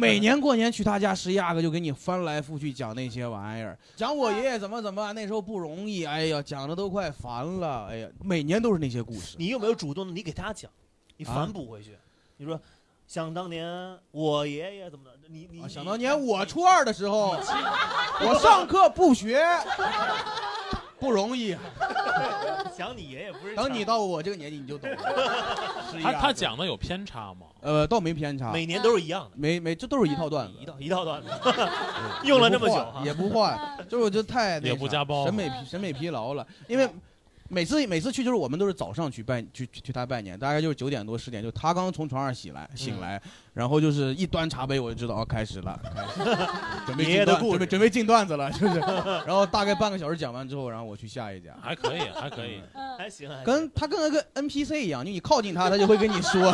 Speaker 2: 每年过年去他家，十一阿哥就给你翻来覆去讲那些玩意儿，讲我爷爷怎么怎么，那时候不容易，哎呀，讲的都快烦了，哎呀，每年都是那些故事。
Speaker 1: 你有没有主动的？你给他讲，你反哺回去，你说想当年我爷爷怎么的，你你、
Speaker 2: 啊想当年我初二的 时候，我上课不学，不容易。
Speaker 1: 想你爷爷不是
Speaker 2: 等你到我这个年纪，你就懂了。十一
Speaker 4: 他
Speaker 2: 阿
Speaker 4: 他
Speaker 2: 哥
Speaker 4: 讲的有偏差吗？
Speaker 2: 呃，倒没偏差，
Speaker 1: 每年都是一样的，嗯
Speaker 2: 没没，这都是一套段子，一
Speaker 1: 套一套段子， 用了这么久啊
Speaker 2: 也不换，就是我就太那
Speaker 4: 也不
Speaker 2: 啥
Speaker 4: 加包
Speaker 2: 审美疲审美疲劳了，因为。每次每次去就是我们都是早上去拜去去去他拜年，大概就是九点多十点，就他刚从床上醒来醒来，
Speaker 1: 嗯
Speaker 2: 然后就是一端茶杯我就知道哦开始了，开始 了准备
Speaker 1: 爷爷
Speaker 2: 进
Speaker 1: 的
Speaker 2: 段
Speaker 1: 故事
Speaker 2: 准备准备进段子了，就是，然后大概半个小时讲完之后，然后我去下一家，
Speaker 4: 还可以，还可以，
Speaker 1: 还行，还行
Speaker 2: 跟他跟那个 NPC 一样，就你靠近他，他就会跟你 说，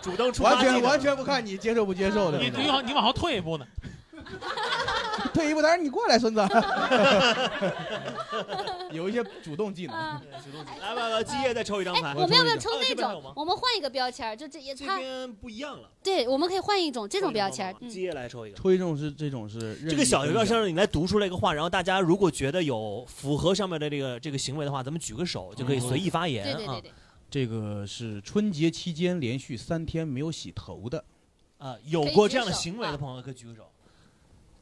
Speaker 1: 主动出发
Speaker 2: 完
Speaker 1: 技
Speaker 2: 全
Speaker 1: 能
Speaker 2: 完全不看你接受不接受的
Speaker 4: 你
Speaker 2: 那种。
Speaker 4: 你往你往后退一步呢？
Speaker 2: 退一步，他说你过 来，孙子。有一些主动技能，
Speaker 1: 来吧，来基业再抽一张牌，
Speaker 3: 嗯哎我们要不要抽
Speaker 1: 啊
Speaker 3: 那
Speaker 1: 这边还有
Speaker 3: 种
Speaker 1: 吗？
Speaker 3: 我们换一个标签儿，就这也
Speaker 1: 这
Speaker 3: 它
Speaker 1: 边不一样了。
Speaker 3: 对，我们可以换一种这种标签儿。嗯
Speaker 1: 基业来抽一个。
Speaker 2: 抽一种是这种是任
Speaker 1: 这个
Speaker 2: 意
Speaker 1: 小游
Speaker 2: 分
Speaker 1: 标
Speaker 2: 享
Speaker 1: 先生，你来读出来一个话，然后大家如果觉得有符合上面的这个这个行为的话，咱们举个手就可以随意发言啊。
Speaker 2: 哦这个是春节期间连续三天没有洗头的，
Speaker 1: 啊，有过这样的行为
Speaker 3: 啊
Speaker 1: 的朋友可以举个手。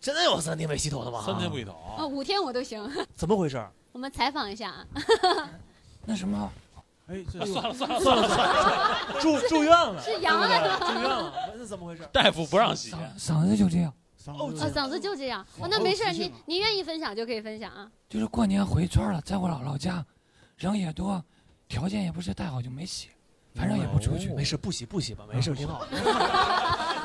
Speaker 1: 真的 有三天没洗头的吗？
Speaker 4: 三天不洗
Speaker 1: 头，
Speaker 3: 啊，五天我都行。
Speaker 1: 怎么回事？
Speaker 3: 我们采访一下啊，
Speaker 1: 哦
Speaker 2: 那什么，哎，
Speaker 4: 啊算 了算了
Speaker 1: 算了
Speaker 4: 算
Speaker 1: 算了，住住院了，
Speaker 3: 是阳了
Speaker 1: 住院了，那怎么回事？
Speaker 4: 大夫不让洗，
Speaker 13: 嗓子就这样，
Speaker 1: 哦
Speaker 3: 啊，嗓子就这样。哦，那没事儿，你你愿意分享就可以分享 啊。
Speaker 13: 就是过年回村儿了，在我姥姥家，人也多，条件也不是太好，就没洗，反正也不出去。
Speaker 1: 哦没事，不洗不洗吧，没事，挺好。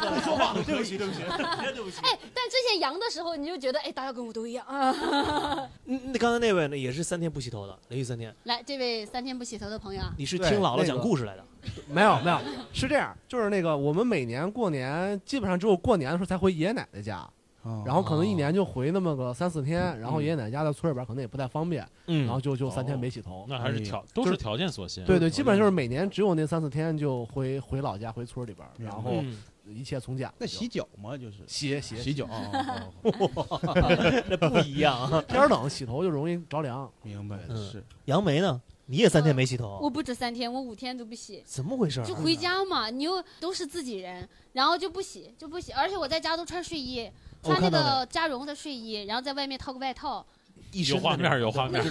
Speaker 1: 不说话了，对不起， 对不起，对不起。
Speaker 3: 哎，但之前阳的时候，你就觉得哎，大家跟我都一样啊。
Speaker 1: 嗯那刚才那位呢，也是 三天不洗头的，连续三天。
Speaker 3: 来，这位三天不洗头的朋友啊，
Speaker 1: 你是听姥姥讲故事来的？
Speaker 12: 没有没有，是这样，就是那个我们每年过年基本上只有过年的时候才回爷爷奶奶家，
Speaker 4: 哦
Speaker 12: 然后可能一年就回那么个三四天，然后爷爷奶奶家在村里边可能也不太方便，
Speaker 4: 嗯哦
Speaker 12: 然后就就三天没洗头，
Speaker 4: 那还是条都
Speaker 12: 就是
Speaker 4: 条件所限。嗯
Speaker 12: 对对，基本上就是每年只有那三四天就回回老家回村里边，然后
Speaker 2: 嗯
Speaker 12: 一切从简。
Speaker 2: 那洗脚吗？就是
Speaker 12: 洗洗
Speaker 2: 洗 脚，哦哦哦
Speaker 1: 那不一样啊
Speaker 12: 天儿冷洗头就容易着凉。
Speaker 2: 明白
Speaker 1: 嗯
Speaker 2: 是。
Speaker 1: 杨梅呢？你也三天没洗
Speaker 3: 我
Speaker 1: 头，
Speaker 3: 不止三天，我五天都不洗。
Speaker 1: 怎么回事？嗯
Speaker 3: 就回家嘛，你又都是自己人，然后就不洗就不洗，而且我在家都穿睡衣，
Speaker 1: 我
Speaker 3: 穿那
Speaker 1: 看到
Speaker 3: 个
Speaker 1: 了
Speaker 3: 加绒的睡衣，然后在外面套个外套。
Speaker 1: 一
Speaker 4: 有画面，有画面。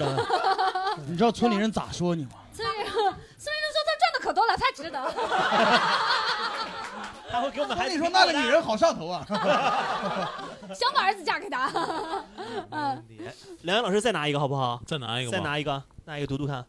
Speaker 2: 你知道村里人咋说你吗？
Speaker 3: 所以，所以就说他赚的可多了，太值得 了。
Speaker 1: 他会给我们
Speaker 2: 还你说那个女人好上头啊！
Speaker 3: 想把儿子嫁给他。 嗯，
Speaker 1: 梁岩老师再拿一个好不好？
Speaker 4: 再拿一个吧
Speaker 1: 再拿一个，拿一个读读看。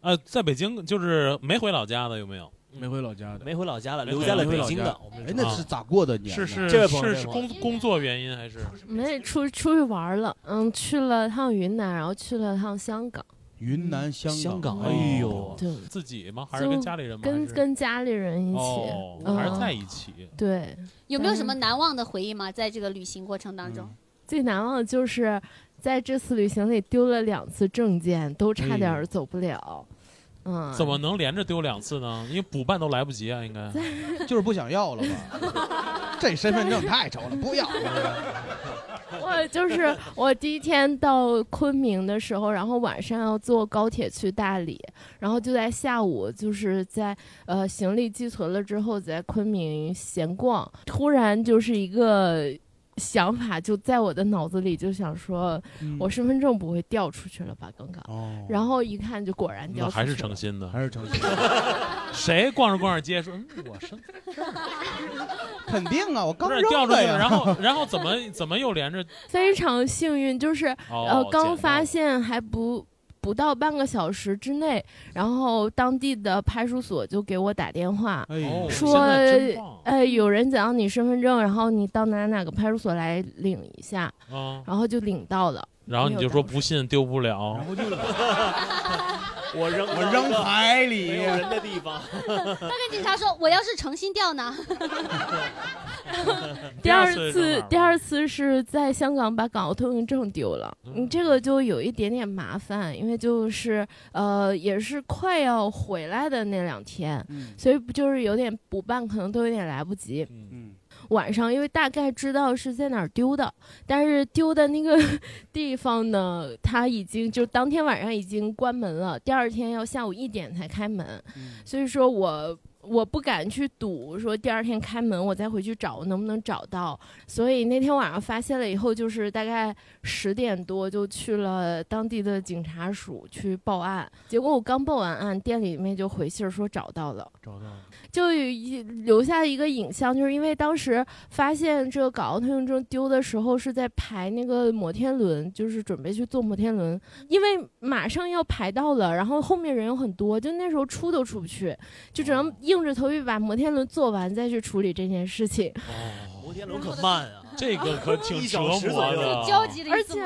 Speaker 4: 呃，在北京就是没回老家的有没有？
Speaker 2: 没回老家
Speaker 1: 嗯
Speaker 2: 的，
Speaker 1: 没回老家了，留在了北京的。我们
Speaker 2: 哎，那是咋过的年呢？
Speaker 4: 是是
Speaker 1: 这位朋友
Speaker 4: 是
Speaker 1: 这
Speaker 4: 是
Speaker 1: 位朋
Speaker 4: 工工作原因还是？
Speaker 14: 没出出去玩了，嗯，去了趟云南，然后去了趟香港，
Speaker 2: 云南、香
Speaker 1: 香港
Speaker 2: 哎
Speaker 1: 哎
Speaker 2: 呦
Speaker 1: 呦，
Speaker 14: 对
Speaker 4: 自己吗？还是跟家里人吗？
Speaker 14: 跟
Speaker 4: 还是
Speaker 14: 跟家里人一起，
Speaker 4: 哦
Speaker 14: 嗯、
Speaker 4: 还是在一起
Speaker 14: 对，
Speaker 3: 有没有
Speaker 14: 但
Speaker 3: 什
Speaker 14: 是
Speaker 3: 么难忘的回忆吗？在这个旅行过程当中，
Speaker 14: 最难忘的就是在这次旅行里丢了两次证件，都差点儿走不了。
Speaker 2: 哎
Speaker 14: 嗯，
Speaker 4: 怎么能连着丢两次呢？因为补办都来不及啊，应该。
Speaker 2: 就是不想要了吧？这身份证太丑了，不 要。
Speaker 14: 我就是我第一天到昆明的时候，然后晚上要坐高铁去大理，然后就在下午，就是在呃行李寄存了之后，在昆明闲逛，突然就是一个。想法就在我的脑子里，就想说，
Speaker 4: 嗯
Speaker 14: 我身份证不会掉出去了吧？刚刚，
Speaker 2: 哦
Speaker 14: 然后一看就果然掉
Speaker 4: 哦那
Speaker 14: 出去
Speaker 4: 还
Speaker 14: 了。
Speaker 4: 是诚心的，还
Speaker 2: 是诚
Speaker 4: 心。 谁逛着逛着街说，嗯，我身
Speaker 2: 肯定啊，我刚
Speaker 4: 不是
Speaker 2: 扔
Speaker 4: 掉出去
Speaker 2: 的
Speaker 4: 了，
Speaker 2: 呀。
Speaker 4: 然后然后怎么怎么又连着？
Speaker 14: 非常幸运，就是、
Speaker 4: 哦
Speaker 14: 呃
Speaker 4: 捡到
Speaker 14: 刚发现还不不到半个小时之内，然后当地的派出所就给我打电话，
Speaker 2: 哎呦
Speaker 14: 说
Speaker 2: 现在真棒
Speaker 14: 呃有人捡到你身份证，然后你到哪哪个派出所来领一下，
Speaker 4: 啊
Speaker 14: 然后就领到了。
Speaker 4: 然后你
Speaker 14: 没有
Speaker 4: 就说
Speaker 14: 带
Speaker 4: 不信丢不了，
Speaker 1: 我扔
Speaker 2: 我扔海里
Speaker 1: 没有人的地方。
Speaker 3: 他跟警察说：“我要是诚心掉呢？”
Speaker 14: 第二次，第二次是在香港把港澳通行证丢了，你这个就有一点点麻烦，因为就是呃，也是快要回来的那两天，所以不就是有点补办，可能都有点来不及。
Speaker 2: 嗯。
Speaker 14: 晚上，因为大概知道是在哪儿丢的，但是丢的那个 地方呢，它已经就当天晚上已经关门了，第二天要下午一点才开门，
Speaker 1: 嗯
Speaker 14: 所以说我我不敢去赌，说第二天开门我再回去找能不能找到，所以那天晚上发现了以后，就是大概十点多就去了当地的警察署去报案，结果我刚报完案，店里面就回信儿说找到了。
Speaker 1: 找到了，
Speaker 14: 就有一留下一个影像，就是因为当时发现这个港澳通行证丢的时候是在排那个摩天轮，就是准备去坐摩天轮，因为马上要排到了，然后后面人有很多，就那时候出都出不去，就只能硬着头皮把摩天轮坐完再去处理这件事情。
Speaker 1: 摩天轮可慢啊，
Speaker 4: 这个可挺
Speaker 1: 一
Speaker 4: 折
Speaker 1: 小
Speaker 4: 磨
Speaker 1: 时左右
Speaker 4: 的。
Speaker 3: 急
Speaker 14: 的而且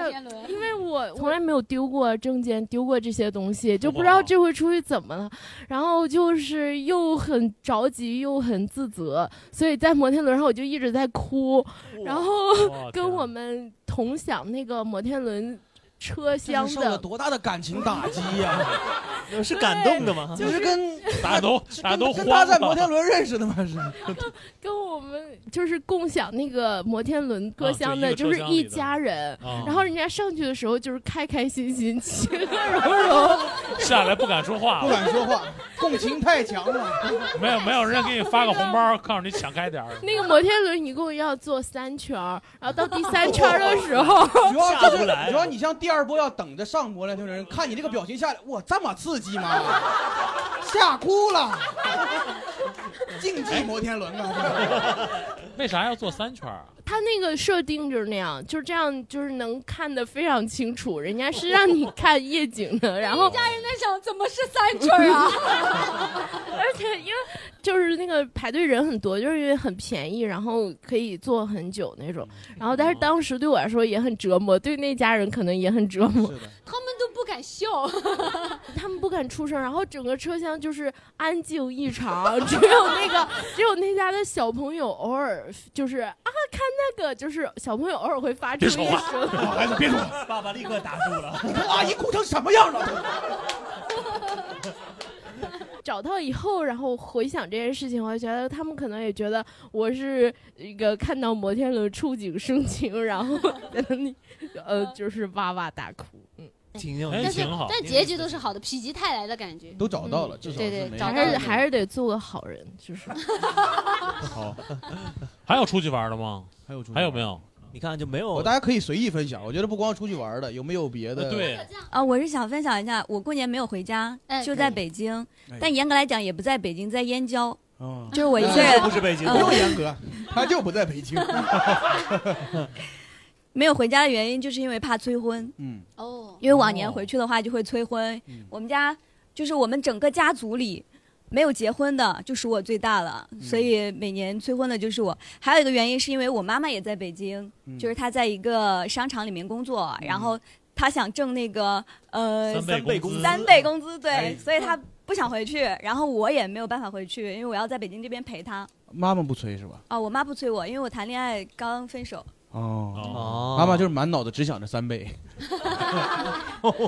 Speaker 14: 因为我从来没有丢过证件，丢过这些东西，就不
Speaker 2: 哦
Speaker 14: 知道这回出去怎么了。然后就是又很着急，又很自责，所以在摩天轮上我就一直在哭，然后
Speaker 2: 哇啊
Speaker 14: 跟我们同享那个摩天轮车厢
Speaker 2: 这是受了
Speaker 14: 的。
Speaker 2: 多大的感情打击呀、
Speaker 1: 是感动的吗？
Speaker 2: 就是跟
Speaker 4: 大家都大家都
Speaker 2: 跟他
Speaker 4: 慌
Speaker 2: 在
Speaker 4: 了
Speaker 2: 摩天轮认识的吗？是。
Speaker 14: 跟我们就是共享那个摩天轮车厢
Speaker 2: 啊
Speaker 14: 的，
Speaker 2: 就一
Speaker 14: 就
Speaker 2: 个车
Speaker 14: 是
Speaker 2: 厢里
Speaker 14: 一
Speaker 2: 的
Speaker 14: 家人
Speaker 4: 啊。
Speaker 14: 然后人家上去的时候就是开开心心、 其乐融融。
Speaker 4: 下来不敢说话，
Speaker 2: 不敢说话，共情太强了。，
Speaker 4: 没有没有，人家给你发个红包，告诉你抢开点儿。
Speaker 14: 那个摩天轮一共要坐三圈儿，然后到第三圈儿的时候
Speaker 2: 主要就是
Speaker 14: 下不来
Speaker 2: 主要你像第二波要等着上摩天轮的人，看你这个表情下来，哇，这么刺激吗？吓哭了，竞技摩天轮啊！
Speaker 4: 为啥要做三圈儿啊？
Speaker 14: 它那个设定就是那样，就是这样，就是能看得非常清楚。人家是让你看夜景的， 然
Speaker 2: 哦
Speaker 14: 后
Speaker 3: 一家人在想怎么是三圈儿啊？
Speaker 14: 而且因为就是那个排队人很多，就是因为很便宜，然后可以坐很久那种。然后但是
Speaker 2: 嗯
Speaker 14: 当时对我来说也很折磨，对那家人可能也很折磨。
Speaker 3: 他们都不 敢笑，
Speaker 14: 他们不敢出声，然后整个车厢就是安静异常， 只有那个 只有那家的小朋友偶尔就是啊，看那个就是小朋友偶尔会发出一声，
Speaker 2: 孩子别说，
Speaker 1: 爸爸立刻打住了。啊
Speaker 2: 你看阿姨哭成什么样了？
Speaker 14: 找到以后，然后回想这件事情，我就觉得他们可能也觉得我是一个看到摩天轮触景生情，然后在那里呃就是哇哇大哭，嗯，
Speaker 1: 挺有
Speaker 14: 意
Speaker 3: 但
Speaker 14: 思
Speaker 3: 是但结局都是哎好的，否极泰来的感觉。 嗯
Speaker 2: 都找到了，至少
Speaker 3: 对对，找到
Speaker 14: 还是
Speaker 3: 了。
Speaker 14: 还是得做个好人， 就是。
Speaker 4: 好， 还有出去玩的吗？
Speaker 2: 还有出去玩
Speaker 4: 还有没有？
Speaker 1: 你看就没有
Speaker 2: 我大家可以随意分享，我觉得不光出去玩的，有没有别的？
Speaker 4: 呃 对，
Speaker 10: 啊，我是想分享一下，我过年没有回家，就在北京
Speaker 2: 哎，
Speaker 10: 但严格来讲也不在北京，在燕郊。
Speaker 2: 嗯
Speaker 10: 就是我一个人，嗯
Speaker 2: 不用严格，他就不在北京。
Speaker 10: 没有回家的原因，就是因为怕催婚。
Speaker 2: 嗯，
Speaker 3: 哦，
Speaker 10: 因为往年回去的话就会催
Speaker 11: 哦
Speaker 10: 婚。
Speaker 11: 嗯
Speaker 10: 我们家就是我们整个家族里没有结婚的，就属我最大了，所以每年催婚的就是我。还有一个原因是因为我妈妈也在北京，
Speaker 11: 嗯
Speaker 10: 就是她在一个商场里面工作，
Speaker 11: 嗯
Speaker 10: 然后她想挣那个呃
Speaker 11: 三倍工资
Speaker 10: 三倍工资，对，
Speaker 2: 哎
Speaker 10: 所以她不想回去，然后我也没有办法回去，因为我要在北京这边陪她。
Speaker 2: 妈妈不催是吧？
Speaker 10: 哦，我妈不催我，因为我谈恋爱刚分手。
Speaker 2: 哦，妈妈就是满脑子只想着三倍，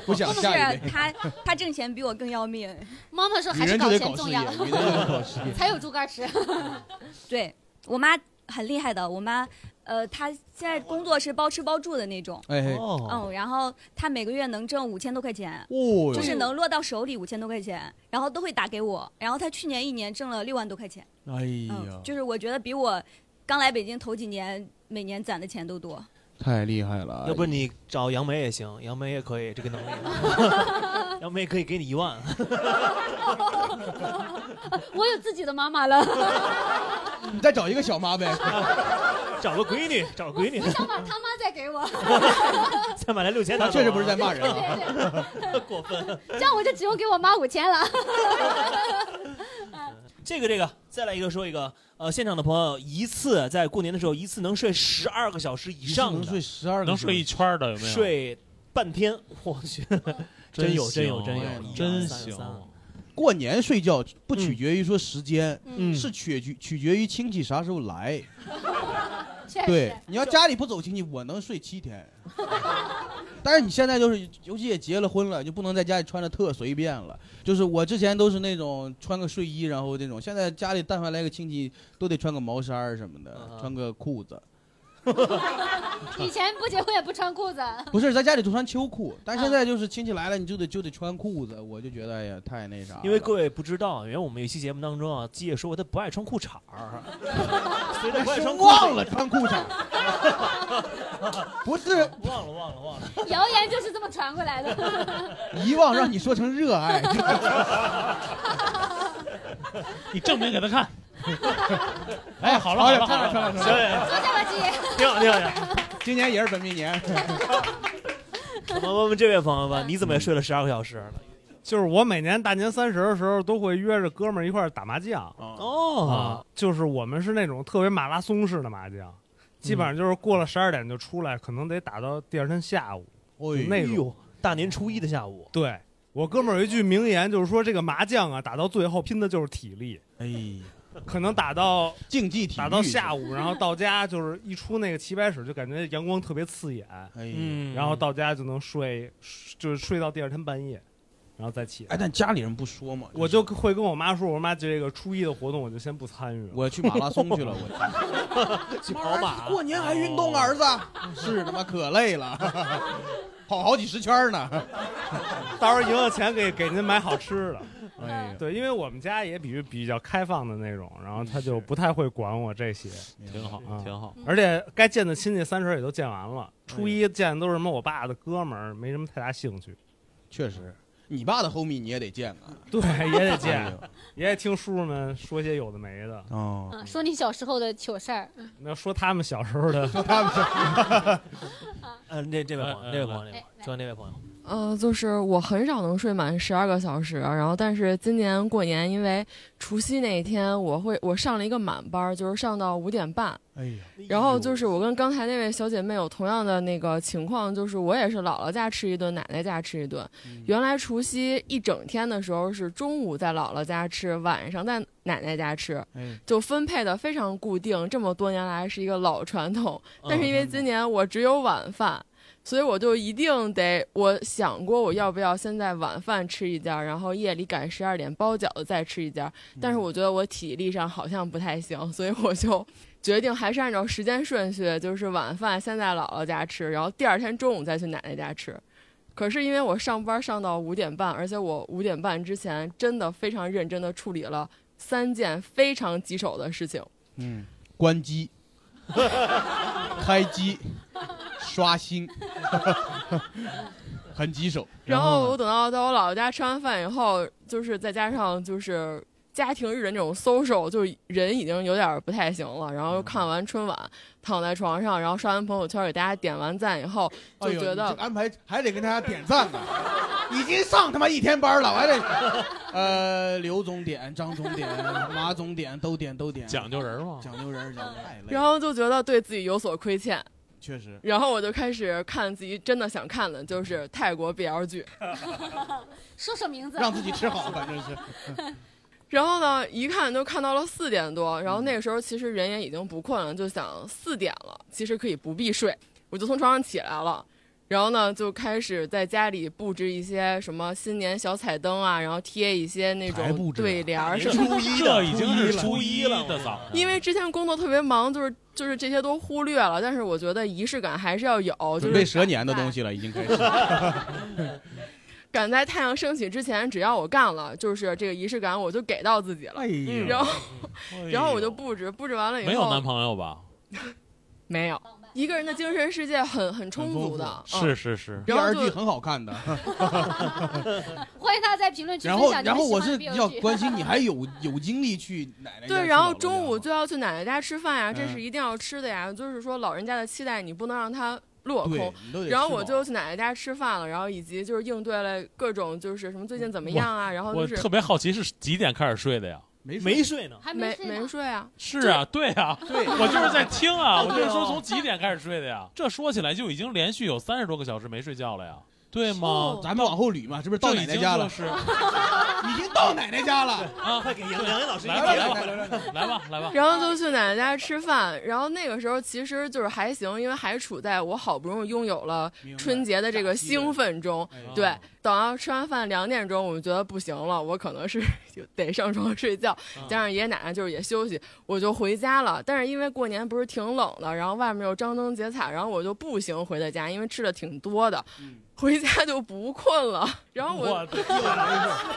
Speaker 2: 不想
Speaker 10: 不是
Speaker 2: 下一倍。
Speaker 10: 她，她挣钱比我更要命。
Speaker 3: 妈妈说
Speaker 2: 女
Speaker 3: 还是
Speaker 2: 人就得
Speaker 3: 钱
Speaker 2: 搞
Speaker 3: 重
Speaker 2: 事
Speaker 3: 要
Speaker 2: 业，，女人就得搞事业。
Speaker 3: 才有猪肝吃。
Speaker 10: 对我妈很厉害的，我妈呃，她现在工作是包吃包住的那种。
Speaker 2: 哎哦
Speaker 10: 嗯，然后她每个月能挣五千多块钱，
Speaker 2: 哦哟
Speaker 10: 就是能落到手里五千多块钱，然后都会打给我。然后她去年一年挣了六万多块钱，
Speaker 2: 哎 呀
Speaker 10: 嗯，，就是我觉得比我刚来北京头几年每年攒的钱都多。
Speaker 2: 太厉害了！
Speaker 1: 要不你找杨梅也行，杨梅也可以这个能力，杨梅可以给你一万。
Speaker 3: 我有自己的妈妈了，
Speaker 2: 你再找一个小妈 呗，
Speaker 1: 找个闺女，找个闺女
Speaker 3: 我，想把他妈再给我，
Speaker 1: 再买来六千。
Speaker 2: 他确实不是在骂人
Speaker 1: 啊，过分。
Speaker 3: 这样我就只用给我妈五千了。
Speaker 1: 这个这个，再来一个说一个，呃，现场的朋友一次在过年的时候一次能睡十二个小时以上的，
Speaker 2: 能睡十二个小时，
Speaker 4: 能睡一圈儿的有没有？
Speaker 1: 睡半天，我去，真有真有
Speaker 2: 真哎
Speaker 1: 真有，
Speaker 2: 真
Speaker 1: 行。
Speaker 2: 过年睡觉不取决于说时间，
Speaker 1: 嗯
Speaker 2: 是取决取决于亲戚啥时候来。
Speaker 3: 确
Speaker 2: 对
Speaker 3: 实，
Speaker 2: 你要家里不走亲戚，我能睡七天。 但是你现在就是，尤其也结了婚了，就不能在家里穿的特随便了。就是我之前都是那种穿个睡衣，然后那种，现在家里但凡来个亲戚，都得穿个毛衫儿什么的，穿个裤子。
Speaker 3: 以前不结婚也不穿裤子，
Speaker 2: 不是在家里都穿秋裤，但现在就是亲戚来了，你就得就得穿裤子，我就觉得哎呀太那啥了。
Speaker 1: 因为各位不知道，原来我们有一期节目当中啊，鸡也说过他不爱穿裤衩 儿，所以他不爱穿裤
Speaker 2: 忘了穿裤衩，不是
Speaker 1: 忘了忘了忘了，
Speaker 3: 谣言就是这么传过来的。
Speaker 2: 遗忘让你说成热 爱。
Speaker 4: 你证明给他看。
Speaker 2: 哎，
Speaker 4: 好了
Speaker 2: 好了，
Speaker 4: 好了
Speaker 2: 漂亮漂亮
Speaker 4: 好了
Speaker 2: 漂亮
Speaker 3: 多谢吧，鸡。
Speaker 1: 挺好挺好。挺好
Speaker 2: 今年也是 本命年。
Speaker 1: 我们问问这位朋友吧，你怎么也睡了十二个小时了？
Speaker 5: 就是我每年大年三十的时候都会约着哥们儿一块儿打麻将。
Speaker 1: 哦
Speaker 5: 啊，就是我们是那种特别马拉松式的麻将，
Speaker 1: 嗯
Speaker 5: 基本上就是过了十二点就出来，可能得打到第二天下午，就那
Speaker 1: 哎
Speaker 5: 种
Speaker 1: 呦。大年初一的下午，
Speaker 5: 对我哥们儿有一句名言，就是说这个麻将啊，打到最后拼的就是体力。
Speaker 2: 哎呀，
Speaker 5: 可能打到
Speaker 2: 竞技体育
Speaker 5: 打到下午，然后到家就是一出那个棋牌室，就感觉阳光特别刺眼，
Speaker 2: 哎
Speaker 1: 嗯
Speaker 5: 然后到家就能睡，就是睡到第二天半夜，然后再起来。
Speaker 2: 哎，但家里人不说嘛，
Speaker 5: 我就会跟我妈说，我妈这个初一的活动我就先不参与了，
Speaker 2: 我去马拉松去了，我
Speaker 1: 去跑马
Speaker 2: 过年还运动啊，儿子？是他妈可累了，跑好几十圈呢。
Speaker 5: 到时候赢了钱给给您买好吃的。
Speaker 2: 哎呀
Speaker 5: 对，因为我们家也比比较开放的那种，然后他就不太会管我这些，
Speaker 2: 嗯
Speaker 4: 挺好
Speaker 5: 啊
Speaker 4: 挺好
Speaker 5: 而且该见的亲戚三十儿也都见完了，
Speaker 2: 哎
Speaker 5: 初一见的都是什么我爸的哥们儿，没什么太大兴趣。
Speaker 2: 确实，你爸的 homie 你也得见啊。
Speaker 5: 对，也得
Speaker 2: 哎
Speaker 5: 见
Speaker 2: 呦，
Speaker 5: 也得听叔叔们说些有的没的。
Speaker 2: 哦，
Speaker 3: 嗯，说你小时候的糗事儿，
Speaker 5: 那说他们小时候 的，说
Speaker 2: 他们小
Speaker 1: 呃，那这位朋
Speaker 4: 嗯
Speaker 1: 友，这位朋友，这位朋友
Speaker 4: 哎
Speaker 1: 说那位朋友，
Speaker 15: 呃，就是我很少能睡满十二个小时，然后但是今年过年因为除夕那一天，我会我上了一个满班儿，就是上到五点半。
Speaker 2: 哎呀，
Speaker 15: 然后就是我跟刚才那位小姐妹有同样的那个情况，就是我也是姥姥家吃一顿，奶奶家吃一顿。
Speaker 2: 嗯
Speaker 15: 原来除夕一整天的时候是中午在姥姥家吃，晚上在奶奶家吃，
Speaker 2: 哎
Speaker 15: 就分配的非常固定。这么多年来是一个老传统，但是因为
Speaker 2: 嗯
Speaker 15: 今年我只有晚饭。所以我就一定得，我想过我要不要现在晚饭吃一家，然后夜里赶十二点包饺子再吃一家，但是我觉得我体力上好像不太行，所以我就决定还是按照时间顺序，就是晚饭先在姥姥家吃，然后第二天中午再去奶奶家吃。可是因为我上班上到五点半，而且我五点半之前真的非常认真的处理了三件非常棘手的事情。
Speaker 2: 嗯，关机， 开机，刷新， 很棘手。
Speaker 15: 然后我等到到我姥姥家吃完饭以后，就是再加上就是家庭日的那种 social，就人已经有点不太行了。然后又
Speaker 2: 嗯
Speaker 15: 看完春晚，躺在床上，然后刷完朋友圈给大家点完赞以后，
Speaker 2: 哎
Speaker 15: 就
Speaker 2: 呦
Speaker 15: 觉
Speaker 2: 你
Speaker 15: 得、
Speaker 2: 这安排还得跟大家点赞呢，已经上他妈一天班了，我还得，呃，刘总点，张总点， 马总点，都点都点，
Speaker 4: 讲究人嘛，
Speaker 2: 讲究人，讲究太累
Speaker 15: 然
Speaker 2: 了，
Speaker 15: 后就觉得对自己有所亏欠。
Speaker 2: 确实。
Speaker 15: 然后我就开始看自己真的想看的，就是泰国 BL 剧。
Speaker 3: 说说名字，
Speaker 2: 让自己吃好，反正是。
Speaker 15: 然后呢，一看就看到了四点多，
Speaker 2: 嗯
Speaker 15: 然后那个时候其实人也已经不困了，就想四点了，其实可以不必睡，我就从床上起来了。然后呢，就开始在家里布置一些什么新年小彩灯啊，然后贴一些那
Speaker 2: 还布
Speaker 15: 种
Speaker 2: 置啊
Speaker 15: 对联儿什么的。
Speaker 4: 初一这已经是
Speaker 2: 初啊
Speaker 4: 初
Speaker 2: 一
Speaker 4: 一
Speaker 2: 了
Speaker 4: 的早，
Speaker 15: 因为之前工作特别忙，就是就是这些都忽略了，但是我觉得仪式感还是要有，就
Speaker 2: 准备
Speaker 15: 是
Speaker 2: 蛇年的东西了，已经开始。
Speaker 15: 赶在太阳升起之前，只要我干了，就是这个仪式感我就给到自己了。
Speaker 2: 哎呦
Speaker 15: 嗯然后
Speaker 4: 哎呦
Speaker 15: 然后我就布置，布置完了以后
Speaker 4: 没有男朋友吧？
Speaker 15: 没有，一个人的精神世界很很充足的，
Speaker 4: 是是是，
Speaker 2: 第二季很好看的。
Speaker 3: 欢迎大家在评论区
Speaker 2: 然
Speaker 3: 分
Speaker 2: 后，
Speaker 3: 享你
Speaker 2: 然
Speaker 3: 们
Speaker 2: 后
Speaker 3: 喜
Speaker 2: 我
Speaker 3: 欢的
Speaker 2: 是
Speaker 3: BL
Speaker 2: 要
Speaker 3: 剧
Speaker 2: 关心你还有有精力去奶奶家
Speaker 15: 对，
Speaker 2: 吃
Speaker 15: 然后
Speaker 2: 老
Speaker 15: 中午就要去奶奶家吃饭呀，这
Speaker 2: 嗯
Speaker 15: 是一定要吃的呀。就是说，老人家的期待你不能让他落
Speaker 2: 对
Speaker 15: 空
Speaker 2: 你都得。
Speaker 15: 然后
Speaker 2: 吃
Speaker 15: 我
Speaker 2: 饱
Speaker 15: 就去奶奶家吃饭了，然后以及就是应对了各种就是什么最近怎么样啊，然后
Speaker 4: 我
Speaker 15: 就是
Speaker 4: 特别好奇是几点开始睡的呀？
Speaker 2: 没
Speaker 1: 没睡呢，
Speaker 15: 还没没睡啊。
Speaker 4: 是啊，对啊，
Speaker 2: 对
Speaker 4: 我就是在听 啊，
Speaker 15: 哦
Speaker 4: 我就是说
Speaker 15: 对哦
Speaker 4: 从几点开始睡的呀？这说起来就已经连续有三十多个小时没睡觉了呀。对吗？
Speaker 2: 咱们往后捋嘛，这不是到奶奶家了？
Speaker 4: 这已经就是
Speaker 2: 已经到奶奶家了
Speaker 4: 啊！快给杨杨老师
Speaker 2: 来吧
Speaker 4: 来
Speaker 2: 来吧
Speaker 4: 吧来吧来吧，
Speaker 15: 然后就去奶奶家吃饭，然后那个时候其实就是还行，因为还处在我好不容易拥有了春节的这个兴奋中。
Speaker 1: 哎
Speaker 15: 对，等到吃完饭两点钟，我们觉得不行了，我可能是就得上床睡觉，
Speaker 1: 嗯
Speaker 15: 加上爷爷奶奶就是也休息，我就回家了。但是因为过年不是挺冷的，然后外面又张灯结彩，然后我就步行回的家，因为吃的挺多的，回家就不困了。然后我
Speaker 1: 嗯我的天啊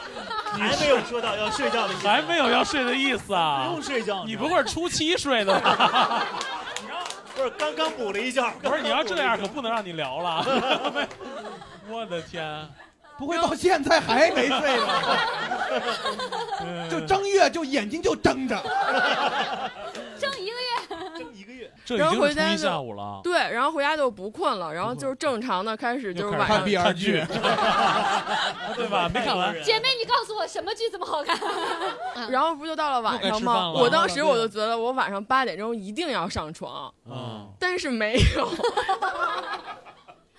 Speaker 1: 哪还没有说到要睡觉的意思，
Speaker 4: 还没有要睡的意思啊！
Speaker 1: 不用睡觉，
Speaker 4: 你不会是初七睡的吧？
Speaker 1: 不是刚刚补了一觉，
Speaker 4: 不是你要这样可不能让你聊了。我的天，
Speaker 2: 不会到现在还没睡吧？ 就正月就眼睛就睁着，
Speaker 3: 挣一个月，
Speaker 1: 挣一个月，
Speaker 4: 这已
Speaker 15: 然后
Speaker 4: 经
Speaker 15: 回
Speaker 4: 是初
Speaker 15: 家
Speaker 4: 一
Speaker 15: 就
Speaker 4: 下午了。啊
Speaker 15: 对，然后回家就不困了，然后就是正常的开始就是晚上
Speaker 4: 看 BL 剧， 对吧？没看完，
Speaker 3: 姐妹，你告诉我什么剧这么好 看？嗯
Speaker 15: 然后不就到了晚
Speaker 4: 又该
Speaker 15: 上
Speaker 4: 吃饭
Speaker 15: 吗？
Speaker 4: 了啊
Speaker 15: 我当时我就觉得我晚上八点钟一定要上床，
Speaker 4: 嗯，
Speaker 15: 但是没有。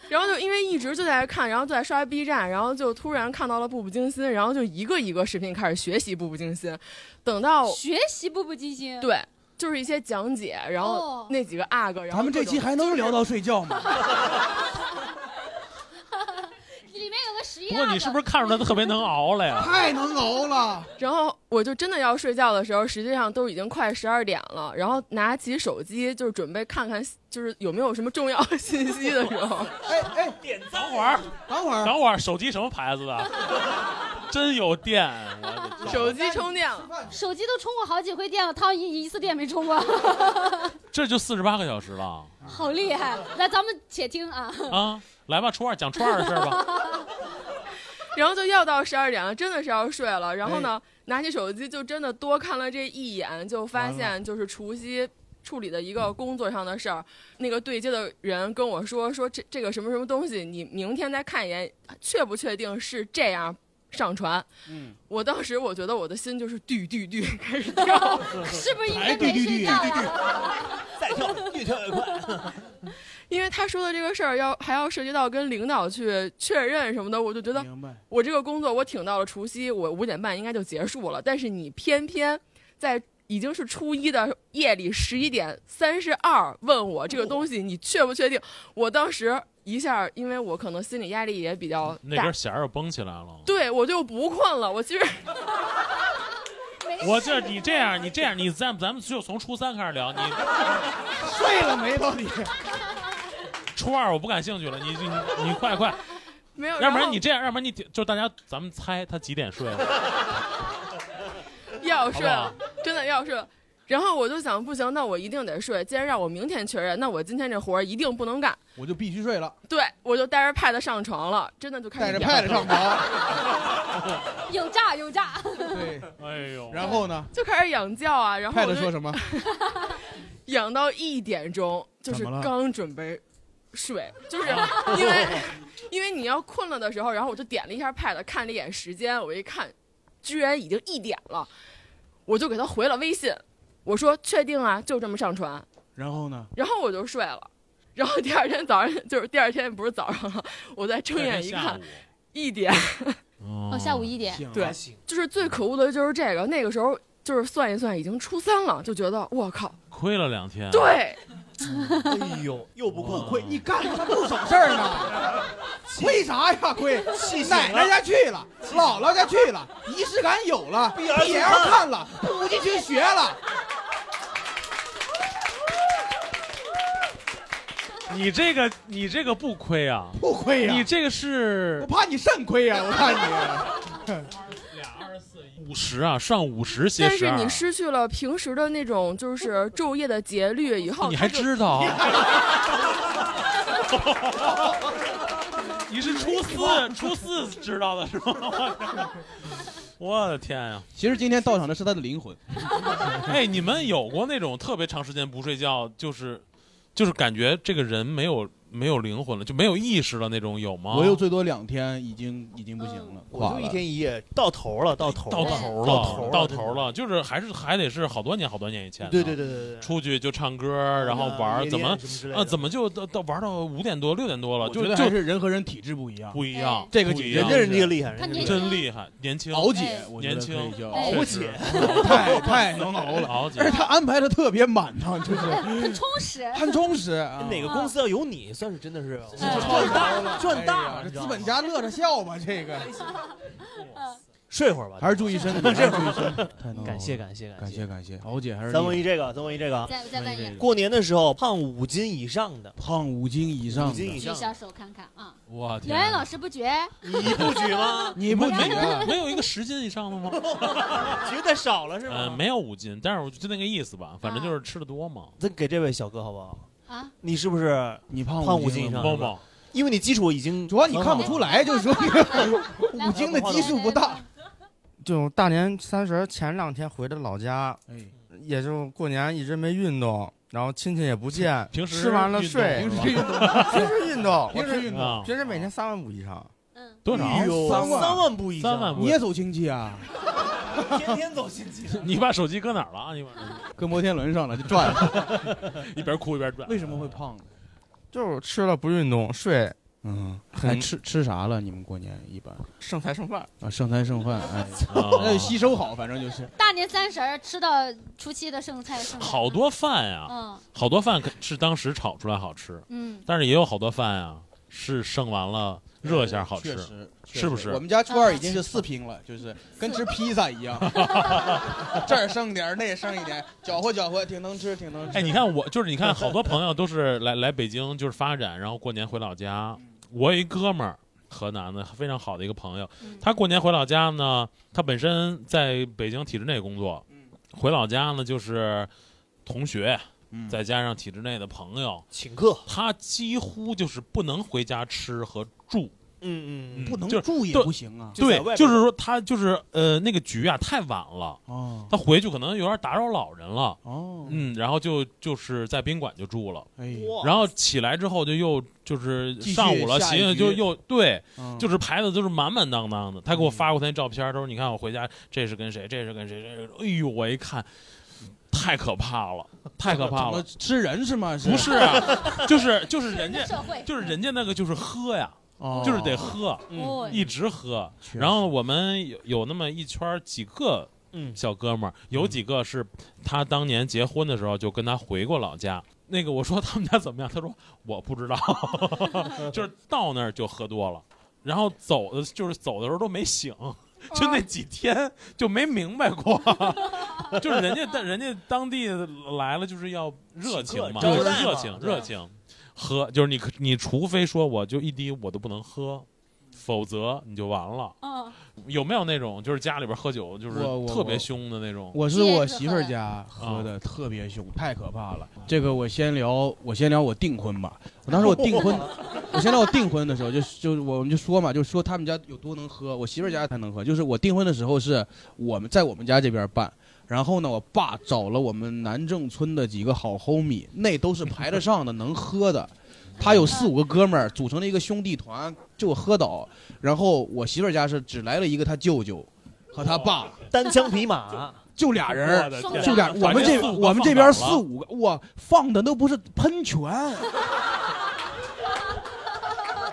Speaker 15: 然后就因为一直就在看，然后就在刷 B 站，然后就突然看到了《步步惊心》，然后就一个一个视频开始学习《步步惊心》，等到
Speaker 3: 学习步步惊心，
Speaker 15: 对，就是一些讲解，然后
Speaker 3: 哦
Speaker 15: 那几个 UG，然后
Speaker 2: 咱们这
Speaker 15: 各种
Speaker 2: 期还能聊到睡觉吗？
Speaker 3: 里面有个十一
Speaker 4: 不过你是不是看出来他特别能熬 了呀？
Speaker 2: 太能熬了。
Speaker 15: 然后我就真的要睡觉的时候，实际上都已经快十二点了。然后拿起手机，就是准备看看，就是有没有什么重要信息的时候，
Speaker 2: 哎哎，
Speaker 1: 点赞，
Speaker 4: 等会儿，
Speaker 2: 等会儿，
Speaker 4: 等会儿，手机什么牌子的？真有电，我的天
Speaker 15: 手机充电了，
Speaker 3: 手机都充过好几回电了，他一一次电没充过，
Speaker 4: 这就四十八个小时了
Speaker 3: 好厉害！来，咱们且听啊。
Speaker 4: 啊！来吧，初二讲初二的事儿吧。
Speaker 15: 然后就要到十二点了，真的是要睡了。然后呢，拿起手机就真的多看了这一眼，就发
Speaker 2: 完
Speaker 15: 现就是除夕。处理的一个工作上的事儿，那个对接的人跟我说说这这个什么什么东西，你明天再看一眼，确不确定是这样上传？
Speaker 2: 嗯，
Speaker 15: 我当时我觉得我的心就是 嘟嘟嘟开始跳，
Speaker 3: 是不是因
Speaker 2: 为没睡觉呀还嘟 嘟
Speaker 1: 再跳，越
Speaker 4: 呃
Speaker 1: 跳越快。
Speaker 15: 因为他说的这个事儿要还要涉及到跟领导去确认什么的，我就觉得我这个工作我挺到了除夕，我五点半应该就结束了，但是你偏偏在。已经是初一的夜里十一点三十二，问我这个东西你确不确定？我当时一下，因为我可能心理压力也比较
Speaker 4: 那
Speaker 15: 大
Speaker 4: 根，弦儿又绷起来了。
Speaker 15: 对我就不困了。我其实
Speaker 4: 我这你这样，你这样，你咱咱们就从初三开始 聊。你
Speaker 2: 睡了没到底？
Speaker 4: 初二我不感兴趣了，你你你快快，
Speaker 15: 没有，
Speaker 4: 要不
Speaker 15: 然
Speaker 4: 然
Speaker 15: 后
Speaker 4: 你这样，要不然你就大家咱们猜他几点 睡了。
Speaker 15: 要睡
Speaker 4: 好
Speaker 15: 了，真的要睡了。然后我就想，不行，那我一定得睡。既然让我明天确认，那我今天这活儿一定不能干。
Speaker 2: 我就必须睡了，
Speaker 15: 对，我就带着 pad 上床了，真的就开
Speaker 2: 带
Speaker 15: 始
Speaker 2: 着 pad 上床。
Speaker 3: 有诈有诈，
Speaker 2: 对，
Speaker 4: 哎呦，
Speaker 2: 然后呢
Speaker 15: 就开始养觉啊，然后我
Speaker 2: ？pad
Speaker 15: 就
Speaker 2: 说什么？
Speaker 15: 养到一点钟，就是
Speaker 2: 怎么了
Speaker 15: 刚准备睡，就是因为因为你要困了的时候，然后我就点了一下 pad，看了一眼时间，我一看，居然已经一点了，我就给他回了微信，我说确定啊，就这么上传。
Speaker 2: 然后呢？
Speaker 15: 然后我就睡了。然后第二天早上，就是第二天不是早上了，我 再睁眼 一看，一点，
Speaker 3: 哦，下午一点，
Speaker 15: 对，就是最可恶的就是这个。那个时候就是算一算，已经初三了，就觉得我靠，
Speaker 4: 亏了两天。，
Speaker 15: 对，
Speaker 1: 哎呦，又不困，
Speaker 2: 亏你干了不省事儿呢，亏啥呀？亏
Speaker 1: 气醒了
Speaker 2: 奶奶家去了，姥姥家去了，仪式感有了
Speaker 1: B R
Speaker 2: ，BL 看了，补进去学了，
Speaker 4: 你这个你这个不亏啊，
Speaker 2: 不亏呀
Speaker 4: 你这个是
Speaker 2: 我怕你肾亏啊呀，我看你。
Speaker 4: 五十啊，上五十歇
Speaker 15: 但
Speaker 4: 十
Speaker 15: 是
Speaker 4: 二啊
Speaker 15: 你，失去了平时的那种就是昼夜的节律以后，
Speaker 4: 你还
Speaker 15: 它就
Speaker 4: 知道啊？你是初四初四知道的是吗？ 我天我的天呀！
Speaker 2: 其实今天到场的是他的灵魂，
Speaker 4: 哎，你们有过那种特别长时间不睡觉，就是就是感觉这个人没有没有灵魂了，就没有意识了那种有吗？
Speaker 2: 我又最多两天，已经已经不行了，
Speaker 4: 我
Speaker 2: 垮
Speaker 4: 就一
Speaker 2: 了
Speaker 4: 天
Speaker 16: 一夜到头了，到头
Speaker 4: 到
Speaker 16: 了
Speaker 4: 头
Speaker 16: 到头
Speaker 4: 了，
Speaker 16: 了
Speaker 4: 到
Speaker 16: 真
Speaker 4: 头了，就是还是还得是好多年好多年以前的。
Speaker 16: 对对对对对
Speaker 4: 出去就唱歌，
Speaker 2: 嗯
Speaker 4: 然后玩儿，
Speaker 2: 夜
Speaker 4: 怎么
Speaker 2: 店什么之类
Speaker 4: 啊？
Speaker 2: 的
Speaker 4: 怎么就到到玩到五点多六点多了？
Speaker 2: 我
Speaker 4: 就
Speaker 2: 觉得
Speaker 4: 就
Speaker 2: 还是人和人体质不一样，
Speaker 4: 不一样，
Speaker 2: 这个
Speaker 4: 不一
Speaker 2: 人
Speaker 4: 样
Speaker 2: 家人家厉害
Speaker 4: 是
Speaker 2: 人家厉害
Speaker 4: 真厉害，年轻，哎
Speaker 2: 敖姐哎我觉得
Speaker 4: 年
Speaker 2: 可以
Speaker 4: 轻哎
Speaker 2: 叫，
Speaker 4: 确
Speaker 2: 敖
Speaker 4: 实
Speaker 2: 姐
Speaker 4: 太
Speaker 2: 太太能熬了，
Speaker 4: 敖姐
Speaker 2: 而且哎他安排的特别满当，就是
Speaker 3: 很充实，
Speaker 2: 很充实啊。嗯
Speaker 16: 哪个公司要有你，算是真的是
Speaker 2: 赚大哎了，
Speaker 16: 赚大了
Speaker 2: 这资本家乐着笑吧，这个
Speaker 1: 睡会儿吧，
Speaker 2: 还是注意身体，还
Speaker 1: 睡
Speaker 2: 是
Speaker 1: 会
Speaker 2: 注意
Speaker 1: 儿
Speaker 2: 身
Speaker 1: 吧
Speaker 2: 体，太能熬了
Speaker 1: 感谢感谢
Speaker 2: 感谢感谢，敖姐还是
Speaker 1: 咱问
Speaker 2: 厉
Speaker 1: 一这个，咱问一这个，
Speaker 3: 再再问一个
Speaker 1: 过年的时候胖五斤以上的，
Speaker 2: 胖五斤以上
Speaker 1: 五斤以
Speaker 3: 举一
Speaker 1: 上，
Speaker 3: 下手看看啊！
Speaker 4: 我
Speaker 3: 杨艳老师不举，
Speaker 1: 你不举 吗？
Speaker 2: 你不举
Speaker 4: 啊没有一个十斤以上的吗？
Speaker 1: 举的少了是
Speaker 4: 呃，
Speaker 1: 吗？
Speaker 4: 没有五斤，但是我就那个意思吧，反正就是吃的多嘛。
Speaker 1: 咱给这位小哥好不好？
Speaker 3: 啊，
Speaker 1: 你是不是
Speaker 2: 你
Speaker 1: 胖
Speaker 2: 胖
Speaker 1: 五
Speaker 2: 五
Speaker 1: 斤
Speaker 2: 斤
Speaker 1: 以上？
Speaker 2: 了吗
Speaker 1: 是吧因为你基础已经主
Speaker 2: 要你看不出来，就是 说
Speaker 1: 来
Speaker 2: 五斤的基数不大。
Speaker 17: 这种大年三十儿前两天回的老家，
Speaker 18: 哎
Speaker 17: 也就过年一直没运动，然后亲戚也不 见，
Speaker 4: 平时
Speaker 17: 吃完了
Speaker 4: 运动
Speaker 17: 睡，
Speaker 4: 平时运动
Speaker 17: 平时运动，
Speaker 2: 平时运动啊
Speaker 17: 平时每天三万步 以上，
Speaker 4: 多少
Speaker 17: 哎呦
Speaker 4: 三万
Speaker 1: 三万步以上，
Speaker 4: 三万步
Speaker 2: 你也走亲戚啊？
Speaker 1: 天天走亲戚。
Speaker 4: 你把手机搁哪儿了啊？你把
Speaker 2: 搁摩天轮上了就转
Speaker 4: 了， 一边哭一边转。
Speaker 2: 为什么会胖呢？
Speaker 17: 就是吃了不运动，睡，
Speaker 2: 嗯，
Speaker 17: 很
Speaker 2: 还吃吃啥了？你们过年一般
Speaker 17: 剩菜剩饭。
Speaker 2: 啊，剩菜剩饭， 哎，
Speaker 4: 哦
Speaker 2: 那就吸收好，反正就是。
Speaker 3: 大年三十儿吃到初七的剩菜剩饭
Speaker 4: 好多饭呀、
Speaker 3: 嗯
Speaker 4: 好多饭可是当时炒出来好吃，
Speaker 3: 嗯
Speaker 4: 但是也有好多饭呀、是剩完了热一下好吃
Speaker 2: 确实，确实
Speaker 4: 是不是？
Speaker 2: 我们家初二已 经是四拼了，就是跟吃披萨一样， 这儿剩点儿，那儿剩一点儿，搅和搅和，挺能吃，挺能吃。
Speaker 4: 哎，你看我就是你看，好多朋友都是来来北京就是发展，然后过年回老家。我有一哥们儿，河南的非常好的一个朋友，他过年回老家呢，他本身在北京体制内工作，
Speaker 1: 嗯
Speaker 4: 回老家呢就是同学。再加上体制内的朋
Speaker 1: 嗯
Speaker 4: 友
Speaker 1: 请客，
Speaker 4: 他几乎就是不能回家吃和住，
Speaker 1: 嗯
Speaker 4: 嗯
Speaker 2: 不能
Speaker 4: 就是
Speaker 2: 住也
Speaker 4: 对
Speaker 2: 不行啊。
Speaker 4: 对，就是说他就是呃那个局啊太晚了，
Speaker 2: 哦
Speaker 4: 他回去可能有点打扰老人了，
Speaker 2: 哦，
Speaker 4: 嗯，然后就就是在宾馆就住了，
Speaker 2: 哎
Speaker 1: 哇
Speaker 4: 然后起来之后就又就是
Speaker 2: 继续
Speaker 4: 上午了，
Speaker 2: 下一
Speaker 4: 行
Speaker 2: 局
Speaker 4: 就又对
Speaker 2: 嗯，
Speaker 4: 就是排的都是满满当当的。他给我发过他那照片，他说你看我回家这是跟谁，这是跟谁，这是哎呦我一看。太可怕了，太可
Speaker 2: 怎
Speaker 4: 怕
Speaker 2: 么
Speaker 4: 了！
Speaker 2: 吃人是吗？
Speaker 4: 不是啊，就是就是人家
Speaker 2: 社会，
Speaker 4: 就是人家那个就是喝呀
Speaker 2: 哦，
Speaker 4: 就是得喝
Speaker 2: 嗯，
Speaker 4: 一直喝。然后我们有有那么一圈儿几个小哥们儿，有几个是他当年结婚的时候就跟他回过老家。那个我说他们家怎么样，他说我不知道， 就是到那儿就喝多了，然后走的就是走的时候都没醒。就那几天就没明白过， 就是人家但人家当地来了就是要热情嘛，
Speaker 1: 请客招待嘛
Speaker 4: 热情
Speaker 2: 啊
Speaker 1: 对
Speaker 4: 热情，喝就是你可你除非说我就一滴我都不能喝，否则你就完了。
Speaker 3: 嗯，
Speaker 4: 有没有那种就是家里边喝酒就是
Speaker 2: 我我
Speaker 4: 特别凶的那种？
Speaker 2: 我是我媳妇儿家喝的特别凶，太可怕了。这个我先聊，我先聊我订婚吧。我当时我订婚，我先聊我订婚的时候，就就是我们就说嘛，就说他们家有多能喝，我媳妇儿家才能喝。就是我订婚的时候是我们在我们家这边办，然后呢，我爸找了我们南郑村的几个好 homie，那都是排得上的，能喝的。他有四五个哥们儿组成了一个兄弟团，就我喝倒。然后我媳妇儿家是只来了一个他舅舅和他爸，
Speaker 1: 单枪匹马，
Speaker 2: 就俩人
Speaker 1: 我的
Speaker 2: 儿，
Speaker 1: 天
Speaker 2: 就俩。
Speaker 1: 把这
Speaker 2: 我们这
Speaker 1: 四五个
Speaker 2: 我们这边
Speaker 1: 放
Speaker 2: 四
Speaker 1: 倒了
Speaker 2: 五个，哇，放的都不是喷泉，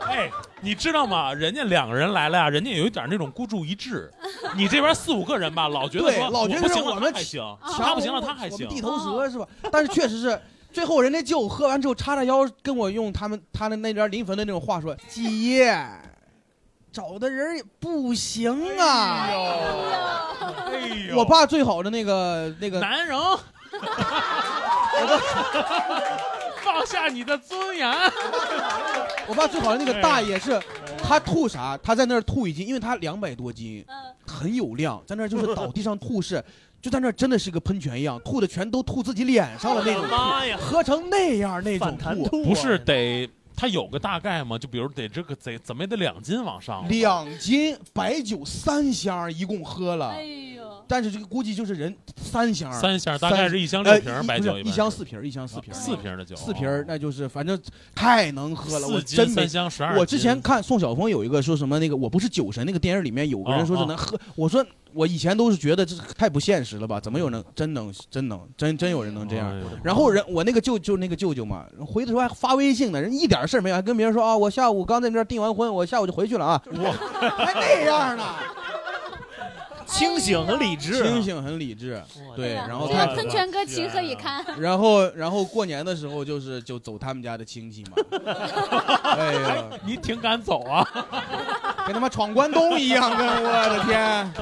Speaker 4: 哎，你知道吗？人家两个人来了呀，人家有一点那种孤注一 掷。你这边四五个人吧，老觉得
Speaker 2: 对
Speaker 4: 说，
Speaker 2: 老觉
Speaker 4: 我
Speaker 2: 得
Speaker 4: 不
Speaker 2: 是
Speaker 4: 行了，
Speaker 2: 我们
Speaker 4: 他还行，
Speaker 2: 强
Speaker 4: 他不行了，
Speaker 2: 我
Speaker 4: 他还行
Speaker 2: 我们。地头蛇是吧？但是确实是。最后人家舅喝完之后，叉着腰跟我用他们他的那边临汾的那种话说：“几爷，找的人也不行啊。
Speaker 4: 哎
Speaker 2: 我爸最好的那个那个
Speaker 4: 男人，放下你的尊严。
Speaker 2: 我爸最好的那个大爷
Speaker 4: 哎
Speaker 2: 是，他吐啥，他在那儿吐已经，因为他两百多斤，
Speaker 3: 嗯
Speaker 2: 很有量，在那儿就是倒地上吐是，就在那儿真的是个喷泉一样，吐的全都吐自己脸上了那种
Speaker 4: 哎
Speaker 1: 我的妈呀
Speaker 2: 吐，喝成那样那种
Speaker 1: 弹
Speaker 2: 吐，
Speaker 4: 不是得他有个大概吗？就比如得这个得怎么也得两斤往上了。
Speaker 2: 两斤白酒三箱，一共喝了。
Speaker 3: 哎呦，
Speaker 2: 但是这个估计就是人三箱儿，
Speaker 4: 三箱儿大概是一箱
Speaker 2: 呃
Speaker 4: 六瓶儿白酒
Speaker 2: 不是
Speaker 4: 一
Speaker 2: 一
Speaker 4: 般
Speaker 2: 箱
Speaker 4: 是
Speaker 2: 四瓶儿，一箱四瓶儿，
Speaker 4: 四瓶儿的酒哦
Speaker 2: 四瓶儿那就是反正太能喝了，
Speaker 4: 四
Speaker 2: 我
Speaker 4: 斤
Speaker 2: 真没
Speaker 4: 三箱12
Speaker 2: 我之前
Speaker 4: 斤
Speaker 2: 看宋晓峰有一个说什么那个我不是酒神那个电影里面有个
Speaker 4: 哦
Speaker 2: 人说是能喝，我说我以前都是觉得这太不现实了吧，怎么有人能真能真能真真有人能这
Speaker 4: 哦
Speaker 2: 样？然后人我那个舅舅那个舅舅嘛，回头还发微信呢，人一点事儿没有，还跟别人说啊我下午刚在那边订完婚，我下午就回去了啊，哇，还那样呢。
Speaker 1: 清醒很理
Speaker 4: 啊
Speaker 1: 智
Speaker 2: 清醒很理智，对，然后
Speaker 3: 这
Speaker 2: 他
Speaker 3: 个喷泉哥情何以堪？
Speaker 2: 啊然后，然后过年的时候就是就走他们家的亲戚嘛。哎呀，
Speaker 4: 你挺敢走啊，
Speaker 2: 跟他妈闯关东一样，跟我的天。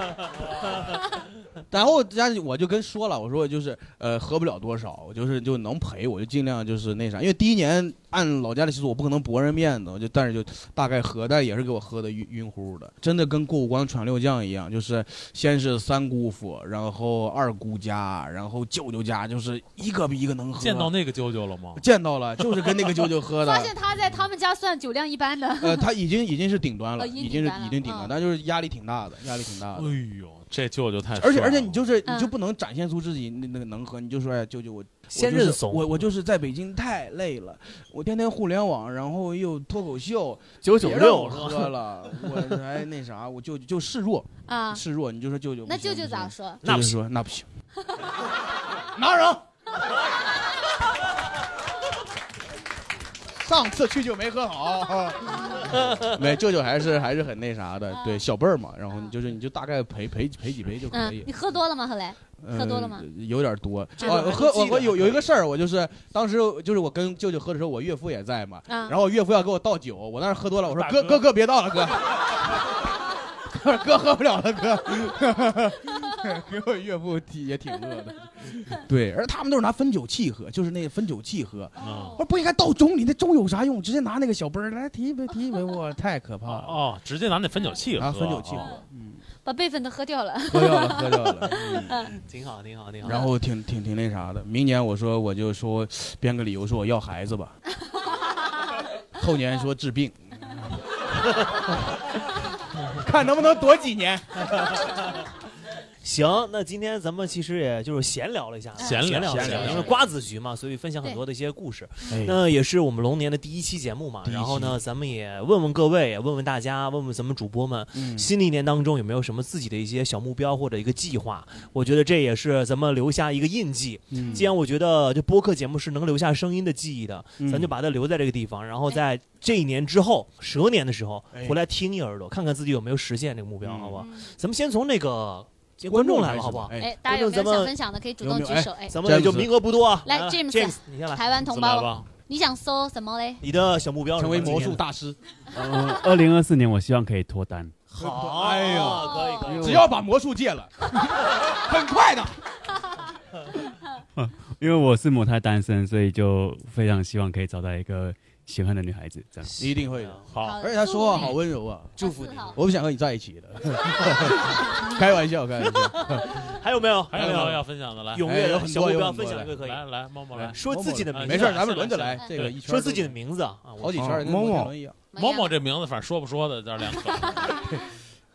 Speaker 2: 然后家里我就跟说了，我说我就是呃喝不了多少，我就是就能赔，我就尽量就是那啥，因为第一年按老家的习俗，我不可能驳人面子，我就但是就大概喝，但也是给我喝的晕晕乎乎的，真的跟过五关闯六将一样，就是先是三姑父，然后二姑家，然后舅舅家，就是一个比一个能喝。
Speaker 4: 见到那个舅舅了吗？
Speaker 2: 见到了，就是跟那个舅舅喝的。
Speaker 3: 发现他在他们家算酒量一般 的。
Speaker 2: 呃，他已经已经是顶端了，
Speaker 3: 哦
Speaker 2: 已
Speaker 3: 已
Speaker 2: 经
Speaker 3: 经顶
Speaker 2: 是
Speaker 3: 端了
Speaker 2: 已经顶端，但就是压力挺大的，压力挺大的。
Speaker 4: 哎呦，这舅舅太帅了，
Speaker 2: 而且而且你就是你就
Speaker 4: 嗯
Speaker 2: 不能展现出自己那那个能喝，你就说哎舅舅我
Speaker 4: 先
Speaker 2: 我就是
Speaker 4: 认怂
Speaker 2: 我我就是在北京太累了，我天天互联网，然后又脱口秀，
Speaker 1: 996
Speaker 2: 别让我喝了，我还那啥，我舅舅就示弱
Speaker 3: 啊
Speaker 2: 示弱，你就说舅舅不
Speaker 3: 那
Speaker 2: 行
Speaker 3: 舅舅咋说？
Speaker 2: 舅舅说那不 行，
Speaker 3: 拿人。
Speaker 2: 上次去就没 喝好。没舅舅还是还是很那啥
Speaker 3: 啊
Speaker 2: 的，对小辈儿嘛，然后你就是你就大概陪陪陪几杯就可以
Speaker 3: 嗯，。你喝多了吗？后来喝多了吗？
Speaker 2: 呃有点多。
Speaker 3: 这
Speaker 2: 啊
Speaker 3: 个还
Speaker 2: 喝
Speaker 3: 记
Speaker 2: 我
Speaker 3: 得
Speaker 2: 我有有一个事儿，我就是当时就是我跟舅舅喝的时候，我岳父也在嘛，
Speaker 3: 嗯
Speaker 2: 然后我岳父要给我倒酒，我当时喝多了，我说
Speaker 1: 大
Speaker 2: 哥
Speaker 1: 哥
Speaker 2: 哥哥别倒了哥， 我说哥喝不了了哥， 给我岳父挺也挺饿的。对， 而他们都是拿分酒器喝，就是那个分酒器喝。
Speaker 1: 哦
Speaker 2: 我说不应该倒盅里，那盅有啥用？直接拿那个小杯儿来提一杯，提一杯，我太可怕了。
Speaker 4: 哦，直接拿那汾酒器喝，
Speaker 2: 拿汾酒器喝
Speaker 4: 哦
Speaker 3: 把辈分都喝掉了。
Speaker 2: 喝掉了喝掉 了
Speaker 3: 嗯
Speaker 1: 挺好，挺好，挺好。
Speaker 2: 然后挺挺挺那啥的。明年我说我就说编个理由说我要孩 子吧，后年说治病，看能不能躲几年。
Speaker 1: 行，那今天咱们其实也就是闲聊了一下，
Speaker 4: 闲聊
Speaker 1: 闲聊了一
Speaker 4: 闲
Speaker 1: 下，
Speaker 4: 聊
Speaker 1: 因为瓜子局嘛，所以分享很多的一些故事
Speaker 4: 哎。
Speaker 1: 那也是我们龙年的第一期节目嘛
Speaker 4: 第一，期
Speaker 1: 然后呢，咱们也问问各位，也问问大家，问问咱们主播们，
Speaker 2: 嗯
Speaker 1: 新的一年当中有没有什么自己的一些小目标或者一个计划？
Speaker 4: 嗯
Speaker 1: 我觉得这也是咱们留下一个印记。
Speaker 2: 嗯
Speaker 1: 既然我觉得这播客节目是能留下声音的记忆的，
Speaker 2: 嗯
Speaker 1: 咱就把它留在这个地方，然后在这一年之后，蛇年的时候
Speaker 2: 哎嗯
Speaker 1: 回来听一耳朵，看看自己有没有实现这个目标，好不好？咱们先从那个
Speaker 2: 观
Speaker 1: 观
Speaker 2: 众
Speaker 1: 众来
Speaker 2: 开
Speaker 1: 了，
Speaker 2: 始
Speaker 1: 好不
Speaker 2: 吧
Speaker 1: 好？
Speaker 3: 嗯哎，大家有没有想分享的可以主动举手？哎，
Speaker 1: 咱们也就名额不多啊。
Speaker 3: 来
Speaker 1: 啊
Speaker 3: James，
Speaker 1: James，你
Speaker 2: 哎
Speaker 1: 先来。
Speaker 3: 台湾同
Speaker 1: 来
Speaker 3: 胞
Speaker 1: 吧，
Speaker 3: 你想搜什么嘞？
Speaker 1: 你 的小目标是
Speaker 2: 成为
Speaker 1: 什么
Speaker 2: 魔
Speaker 1: 今
Speaker 2: 术
Speaker 1: 年
Speaker 2: 大师。
Speaker 19: 呃，二零二四年我希望可以脱单。
Speaker 1: 好，
Speaker 2: 哎呀
Speaker 1: 可以可以
Speaker 2: 只要把魔术 戒了，很快的。
Speaker 19: 因为我是母胎单身，所以就非常希望可以找到一个喜欢的女孩子，这样
Speaker 2: 一定会的。
Speaker 19: 好
Speaker 2: 而且他说话好温柔啊，祝福你。我不想和你在一 起的，开玩笑，开玩 笑。
Speaker 1: 还有没有？
Speaker 4: 还有没有要分享的来？
Speaker 1: 踊
Speaker 2: 哎
Speaker 1: 跃
Speaker 2: 有
Speaker 1: 的
Speaker 2: 很
Speaker 1: 小
Speaker 2: 多
Speaker 1: 目
Speaker 2: 有
Speaker 1: 标
Speaker 2: 很多
Speaker 1: 分享
Speaker 2: 来
Speaker 1: 一个可以。
Speaker 4: 来来，猫猫来
Speaker 1: 说自己的名字，
Speaker 2: 没事儿咱们轮着来
Speaker 3: 嗯
Speaker 2: 这个一圈儿
Speaker 1: 说自己的名字啊，
Speaker 2: 好几圈儿
Speaker 1: 某
Speaker 2: 跟
Speaker 1: 某
Speaker 2: 轮一样。
Speaker 4: 某某这名字，反正说不说的，这两个。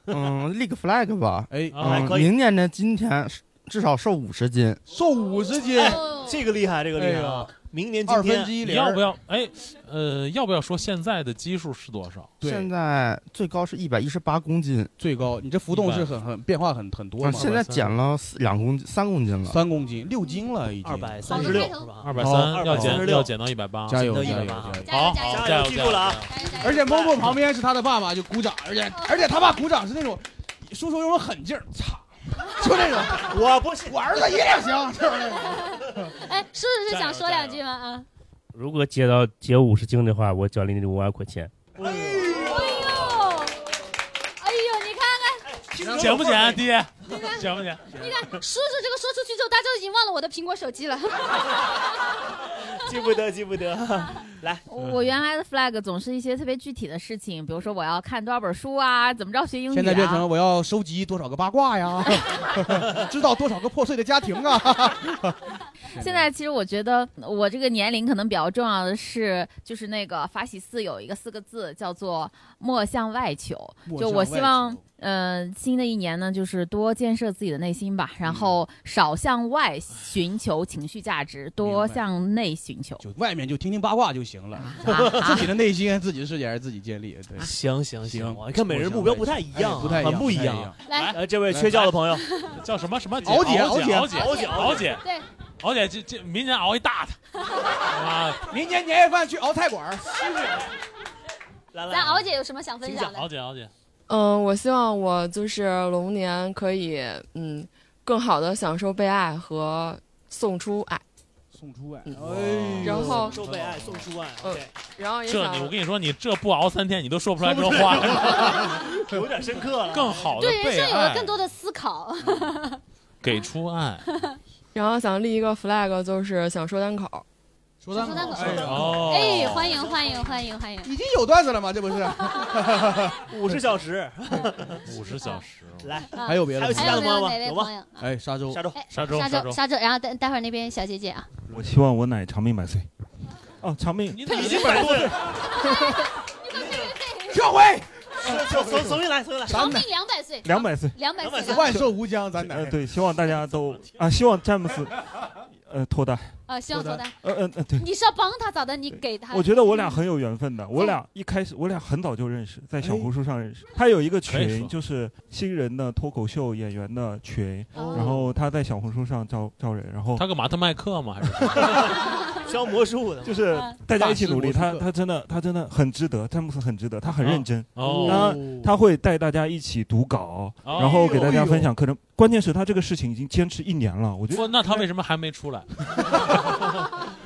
Speaker 17: 嗯，立个 flag 吧，
Speaker 2: 哎
Speaker 4: 啊还
Speaker 17: 嗯，
Speaker 4: 可以
Speaker 17: 明年的今天至少瘦五十斤，
Speaker 2: 瘦五十斤，
Speaker 1: 哎
Speaker 2: 哎
Speaker 1: 这个厉害，这个厉害啊！明年今天
Speaker 4: 你要不要？哎，呃，要不要说现在的基数是多少？
Speaker 17: 现在最高是一百一十八公斤，啊
Speaker 2: 最高，你这浮动是很很变化很很多嘛。
Speaker 17: 现在减了四两公斤，三公斤了，
Speaker 2: 三公斤，六斤了已经。
Speaker 1: 236是吧
Speaker 4: 二百
Speaker 2: 好
Speaker 4: 三，要减
Speaker 2: 236
Speaker 4: 要减到一百八，
Speaker 2: 加油
Speaker 4: 减
Speaker 2: 加油
Speaker 4: 到
Speaker 2: 加油
Speaker 4: 180好，
Speaker 2: 加油
Speaker 4: 好
Speaker 2: 加
Speaker 4: 加
Speaker 2: 油
Speaker 4: 油，
Speaker 2: 记住了啊哦而且 Momo 旁边是他的爸爸，就鼓掌，而且而且他爸鼓掌是那种叔叔有种狠劲儿，操，就那种。
Speaker 1: 我不信，
Speaker 2: 我儿子一定行，就是那种。
Speaker 3: 哎，叔叔是想说两句吗？啊，
Speaker 19: 如果接到接五十斤的话，我奖励你五万块钱。
Speaker 3: 哎呦，你看看，
Speaker 4: 加油减不
Speaker 19: 啊
Speaker 4: 啊
Speaker 2: 啊
Speaker 4: 减，爹？减不减？
Speaker 3: 你看，叔叔这个说出去之后，大家都已经忘了我的苹果手机了。
Speaker 1: 记不得，记不得。 来，
Speaker 6: 我原来的 flag 总是一些特别具体的事情，比如说我要看多少本书啊，怎么着学英语、啊。
Speaker 2: 现在变成我要 收集多少个八卦呀，知道多少个破碎的家庭啊。
Speaker 6: 现在其实我觉得我这个年龄可能比较重要的是，就是那个法喜寺有一个四个字叫做“莫向外求”，
Speaker 20: 莫
Speaker 6: 就
Speaker 20: 向
Speaker 6: 我
Speaker 20: 外
Speaker 6: 希望。嗯、新的一年呢，就是多建设自己的内心吧，
Speaker 20: 嗯
Speaker 6: 然后少向外寻求情绪价值，多向内寻求。
Speaker 2: 就外面就听听八卦就行了，
Speaker 6: 啊
Speaker 2: 自己的内心、自己的世界还是自己建立。对，
Speaker 1: 行行
Speaker 2: 行，
Speaker 1: 你看每人目标不太一样啊
Speaker 2: 哎不太一样，
Speaker 1: 很不一
Speaker 2: 太一
Speaker 1: 样
Speaker 2: 样。
Speaker 1: 来呃这位缺觉的朋友，
Speaker 4: 叫什么什么姐？
Speaker 1: 敖姐敖
Speaker 4: 敖敖
Speaker 1: 姐
Speaker 4: 姐，
Speaker 1: 敖姐
Speaker 4: 敖姐，
Speaker 3: 对，
Speaker 4: 敖姐，这这明年熬一大的，啊，
Speaker 2: 明年年夜饭去敖菜馆。
Speaker 1: 来
Speaker 3: 咱敖姐有什么想分
Speaker 4: 请
Speaker 3: 享
Speaker 4: 讲，
Speaker 3: 的？
Speaker 4: 敖姐，敖姐，
Speaker 15: 嗯，我希望我就是龙年可以嗯更好的享受被爱和送出爱。嗯
Speaker 2: 送出爱，
Speaker 4: 哎
Speaker 15: 然后
Speaker 1: 受被爱，送出爱。
Speaker 15: 嗯，然后也
Speaker 4: 这
Speaker 15: 想
Speaker 4: 你我跟你说，你这不熬三天，你都说不出来这话，
Speaker 1: 有点深刻了。
Speaker 4: 更好的
Speaker 3: 对人
Speaker 4: 被
Speaker 3: 生有了
Speaker 4: 爱
Speaker 3: 更，多的思考。
Speaker 4: 给出爱，
Speaker 15: 然后想立一个 flag，就是想说单口。
Speaker 2: 说
Speaker 3: 单口说单口哎呀
Speaker 4: 哦
Speaker 3: 哎，欢迎欢迎欢迎欢迎！
Speaker 2: 已经有段子了吗？这不是？
Speaker 1: 五十小时，啊
Speaker 4: 五十小时，
Speaker 1: 来，
Speaker 2: 还有别的
Speaker 1: 还有其他的朋友吗？
Speaker 3: 还有没有哪位
Speaker 1: 有吗
Speaker 3: 朋友？
Speaker 2: 哎，沙洲，
Speaker 1: 沙洲
Speaker 3: 哎
Speaker 4: 沙洲
Speaker 3: 沙洲沙洲，然后待待会儿那边小姐姐啊，
Speaker 8: 我希望我奶长命百岁。哦，长命，
Speaker 1: 他 已经百多岁，
Speaker 2: 撤回，
Speaker 1: 重重重新来，重新来，
Speaker 3: 长命两百岁，
Speaker 8: 两百岁，
Speaker 3: 两百岁，
Speaker 2: 万寿无疆，咱
Speaker 8: 呃，
Speaker 2: 奶。
Speaker 8: 对，希望大家都啊，希望詹姆斯，呃，脱单。
Speaker 3: 啊，希望脱单。嗯
Speaker 8: 呃呃 呃，对，
Speaker 3: 你是要帮他咋的？你给他？
Speaker 8: 我觉得我俩很有缘分的。我俩一开始，我俩很早就认识，在小红书上认识。他有一个
Speaker 4: 可以
Speaker 8: 群，
Speaker 4: 说
Speaker 8: 就是新人的脱口秀演员的群，
Speaker 4: 哦
Speaker 8: 然后他在小红书上招招人，然后
Speaker 4: 他干嘛？他卖课吗？还是
Speaker 1: 教魔术的，
Speaker 8: 就是大家一起努力，
Speaker 4: 大
Speaker 8: 他
Speaker 4: 师博士
Speaker 8: 他真的他真的很值得，詹姆斯很值得，他很认真，
Speaker 4: 哦
Speaker 8: 他他会带大家一起读稿，
Speaker 4: 哦
Speaker 8: 然后给大家分享课程。关键是他这个事情已经坚持一年了，我觉得
Speaker 4: 不，那他为什么还没出来？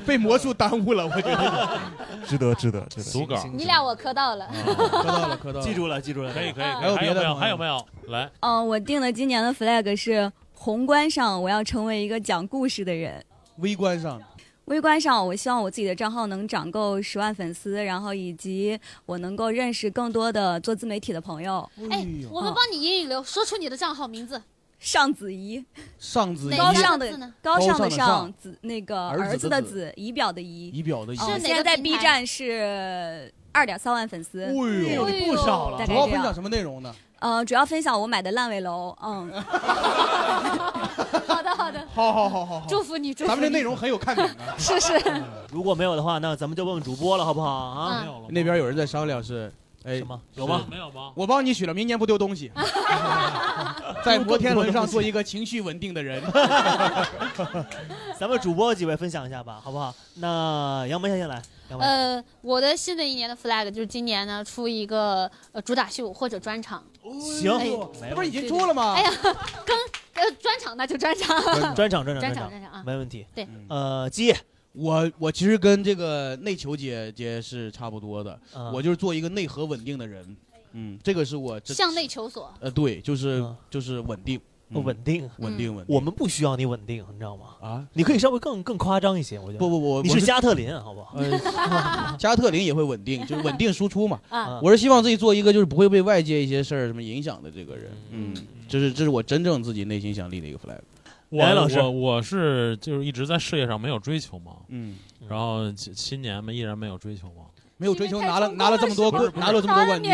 Speaker 2: 被魔术耽误了，我觉得。
Speaker 8: 值得值得值得。
Speaker 4: 读稿
Speaker 3: 你俩我磕到了，
Speaker 2: 磕到了，磕到了。
Speaker 1: 记住了，记住了。
Speaker 4: 可以
Speaker 3: 嗯
Speaker 4: 可以，
Speaker 2: 还有别的
Speaker 4: 没有？
Speaker 2: 吗
Speaker 4: 还有没有？来，
Speaker 10: 嗯，我定了今年的 flag 是宏观上我要成为一个讲故事的人，
Speaker 2: 微观上，
Speaker 10: 微观上我希望我自己的账号能涨够十万粉丝，然后以及我能够认识更多的做自媒体的朋友。
Speaker 3: 哎，我
Speaker 2: 嗯
Speaker 3: 们帮你引引流，说出你的账号名字。
Speaker 10: 尚子怡，
Speaker 2: 上子
Speaker 10: 高
Speaker 2: 一
Speaker 10: 尚
Speaker 3: 哪个字呢
Speaker 10: 的高尚的尚子那个
Speaker 2: 儿子的
Speaker 10: 儿子的
Speaker 2: 子
Speaker 10: 子仪表的仪
Speaker 2: 仪表的仪
Speaker 10: 嗯
Speaker 2: 是哪
Speaker 10: 现在
Speaker 2: 个
Speaker 10: 在
Speaker 2: 平
Speaker 10: B
Speaker 2: 台
Speaker 10: 站是二点三万粉丝，
Speaker 2: 哎呦哎呦
Speaker 10: 不少了大概
Speaker 2: 主
Speaker 10: 这
Speaker 2: 要
Speaker 10: 样。
Speaker 2: 分享什么内容呢？
Speaker 10: 呃，主要分享我买的烂尾楼，嗯，
Speaker 2: 哦
Speaker 3: 好的好的，
Speaker 2: 好好好好好，
Speaker 3: 祝福你，祝福你。
Speaker 2: 咱们这内容很有看点啊。
Speaker 3: 是是，
Speaker 1: 如果没有的话，那咱们就问问主播了，好不好啊？
Speaker 3: 嗯没
Speaker 1: 有了。
Speaker 2: 那边有人在商量是，哎，
Speaker 1: 什么有吗没
Speaker 4: 有吗？
Speaker 2: 我帮你许了，明年不丢东西。在摩天轮上做一个情绪稳定的人。
Speaker 1: 咱们主播几位分享一下吧，好不好？那杨梅先先来，杨梅。
Speaker 3: 呃，我的新的一年的 flag 就是今年呢出一个呃主打秀或者专场。
Speaker 1: 行
Speaker 3: 哎，
Speaker 1: 哦没
Speaker 2: 这不是已
Speaker 1: 问
Speaker 2: 经出了吗？
Speaker 3: 哎呀，跟呃专场那就专场，
Speaker 1: 题专场专场
Speaker 3: 专
Speaker 1: 场
Speaker 3: 场专场啊
Speaker 1: 没问题。
Speaker 3: 对，
Speaker 1: 呃，基业，
Speaker 2: 我我其实跟这个内求姐姐是差不多的，
Speaker 1: 嗯
Speaker 2: 我就是做一个内核稳定的人。嗯，这个是我这
Speaker 3: 向内求索。
Speaker 2: 呃对，就是、
Speaker 1: 啊
Speaker 2: 就是稳定，嗯
Speaker 1: 哦稳定，
Speaker 2: 稳定稳定。
Speaker 1: 我们不需要你稳定，你知道吗？
Speaker 2: 啊，
Speaker 1: 你可以稍微更更夸张一些，我觉得。
Speaker 2: 不不啊不，
Speaker 1: 你
Speaker 2: 我
Speaker 1: 是加特林，啊好不好？
Speaker 4: 哎
Speaker 2: 呃，
Speaker 3: 啊
Speaker 2: 加特林也会稳定，就是稳定输出 嘛。
Speaker 1: 啊
Speaker 2: 我是希望自己做一个就是不会被外界一些事儿什么影响的这个人。嗯，这是这是我真正自己内心想立的一个 flag。
Speaker 1: 哎老
Speaker 4: 我
Speaker 1: 师
Speaker 4: 我我是就是一直在事业上没有追求嘛，
Speaker 2: 嗯，
Speaker 4: 然后今今年嘛依然没有追求嘛，
Speaker 2: 没有追求，拿了拿了这么多冠，拿了这么多冠军，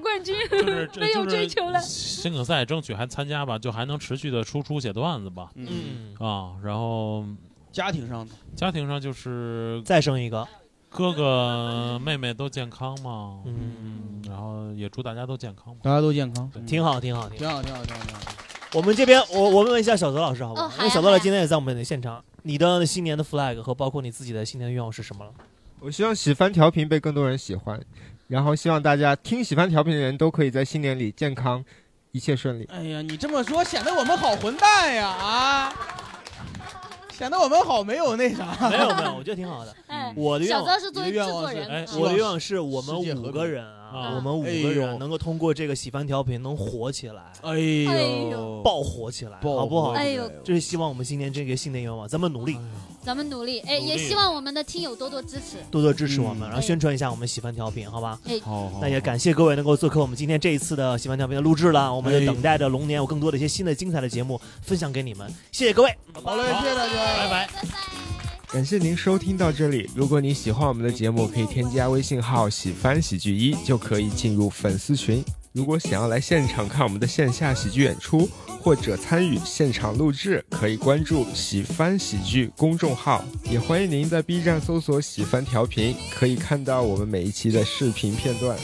Speaker 3: 冠军，
Speaker 4: 这就是新梗赛争取还参加吧，就还能持续的输出写段子吧。
Speaker 2: 嗯
Speaker 4: 啊，然后
Speaker 2: 家庭上
Speaker 4: 家庭上就是
Speaker 1: 再生一个，
Speaker 4: 哥哥妹妹都健康嘛，嗯，然后也祝大家都健康嘛，
Speaker 2: 大家都健康，
Speaker 1: 挺好，挺好，挺好。
Speaker 2: 挺好，挺好，挺好，挺好。
Speaker 1: 我们这边，我我问一下小泽老师，好不好？
Speaker 3: 哦好呀
Speaker 1: 因为小泽老师今天也在我们的现场。你的新年的 flag 和包括你自己的新年的愿望是什么了？
Speaker 18: 我希望喜欢调频被更多人喜欢，然后希望大家听喜欢调频的人都可以在新年里健康，一切顺利。
Speaker 2: 哎呀，你这么说显得我们好混蛋呀啊！显得我们好没有那啥，
Speaker 1: 没有没有，我觉得挺好的。
Speaker 3: 嗯哎，
Speaker 1: 我的愿
Speaker 3: 小
Speaker 1: 望
Speaker 3: 泽是作为制作
Speaker 1: 哎
Speaker 3: 人，
Speaker 1: 我的愿望是我们五个人啊，啊，我们五个人能够通过这个喜番调频能火起来，
Speaker 2: 哎
Speaker 1: 呦，爆火起来，
Speaker 2: 爆
Speaker 1: 好不好？
Speaker 2: 火起来哎
Speaker 3: 呦
Speaker 1: 这是希望我们新年这个新年愿望，咱们努力
Speaker 3: 咱们努力，哎，
Speaker 1: 努力
Speaker 3: 也希望我们的听友多多支持。
Speaker 1: 多多支持我们，
Speaker 3: 嗯
Speaker 1: 然后宣传一下我们喜番调频，好吧
Speaker 3: 哎？好
Speaker 1: 那也感谢各位能够做客我们今天这一次的喜番调频的录制了，我们也等待着龙年有更多的一些新的精彩的节目分享给你们，谢谢各位，好嘞，谢谢大家，拜拜。
Speaker 18: 感谢您收听到这里。如果你喜欢我们的节目，可以添加微信号“喜翻喜剧一”，就可以进入粉丝群。如果想要来现场看我们的线下喜剧演出，或者参与现场录制，可以关注“喜翻喜剧”公众号。也欢迎您在 B 站搜索“喜翻调频”，可以看到我们每一期的视频片段。